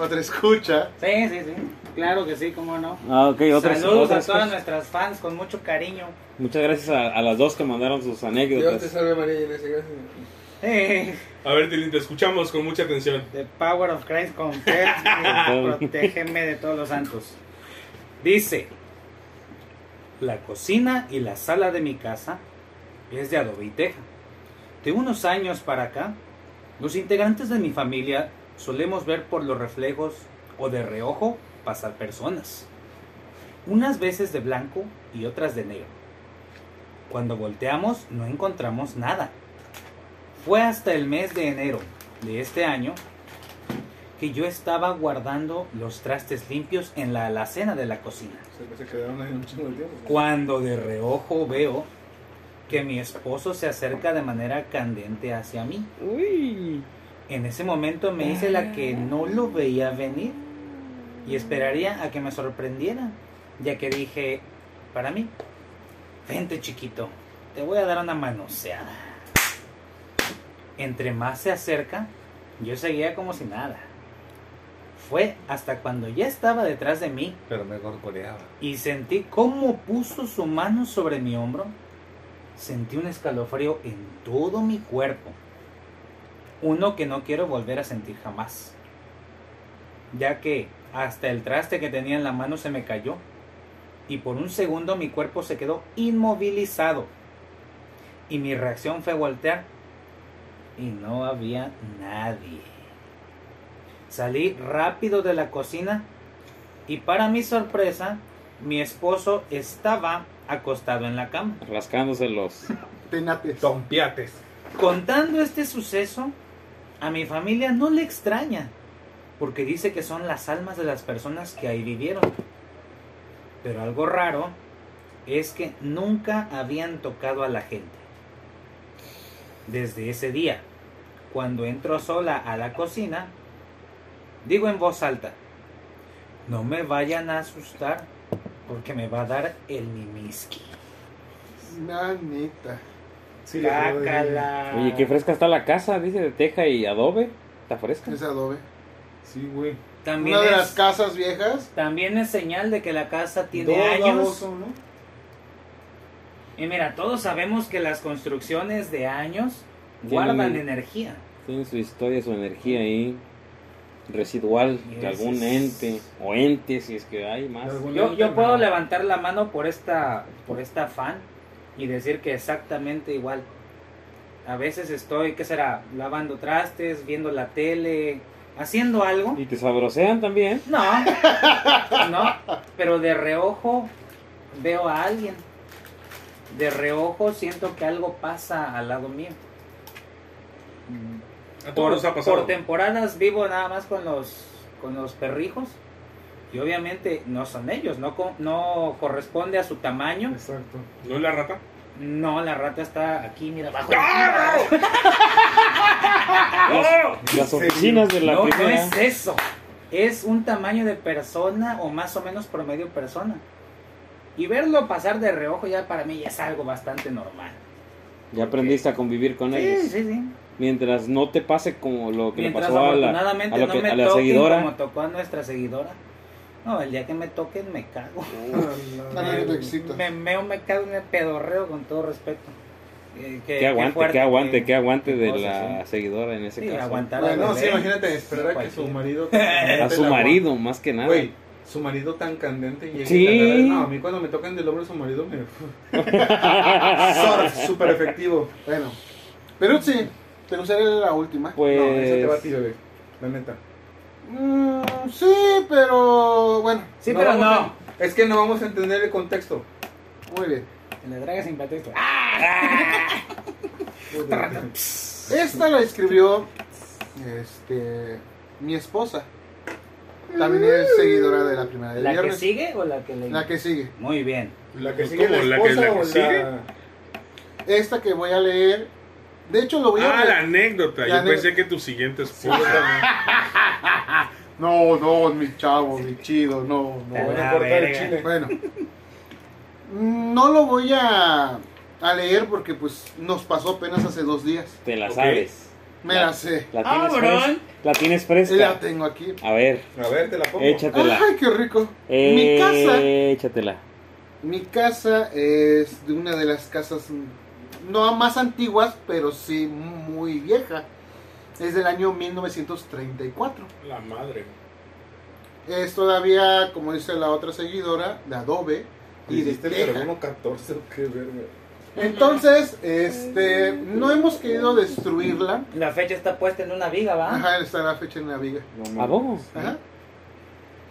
[SPEAKER 4] otra escucha.
[SPEAKER 8] sí, sí, sí. Claro que sí, cómo no.
[SPEAKER 2] Ah, ok, otras,
[SPEAKER 8] Saludos
[SPEAKER 2] otras
[SPEAKER 8] a todas
[SPEAKER 2] cosas.
[SPEAKER 8] nuestras fans con mucho cariño.
[SPEAKER 2] Muchas gracias a, a las dos que mandaron sus
[SPEAKER 6] Dios te
[SPEAKER 2] anécdotas.
[SPEAKER 6] salve María, Iglesia, gracias.
[SPEAKER 8] Eh,
[SPEAKER 3] A ver, Tilín, te escuchamos con mucha atención.
[SPEAKER 8] The Power of Christ con Pep, eh, protégeme de todos los santos. Dice, la cocina y la sala de mi casa es de adobe y teja. De unos años para acá, los integrantes de mi familia solemos ver por los reflejos o de reojo pasar personas, unas veces de blanco y otras de negro. Cuando volteamos no encontramos nada. Fue hasta el mes de enero de este año que yo estaba guardando los trastes limpios en la alacena de la cocina.
[SPEAKER 6] Se, se quedaron ahí un chingo de tiempo.
[SPEAKER 8] Cuando de reojo veo que mi esposo se acerca de manera candente hacia mí.
[SPEAKER 2] Uy.
[SPEAKER 8] En ese momento me hice la que no lo veía venir y esperaría a que me sorprendiera, ya que dije, para mí, vente chiquito, te voy a dar una manoseada. Entre más se acerca, yo seguía como si nada. Fue hasta cuando ya estaba detrás de mí
[SPEAKER 5] Pero me gorgoreaba.
[SPEAKER 8] y sentí cómo puso su mano sobre mi hombro, sentí un escalofrío en todo mi cuerpo, uno que no quiero volver a sentir jamás, ya que hasta el traste que tenía en la mano se me cayó y por un segundo mi cuerpo se quedó inmovilizado y mi reacción fue voltear y no había nadie. Salí rápido de la cocina y para mi sorpresa, mi esposo estaba acostado en la cama.
[SPEAKER 2] Rascándose los.
[SPEAKER 4] Tenates.
[SPEAKER 6] Tompiates.
[SPEAKER 8] Contando este suceso, a mi familia no le extraña, porque dice que son las almas de las personas que ahí vivieron. Pero algo raro es que nunca habían tocado a la gente. Desde ese día, cuando entro sola a la cocina, digo en voz alta, no me vayan a asustar porque me va a dar el mimiski.
[SPEAKER 4] Nanita.
[SPEAKER 5] Sí,
[SPEAKER 8] Guácala.
[SPEAKER 2] Oye, qué fresca está la casa, dice de teja y adobe. Está fresca.
[SPEAKER 8] Pues,
[SPEAKER 4] Es adobe.
[SPEAKER 5] Sí, güey.
[SPEAKER 8] También
[SPEAKER 4] Una de
[SPEAKER 8] es-
[SPEAKER 4] las casas viejas.
[SPEAKER 8] También es señal de que la casa tiene
[SPEAKER 6] Dos
[SPEAKER 8] años.
[SPEAKER 6] baboso, ¿no?
[SPEAKER 8] Y mira, todos sabemos que las construcciones de años
[SPEAKER 2] Tienen-
[SPEAKER 8] guardan energía.
[SPEAKER 2] Tiene su historia, su energía ahí. residual de
[SPEAKER 8] Ese
[SPEAKER 2] algún
[SPEAKER 8] es-
[SPEAKER 2] ente o entes, si es que hay más.
[SPEAKER 9] De algún-
[SPEAKER 8] Yo, yo puedo levantar la mano por esta, por esta fan y decir que exactamente igual. A veces estoy, ¿qué será? Lavando trastes, viendo la tele, haciendo algo.
[SPEAKER 2] Y te sabrosean también.
[SPEAKER 8] No, no, pero de reojo veo a alguien. De reojo siento que algo pasa al lado mío.
[SPEAKER 3] A todos
[SPEAKER 8] Por,
[SPEAKER 3] nos ha pasado.
[SPEAKER 8] por temporadas vivo nada más con los, con los perrijos. Y obviamente no son ellos, no, co- no corresponde a su tamaño.
[SPEAKER 9] Exacto.
[SPEAKER 3] ¿No es la rata?
[SPEAKER 8] No, la rata está aquí, mira, abajo.
[SPEAKER 2] Las oficinas de la
[SPEAKER 8] no, no
[SPEAKER 2] primera.
[SPEAKER 8] es eso. Es un tamaño de persona o más o menos promedio persona. Y verlo pasar de reojo ya para mí ya es algo bastante normal.
[SPEAKER 2] Ya aprendiste a convivir con
[SPEAKER 8] Sí,
[SPEAKER 2] ellos.
[SPEAKER 8] sí, sí.
[SPEAKER 2] Mientras no te pase como lo que
[SPEAKER 8] Mientras
[SPEAKER 2] le pasó a la,
[SPEAKER 8] afortunadamente
[SPEAKER 2] a lo que-
[SPEAKER 8] no me
[SPEAKER 2] a la
[SPEAKER 8] toquen
[SPEAKER 2] seguidora.
[SPEAKER 8] como tocó a nuestra seguidora. No, el día que me toquen me cago.
[SPEAKER 4] No, no, no te excita.
[SPEAKER 8] Me meo, me cago y me pedorreo con todo respeto. Eh, que-
[SPEAKER 2] Que aguante,
[SPEAKER 8] que fuerte, eh.
[SPEAKER 2] que aguante, que aguante de
[SPEAKER 8] cosas,
[SPEAKER 2] la
[SPEAKER 8] sí.
[SPEAKER 2] seguidora en ese
[SPEAKER 8] Sí,
[SPEAKER 2] caso.
[SPEAKER 8] aguantar al
[SPEAKER 5] Bueno,
[SPEAKER 8] bebé.
[SPEAKER 5] sí, imagínate esperar a que su
[SPEAKER 8] Cualquiera.
[SPEAKER 5] marido.
[SPEAKER 2] A su marido, más que nada.
[SPEAKER 5] Güey, su marido tan candente. Y
[SPEAKER 2] Sí.
[SPEAKER 5] No, a mí cuando me tocan del hombro su marido me. Surf, súper efectivo.
[SPEAKER 4] Bueno, pero sí, te gustaría la última.
[SPEAKER 2] Pues.
[SPEAKER 5] No, eso te va a ti, bebé. La neta.
[SPEAKER 4] Mm, sí, pero bueno,
[SPEAKER 8] Sí, pero
[SPEAKER 5] vamos
[SPEAKER 8] no.
[SPEAKER 5] a- es que no vamos a entender el contexto.
[SPEAKER 4] muy bien.
[SPEAKER 8] Te la traga sin pretexto.
[SPEAKER 4] Esta la escribió este, mi esposa. También es seguidora de la primera de
[SPEAKER 8] ¿La que
[SPEAKER 4] viernes.
[SPEAKER 8] sigue o la que le.?
[SPEAKER 4] La que sigue.
[SPEAKER 8] Muy bien.
[SPEAKER 5] La que
[SPEAKER 3] Pues,
[SPEAKER 5] sigue
[SPEAKER 3] ¿cómo?
[SPEAKER 5] la
[SPEAKER 3] ¿La que-
[SPEAKER 5] esposa
[SPEAKER 3] la que
[SPEAKER 5] o
[SPEAKER 3] sigue?
[SPEAKER 5] la.
[SPEAKER 4] Esta que voy a leer. De hecho, lo voy a
[SPEAKER 3] Ah,
[SPEAKER 4] leer.
[SPEAKER 3] la anécdota.
[SPEAKER 4] La
[SPEAKER 3] Yo pensé
[SPEAKER 4] anécdota.
[SPEAKER 3] que tu siguiente esposa.
[SPEAKER 4] No, no, mi chavo, mi chido, no,
[SPEAKER 8] La
[SPEAKER 4] no.
[SPEAKER 8] verga.
[SPEAKER 4] Bueno, no lo voy a, a leer porque pues nos pasó apenas hace dos días.
[SPEAKER 2] Te la
[SPEAKER 3] Ok.
[SPEAKER 2] sabes.
[SPEAKER 4] Me
[SPEAKER 2] La-
[SPEAKER 4] la sé.
[SPEAKER 2] La
[SPEAKER 8] Ah,
[SPEAKER 2] tienes,
[SPEAKER 8] bron.
[SPEAKER 2] fres- la tienes fresca.
[SPEAKER 4] La tengo aquí.
[SPEAKER 2] A ver,
[SPEAKER 5] A ver, te la pongo.
[SPEAKER 2] échatela. Eh,
[SPEAKER 4] Ay, qué rico.
[SPEAKER 8] Eh,
[SPEAKER 4] Mi casa,
[SPEAKER 2] Échatela.
[SPEAKER 4] mi casa es de una de las casas mm, no más antiguas, pero sí muy vieja. Es del año 1934.
[SPEAKER 3] La madre.
[SPEAKER 4] Es todavía, como dice la otra seguidora, de adobe y de este
[SPEAKER 5] Hiciste el
[SPEAKER 4] teja.
[SPEAKER 5] 1.14, qué verga.
[SPEAKER 4] Entonces, este, no hemos querido destruirla.
[SPEAKER 8] La fecha está puesta en una viga, ¿va?
[SPEAKER 4] Ajá, está la fecha en la viga.
[SPEAKER 2] ¿A vos?
[SPEAKER 4] Ajá.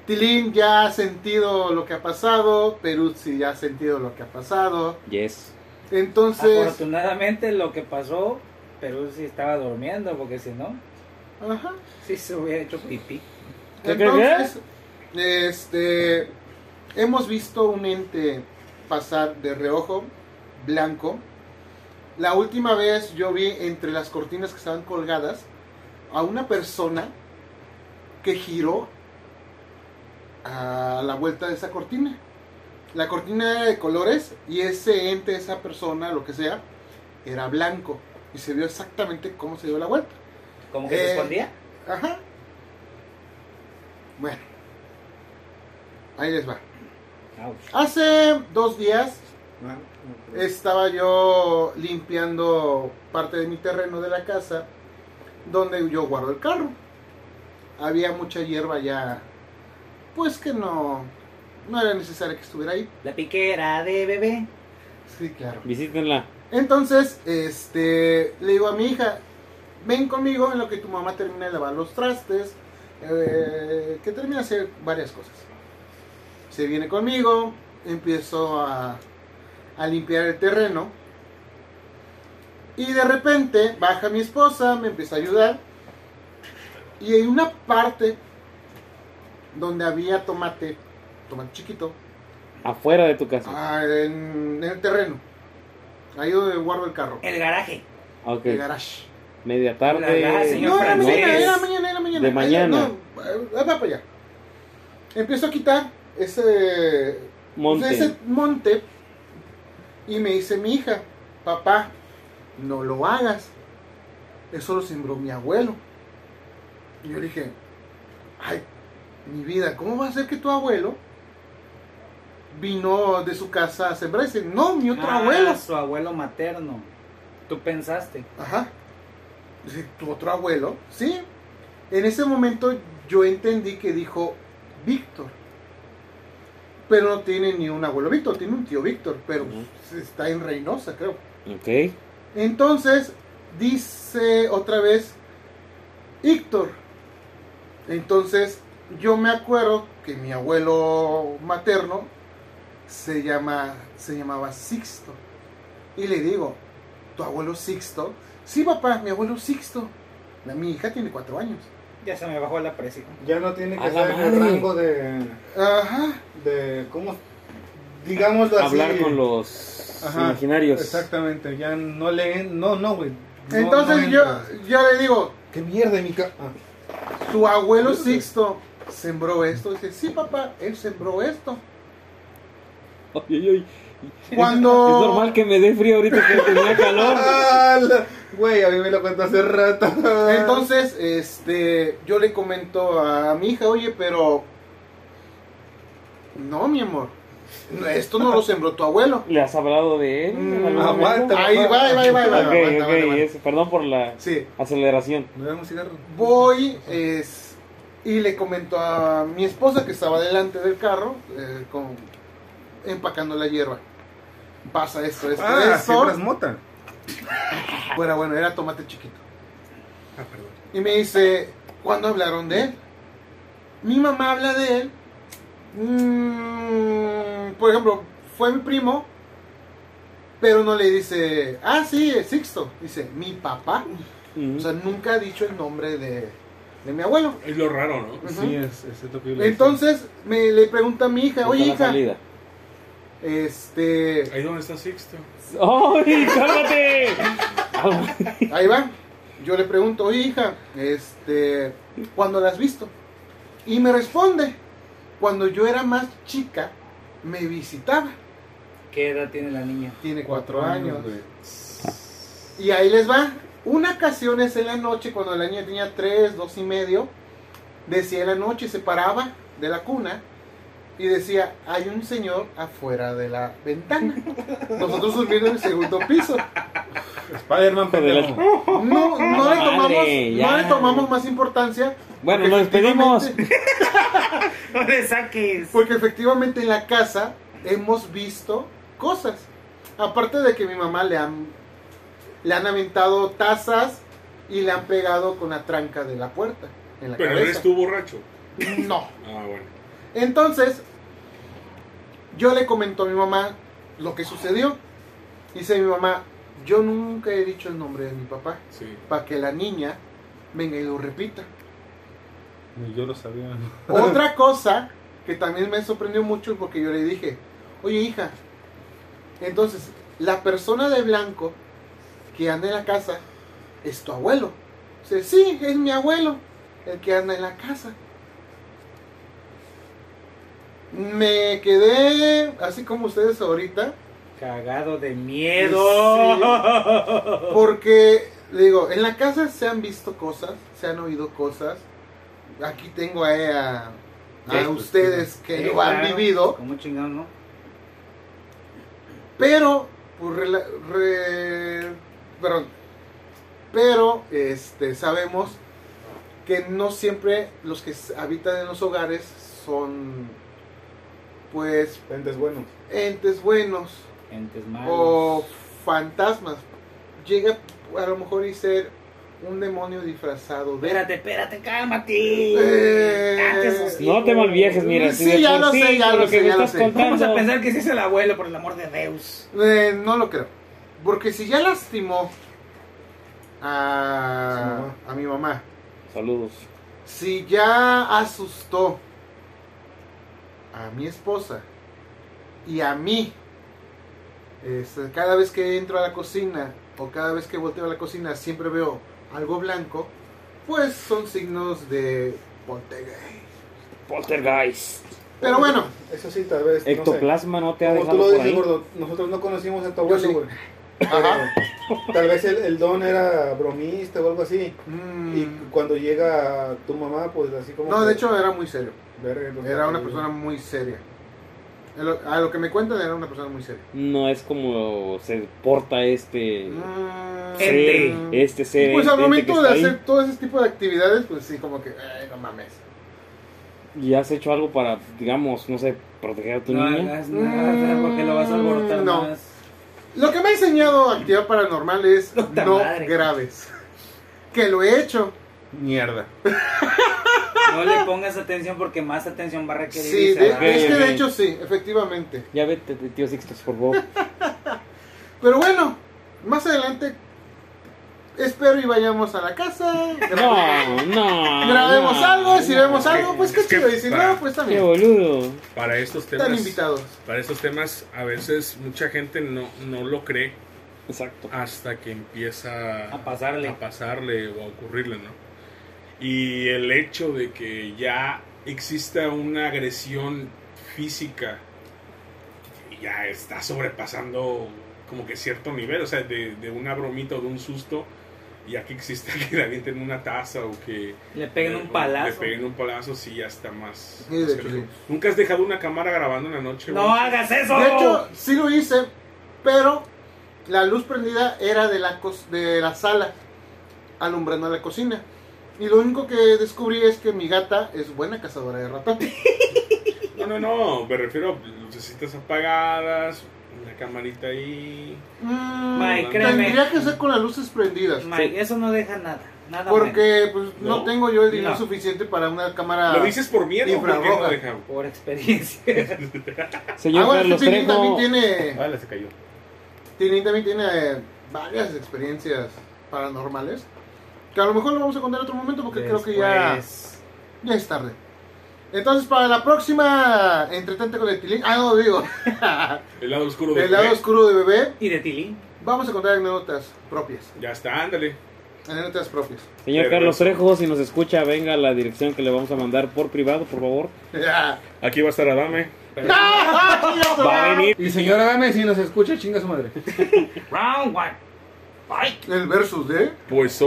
[SPEAKER 4] Tilín ya ha sentido lo que ha pasado, Peruzzi ya ha sentido lo que ha pasado.
[SPEAKER 2] Yes.
[SPEAKER 4] Entonces,
[SPEAKER 8] Afortunadamente lo que pasó, Perú sí estaba durmiendo, porque si no,
[SPEAKER 4] ajá.
[SPEAKER 8] sí se hubiera hecho pipí.
[SPEAKER 2] ¿Qué, qué, qué?
[SPEAKER 4] Entonces, este, hemos visto un ente pasar de reojo blanco. La última vez yo vi entre las cortinas que estaban colgadas a una persona que giró a la vuelta de esa cortina. La cortina era de colores y ese ente, esa persona, lo que sea, era blanco. Y se vio exactamente cómo se dio la vuelta.
[SPEAKER 8] Como que se
[SPEAKER 4] Eh.
[SPEAKER 8] escondía.
[SPEAKER 4] Ajá. Bueno. Ahí les va.
[SPEAKER 8] Ouch.
[SPEAKER 4] Hace dos días
[SPEAKER 5] Ah, no,
[SPEAKER 6] Eh,
[SPEAKER 4] estaba yo limpiando parte de mi terreno de la casa donde yo guardo el carro. Había mucha hierba ya, pues que no, no era necesario que estuviera ahí.
[SPEAKER 8] La piquera de bebé.
[SPEAKER 4] Sí, claro.
[SPEAKER 2] Visítenla.
[SPEAKER 4] Entonces, este, le digo a mi hija, ven conmigo en lo que tu mamá termina de lavar los trastes, eh, que termina de hacer varias cosas. Se viene conmigo, empiezo a, a limpiar el terreno y de repente baja mi esposa, me empieza a ayudar y hay una parte donde había tomate, tomate chiquito,
[SPEAKER 2] Afuera de tu casa.
[SPEAKER 4] ah, en, en el terreno, ahí donde guardo el carro.
[SPEAKER 8] El garaje.
[SPEAKER 2] ok.
[SPEAKER 4] El garage.
[SPEAKER 2] Media tarde.
[SPEAKER 8] La- la señor
[SPEAKER 4] Ah, No, era
[SPEAKER 8] francés.
[SPEAKER 4] mañana, era mañana, era mañana.
[SPEAKER 2] De mañana.
[SPEAKER 4] No, eh, va para allá. Empiezo a quitar ese
[SPEAKER 2] Monte.
[SPEAKER 4] ese monte y me dice mi hija, papá, no lo hagas. Eso lo sembró mi abuelo. Y yo le dije, ay, mi vida, ¿cómo va a ser que tu abuelo vino de su casa a sembrar? Y dice, no, mi otro
[SPEAKER 8] Ah,
[SPEAKER 4] abuelo.
[SPEAKER 8] Su abuelo materno. Tú pensaste.
[SPEAKER 4] Ajá. Dice, ¿tu otro abuelo? Sí. En ese momento yo entendí que dijo Víctor. Pero no tiene ni un abuelo Víctor, tiene un tío Víctor, pero
[SPEAKER 2] Ujú.
[SPEAKER 4] pues, está en Reynosa, creo.
[SPEAKER 2] Ok.
[SPEAKER 4] Entonces, dice otra vez Héctor. Entonces, yo me acuerdo que mi abuelo materno se, llama, se llamaba Sixto. Y le digo, ¿tu abuelo Sixto? Sí, papá, mi abuelo Sixto. La, mi hija tiene cuatro años.
[SPEAKER 1] Ya se me bajó la presión.
[SPEAKER 6] Ya no tiene
[SPEAKER 2] A
[SPEAKER 6] que
[SPEAKER 2] la
[SPEAKER 6] estar en el
[SPEAKER 2] madre.
[SPEAKER 6] rango de,
[SPEAKER 4] Ajá.
[SPEAKER 6] de ¿cómo? Digámoslo así.
[SPEAKER 2] Hablar con los
[SPEAKER 6] Ajá,
[SPEAKER 2] imaginarios.
[SPEAKER 6] Exactamente, ya no leen, no, no, güey. No,
[SPEAKER 4] Entonces
[SPEAKER 6] no
[SPEAKER 4] yo,
[SPEAKER 6] entra.
[SPEAKER 4] yo le digo,
[SPEAKER 6] ¿Qué mierda, mi ca... ah.
[SPEAKER 4] tu abuelo Sixto sembró esto. Dice, sí, papá, él sembró esto.
[SPEAKER 2] Ay, ay, ay.
[SPEAKER 4] Cuando...
[SPEAKER 2] Es normal que me dé frío ahorita que tenía calor.
[SPEAKER 6] Ah, la- Güey, a mí me lo cuento hace rato.
[SPEAKER 4] Entonces, este, yo le comento a mi hija, oye, pero no, mi amor, no, esto no lo sembró tu abuelo.
[SPEAKER 2] ¿Le has hablado de él? en
[SPEAKER 4] Mm,
[SPEAKER 2] algún momento?
[SPEAKER 6] aguanta.
[SPEAKER 4] Ahí va, ahí va, ahí va, ahí va,
[SPEAKER 2] Ah, Ok,
[SPEAKER 4] aguanta,
[SPEAKER 2] ok,
[SPEAKER 4] aguanta, aguanta.
[SPEAKER 2] es- perdón por la
[SPEAKER 4] Sí,
[SPEAKER 2] aceleración.
[SPEAKER 6] ¿Me damos cigarro?
[SPEAKER 4] voy es, y le comento a mi esposa que estaba delante del carro, eh, con, empacando la hierba. Pasa esto, esto,
[SPEAKER 6] Ah,
[SPEAKER 4] esto.
[SPEAKER 5] pues,
[SPEAKER 6] siempre es mota.
[SPEAKER 4] Bueno, bueno, era tomate chiquito.
[SPEAKER 6] Ah, perdón.
[SPEAKER 4] Y me dice, ¿cuándo hablaron de él? Mi mamá habla de él. Mm, por ejemplo, fue mi primo, pero no le dice, ah, sí, es Sixto. Dice, mi papá.
[SPEAKER 2] Mm.
[SPEAKER 4] O sea, nunca ha dicho el nombre de, de mi abuelo.
[SPEAKER 3] Es lo raro, ¿no?
[SPEAKER 4] Ujú.
[SPEAKER 7] Sí, es, es lo que yo le
[SPEAKER 4] Entonces me le pregunta a mi hija,
[SPEAKER 2] Hasta
[SPEAKER 4] oye
[SPEAKER 2] la
[SPEAKER 4] hija,
[SPEAKER 2] salida.
[SPEAKER 4] este,
[SPEAKER 3] Ahí donde está Sixto.
[SPEAKER 2] ¡Ay, cálmate! Ah,
[SPEAKER 4] ahí va. Yo le pregunto, oye hija, este, ¿cuándo la has visto? Y me responde, cuando yo era más chica, me visitaba.
[SPEAKER 1] ¿Qué edad tiene la niña?
[SPEAKER 4] Tiene
[SPEAKER 7] Cuatro
[SPEAKER 4] cuatro años.
[SPEAKER 7] güey.
[SPEAKER 4] Y ahí les va. Una ocasión es en la noche, cuando la niña tenía tres, dos y medio, decía en la noche, se paraba de la cuna y decía, hay un señor afuera de la ventana. Nosotros durmiendo en el segundo piso.
[SPEAKER 6] Spider-Man,
[SPEAKER 2] hijo de la-
[SPEAKER 6] pendejo.
[SPEAKER 4] No, no, le,
[SPEAKER 2] Madre,
[SPEAKER 4] tomamos, no
[SPEAKER 2] ya.
[SPEAKER 4] le tomamos más importancia.
[SPEAKER 2] Bueno,
[SPEAKER 4] porque
[SPEAKER 2] nos despedimos.
[SPEAKER 4] efectivamente-
[SPEAKER 1] No le saques.
[SPEAKER 4] Porque efectivamente en la casa hemos visto cosas. Aparte de que mi mamá le han, le han aventado tazas y le han pegado con la tranca de la puerta. En la
[SPEAKER 3] Pero
[SPEAKER 4] cabeza.
[SPEAKER 3] eres tú borracho.
[SPEAKER 4] No.
[SPEAKER 3] Ah, bueno.
[SPEAKER 4] Entonces, yo le comento a mi mamá lo que sucedió. Dice mi mamá, yo nunca he dicho el nombre de mi papá
[SPEAKER 3] Sí.
[SPEAKER 4] para que la niña venga y lo repita.
[SPEAKER 7] Ni yo lo sabía.
[SPEAKER 4] Otra cosa que también me sorprendió mucho porque yo le dije, oye hija, entonces la persona de blanco que anda en la casa es tu abuelo. Dice, sí, es mi abuelo el que anda en la casa. Me quedé así como ustedes ahorita
[SPEAKER 1] Cagado
[SPEAKER 4] Pues
[SPEAKER 1] de miedo.
[SPEAKER 4] Porque, le digo, en la casa se han visto cosas, se han oído cosas. Aquí tengo a, a, a
[SPEAKER 7] Ya,
[SPEAKER 4] ustedes Pues que
[SPEAKER 1] Sí,
[SPEAKER 4] lo han
[SPEAKER 1] claro.
[SPEAKER 4] vivido,
[SPEAKER 1] ¿Cómo chingados, no?
[SPEAKER 4] pero, pues, rela- re- perdón, pero este, sabemos que no siempre los que s- habitan en los hogares son, pues,
[SPEAKER 6] Pentes buenos.
[SPEAKER 4] entes buenos
[SPEAKER 1] Gentes malos.
[SPEAKER 4] o fantasmas. Llega a lo mejor y ser un demonio disfrazado de...
[SPEAKER 1] Espérate, espérate, cálmate.
[SPEAKER 4] Eh,
[SPEAKER 1] Date esos
[SPEAKER 2] No te malviejes, mira.
[SPEAKER 4] Sí,
[SPEAKER 2] si de
[SPEAKER 4] ya
[SPEAKER 2] por
[SPEAKER 4] lo sé, ya
[SPEAKER 2] con
[SPEAKER 4] lo
[SPEAKER 2] que
[SPEAKER 4] sé,
[SPEAKER 2] me
[SPEAKER 4] ya lo
[SPEAKER 2] estás
[SPEAKER 4] sé.
[SPEAKER 1] Vamos a
[SPEAKER 2] contando.
[SPEAKER 1] pensar que ese es el abuelo, por el amor de Deus.
[SPEAKER 4] Eh, no lo creo. Porque si ya lastimó a, a mi mamá,
[SPEAKER 2] Saludos.
[SPEAKER 4] si ya asustó a mi esposa y a mí, este, cada vez que entro a la cocina o cada vez que volteo a la cocina siempre veo algo blanco, pues son signos de poltergeist.
[SPEAKER 2] Poltergeist.
[SPEAKER 4] Pero bueno,
[SPEAKER 6] Eso sí, tal vez.
[SPEAKER 2] Ectoplasma no te ha
[SPEAKER 6] no sé. Como
[SPEAKER 2] dejado
[SPEAKER 6] tú lo
[SPEAKER 2] por
[SPEAKER 6] dices,
[SPEAKER 2] ahí.
[SPEAKER 6] gordo, nosotros no conocimos a tu
[SPEAKER 4] Yo
[SPEAKER 6] abuelo,
[SPEAKER 4] sí.
[SPEAKER 6] güey.
[SPEAKER 4] ajá.
[SPEAKER 6] Pero Tal vez el, el don era bromista o algo así.
[SPEAKER 4] Mm,
[SPEAKER 6] Y cuando llega tu mamá, pues así como.
[SPEAKER 4] no,
[SPEAKER 6] que-
[SPEAKER 4] de hecho era muy serio.
[SPEAKER 6] Verga, entonces-
[SPEAKER 4] Era una persona muy seria. A lo- A lo que me cuentan era una persona muy seria.
[SPEAKER 2] No es como se porta este.
[SPEAKER 4] Mm,
[SPEAKER 2] ser,
[SPEAKER 1] Ente.
[SPEAKER 2] este ser.
[SPEAKER 4] Pues
[SPEAKER 2] este
[SPEAKER 4] al
[SPEAKER 2] ente que
[SPEAKER 4] momento
[SPEAKER 2] está
[SPEAKER 4] de
[SPEAKER 2] ahí.
[SPEAKER 4] hacer todo ese tipo de actividades, pues sí, como que, "Ay, no mames.
[SPEAKER 2] ¿Y has hecho algo para, digamos, no sé, proteger a tu
[SPEAKER 8] No
[SPEAKER 2] niña?
[SPEAKER 8] hagas nada porque lo vas a alborotar
[SPEAKER 4] Mm, no.
[SPEAKER 8] más.
[SPEAKER 4] Lo que me ha enseñado actividad paranormal es
[SPEAKER 8] Puta
[SPEAKER 4] no
[SPEAKER 8] madre.
[SPEAKER 4] graves. Que lo he hecho.
[SPEAKER 10] Mierda.
[SPEAKER 8] No le pongas atención porque más atención va a requerir.
[SPEAKER 4] Sí,
[SPEAKER 8] y se
[SPEAKER 4] de-
[SPEAKER 8] va.
[SPEAKER 2] Ok,
[SPEAKER 4] es que
[SPEAKER 2] ok.
[SPEAKER 4] de hecho sí, efectivamente.
[SPEAKER 2] Ya vete, tío Sixtos, por favor.
[SPEAKER 4] Pero bueno, más adelante espero y vayamos a la casa.
[SPEAKER 2] No, no.
[SPEAKER 4] grabemos
[SPEAKER 2] no,
[SPEAKER 4] algo, si
[SPEAKER 2] no.
[SPEAKER 4] vemos algo, pues qué
[SPEAKER 3] Es que
[SPEAKER 4] chido. Y si
[SPEAKER 3] para-
[SPEAKER 4] no, pues
[SPEAKER 2] Qué
[SPEAKER 4] también.
[SPEAKER 2] boludo.
[SPEAKER 3] Para estos temas.
[SPEAKER 4] Están invitados.
[SPEAKER 3] Para estos temas, a veces mucha gente no, no lo cree
[SPEAKER 2] Exacto.
[SPEAKER 3] hasta que empieza
[SPEAKER 8] A pasarle.
[SPEAKER 3] a pasarle o a ocurrirle, ¿no? Y el hecho de que ya exista una agresión física ya está sobrepasando como que cierto nivel, o sea, de, de una bromita o de un susto, ya que exista que le avienten una taza o que
[SPEAKER 8] Le peguen un
[SPEAKER 3] le
[SPEAKER 8] palazo.
[SPEAKER 3] peguen un palazo, sí, ya está más.
[SPEAKER 4] Sí, de hecho, sí.
[SPEAKER 3] Nunca has dejado una cámara grabando en la noche.
[SPEAKER 8] No
[SPEAKER 3] güey?
[SPEAKER 8] hagas eso.
[SPEAKER 4] De hecho, sí lo hice, pero la luz prendida era de la, cos- de la sala, alumbrando la cocina. Y lo único que descubrí es que mi gata es buena cazadora de ratones.
[SPEAKER 3] No, no, no, me refiero a lucecitas apagadas, una camarita ahí.
[SPEAKER 4] Mm,
[SPEAKER 8] Mike, créeme.
[SPEAKER 4] tendría que ser con las luces prendidas.
[SPEAKER 8] Mike, eso no deja nada. Nada bueno.
[SPEAKER 4] Porque pues, no,
[SPEAKER 3] No.
[SPEAKER 4] tengo yo el dinero
[SPEAKER 8] No.
[SPEAKER 4] suficiente para una cámara.
[SPEAKER 3] Lo dices por miedo, ¿por qué
[SPEAKER 4] infrarroja.
[SPEAKER 3] no deja?
[SPEAKER 8] Por experiencia.
[SPEAKER 2] Señor
[SPEAKER 4] ah, bueno,
[SPEAKER 2] Carlos
[SPEAKER 4] sí, Tinin
[SPEAKER 2] Trejo.
[SPEAKER 4] también tiene,
[SPEAKER 10] Vale, Ah, se cayó.
[SPEAKER 4] Tinin también tiene eh, varias experiencias paranormales. Que a lo mejor lo vamos a contar en otro momento porque creo que ya,
[SPEAKER 8] Después,
[SPEAKER 4] ya es tarde. Entonces, para la próxima Entretente con el Tilín. Ah, no, digo.
[SPEAKER 3] El lado oscuro de
[SPEAKER 4] el lado oscuro de bebé.
[SPEAKER 8] Y de Tilín.
[SPEAKER 3] Pues este
[SPEAKER 8] eh, pues este, pues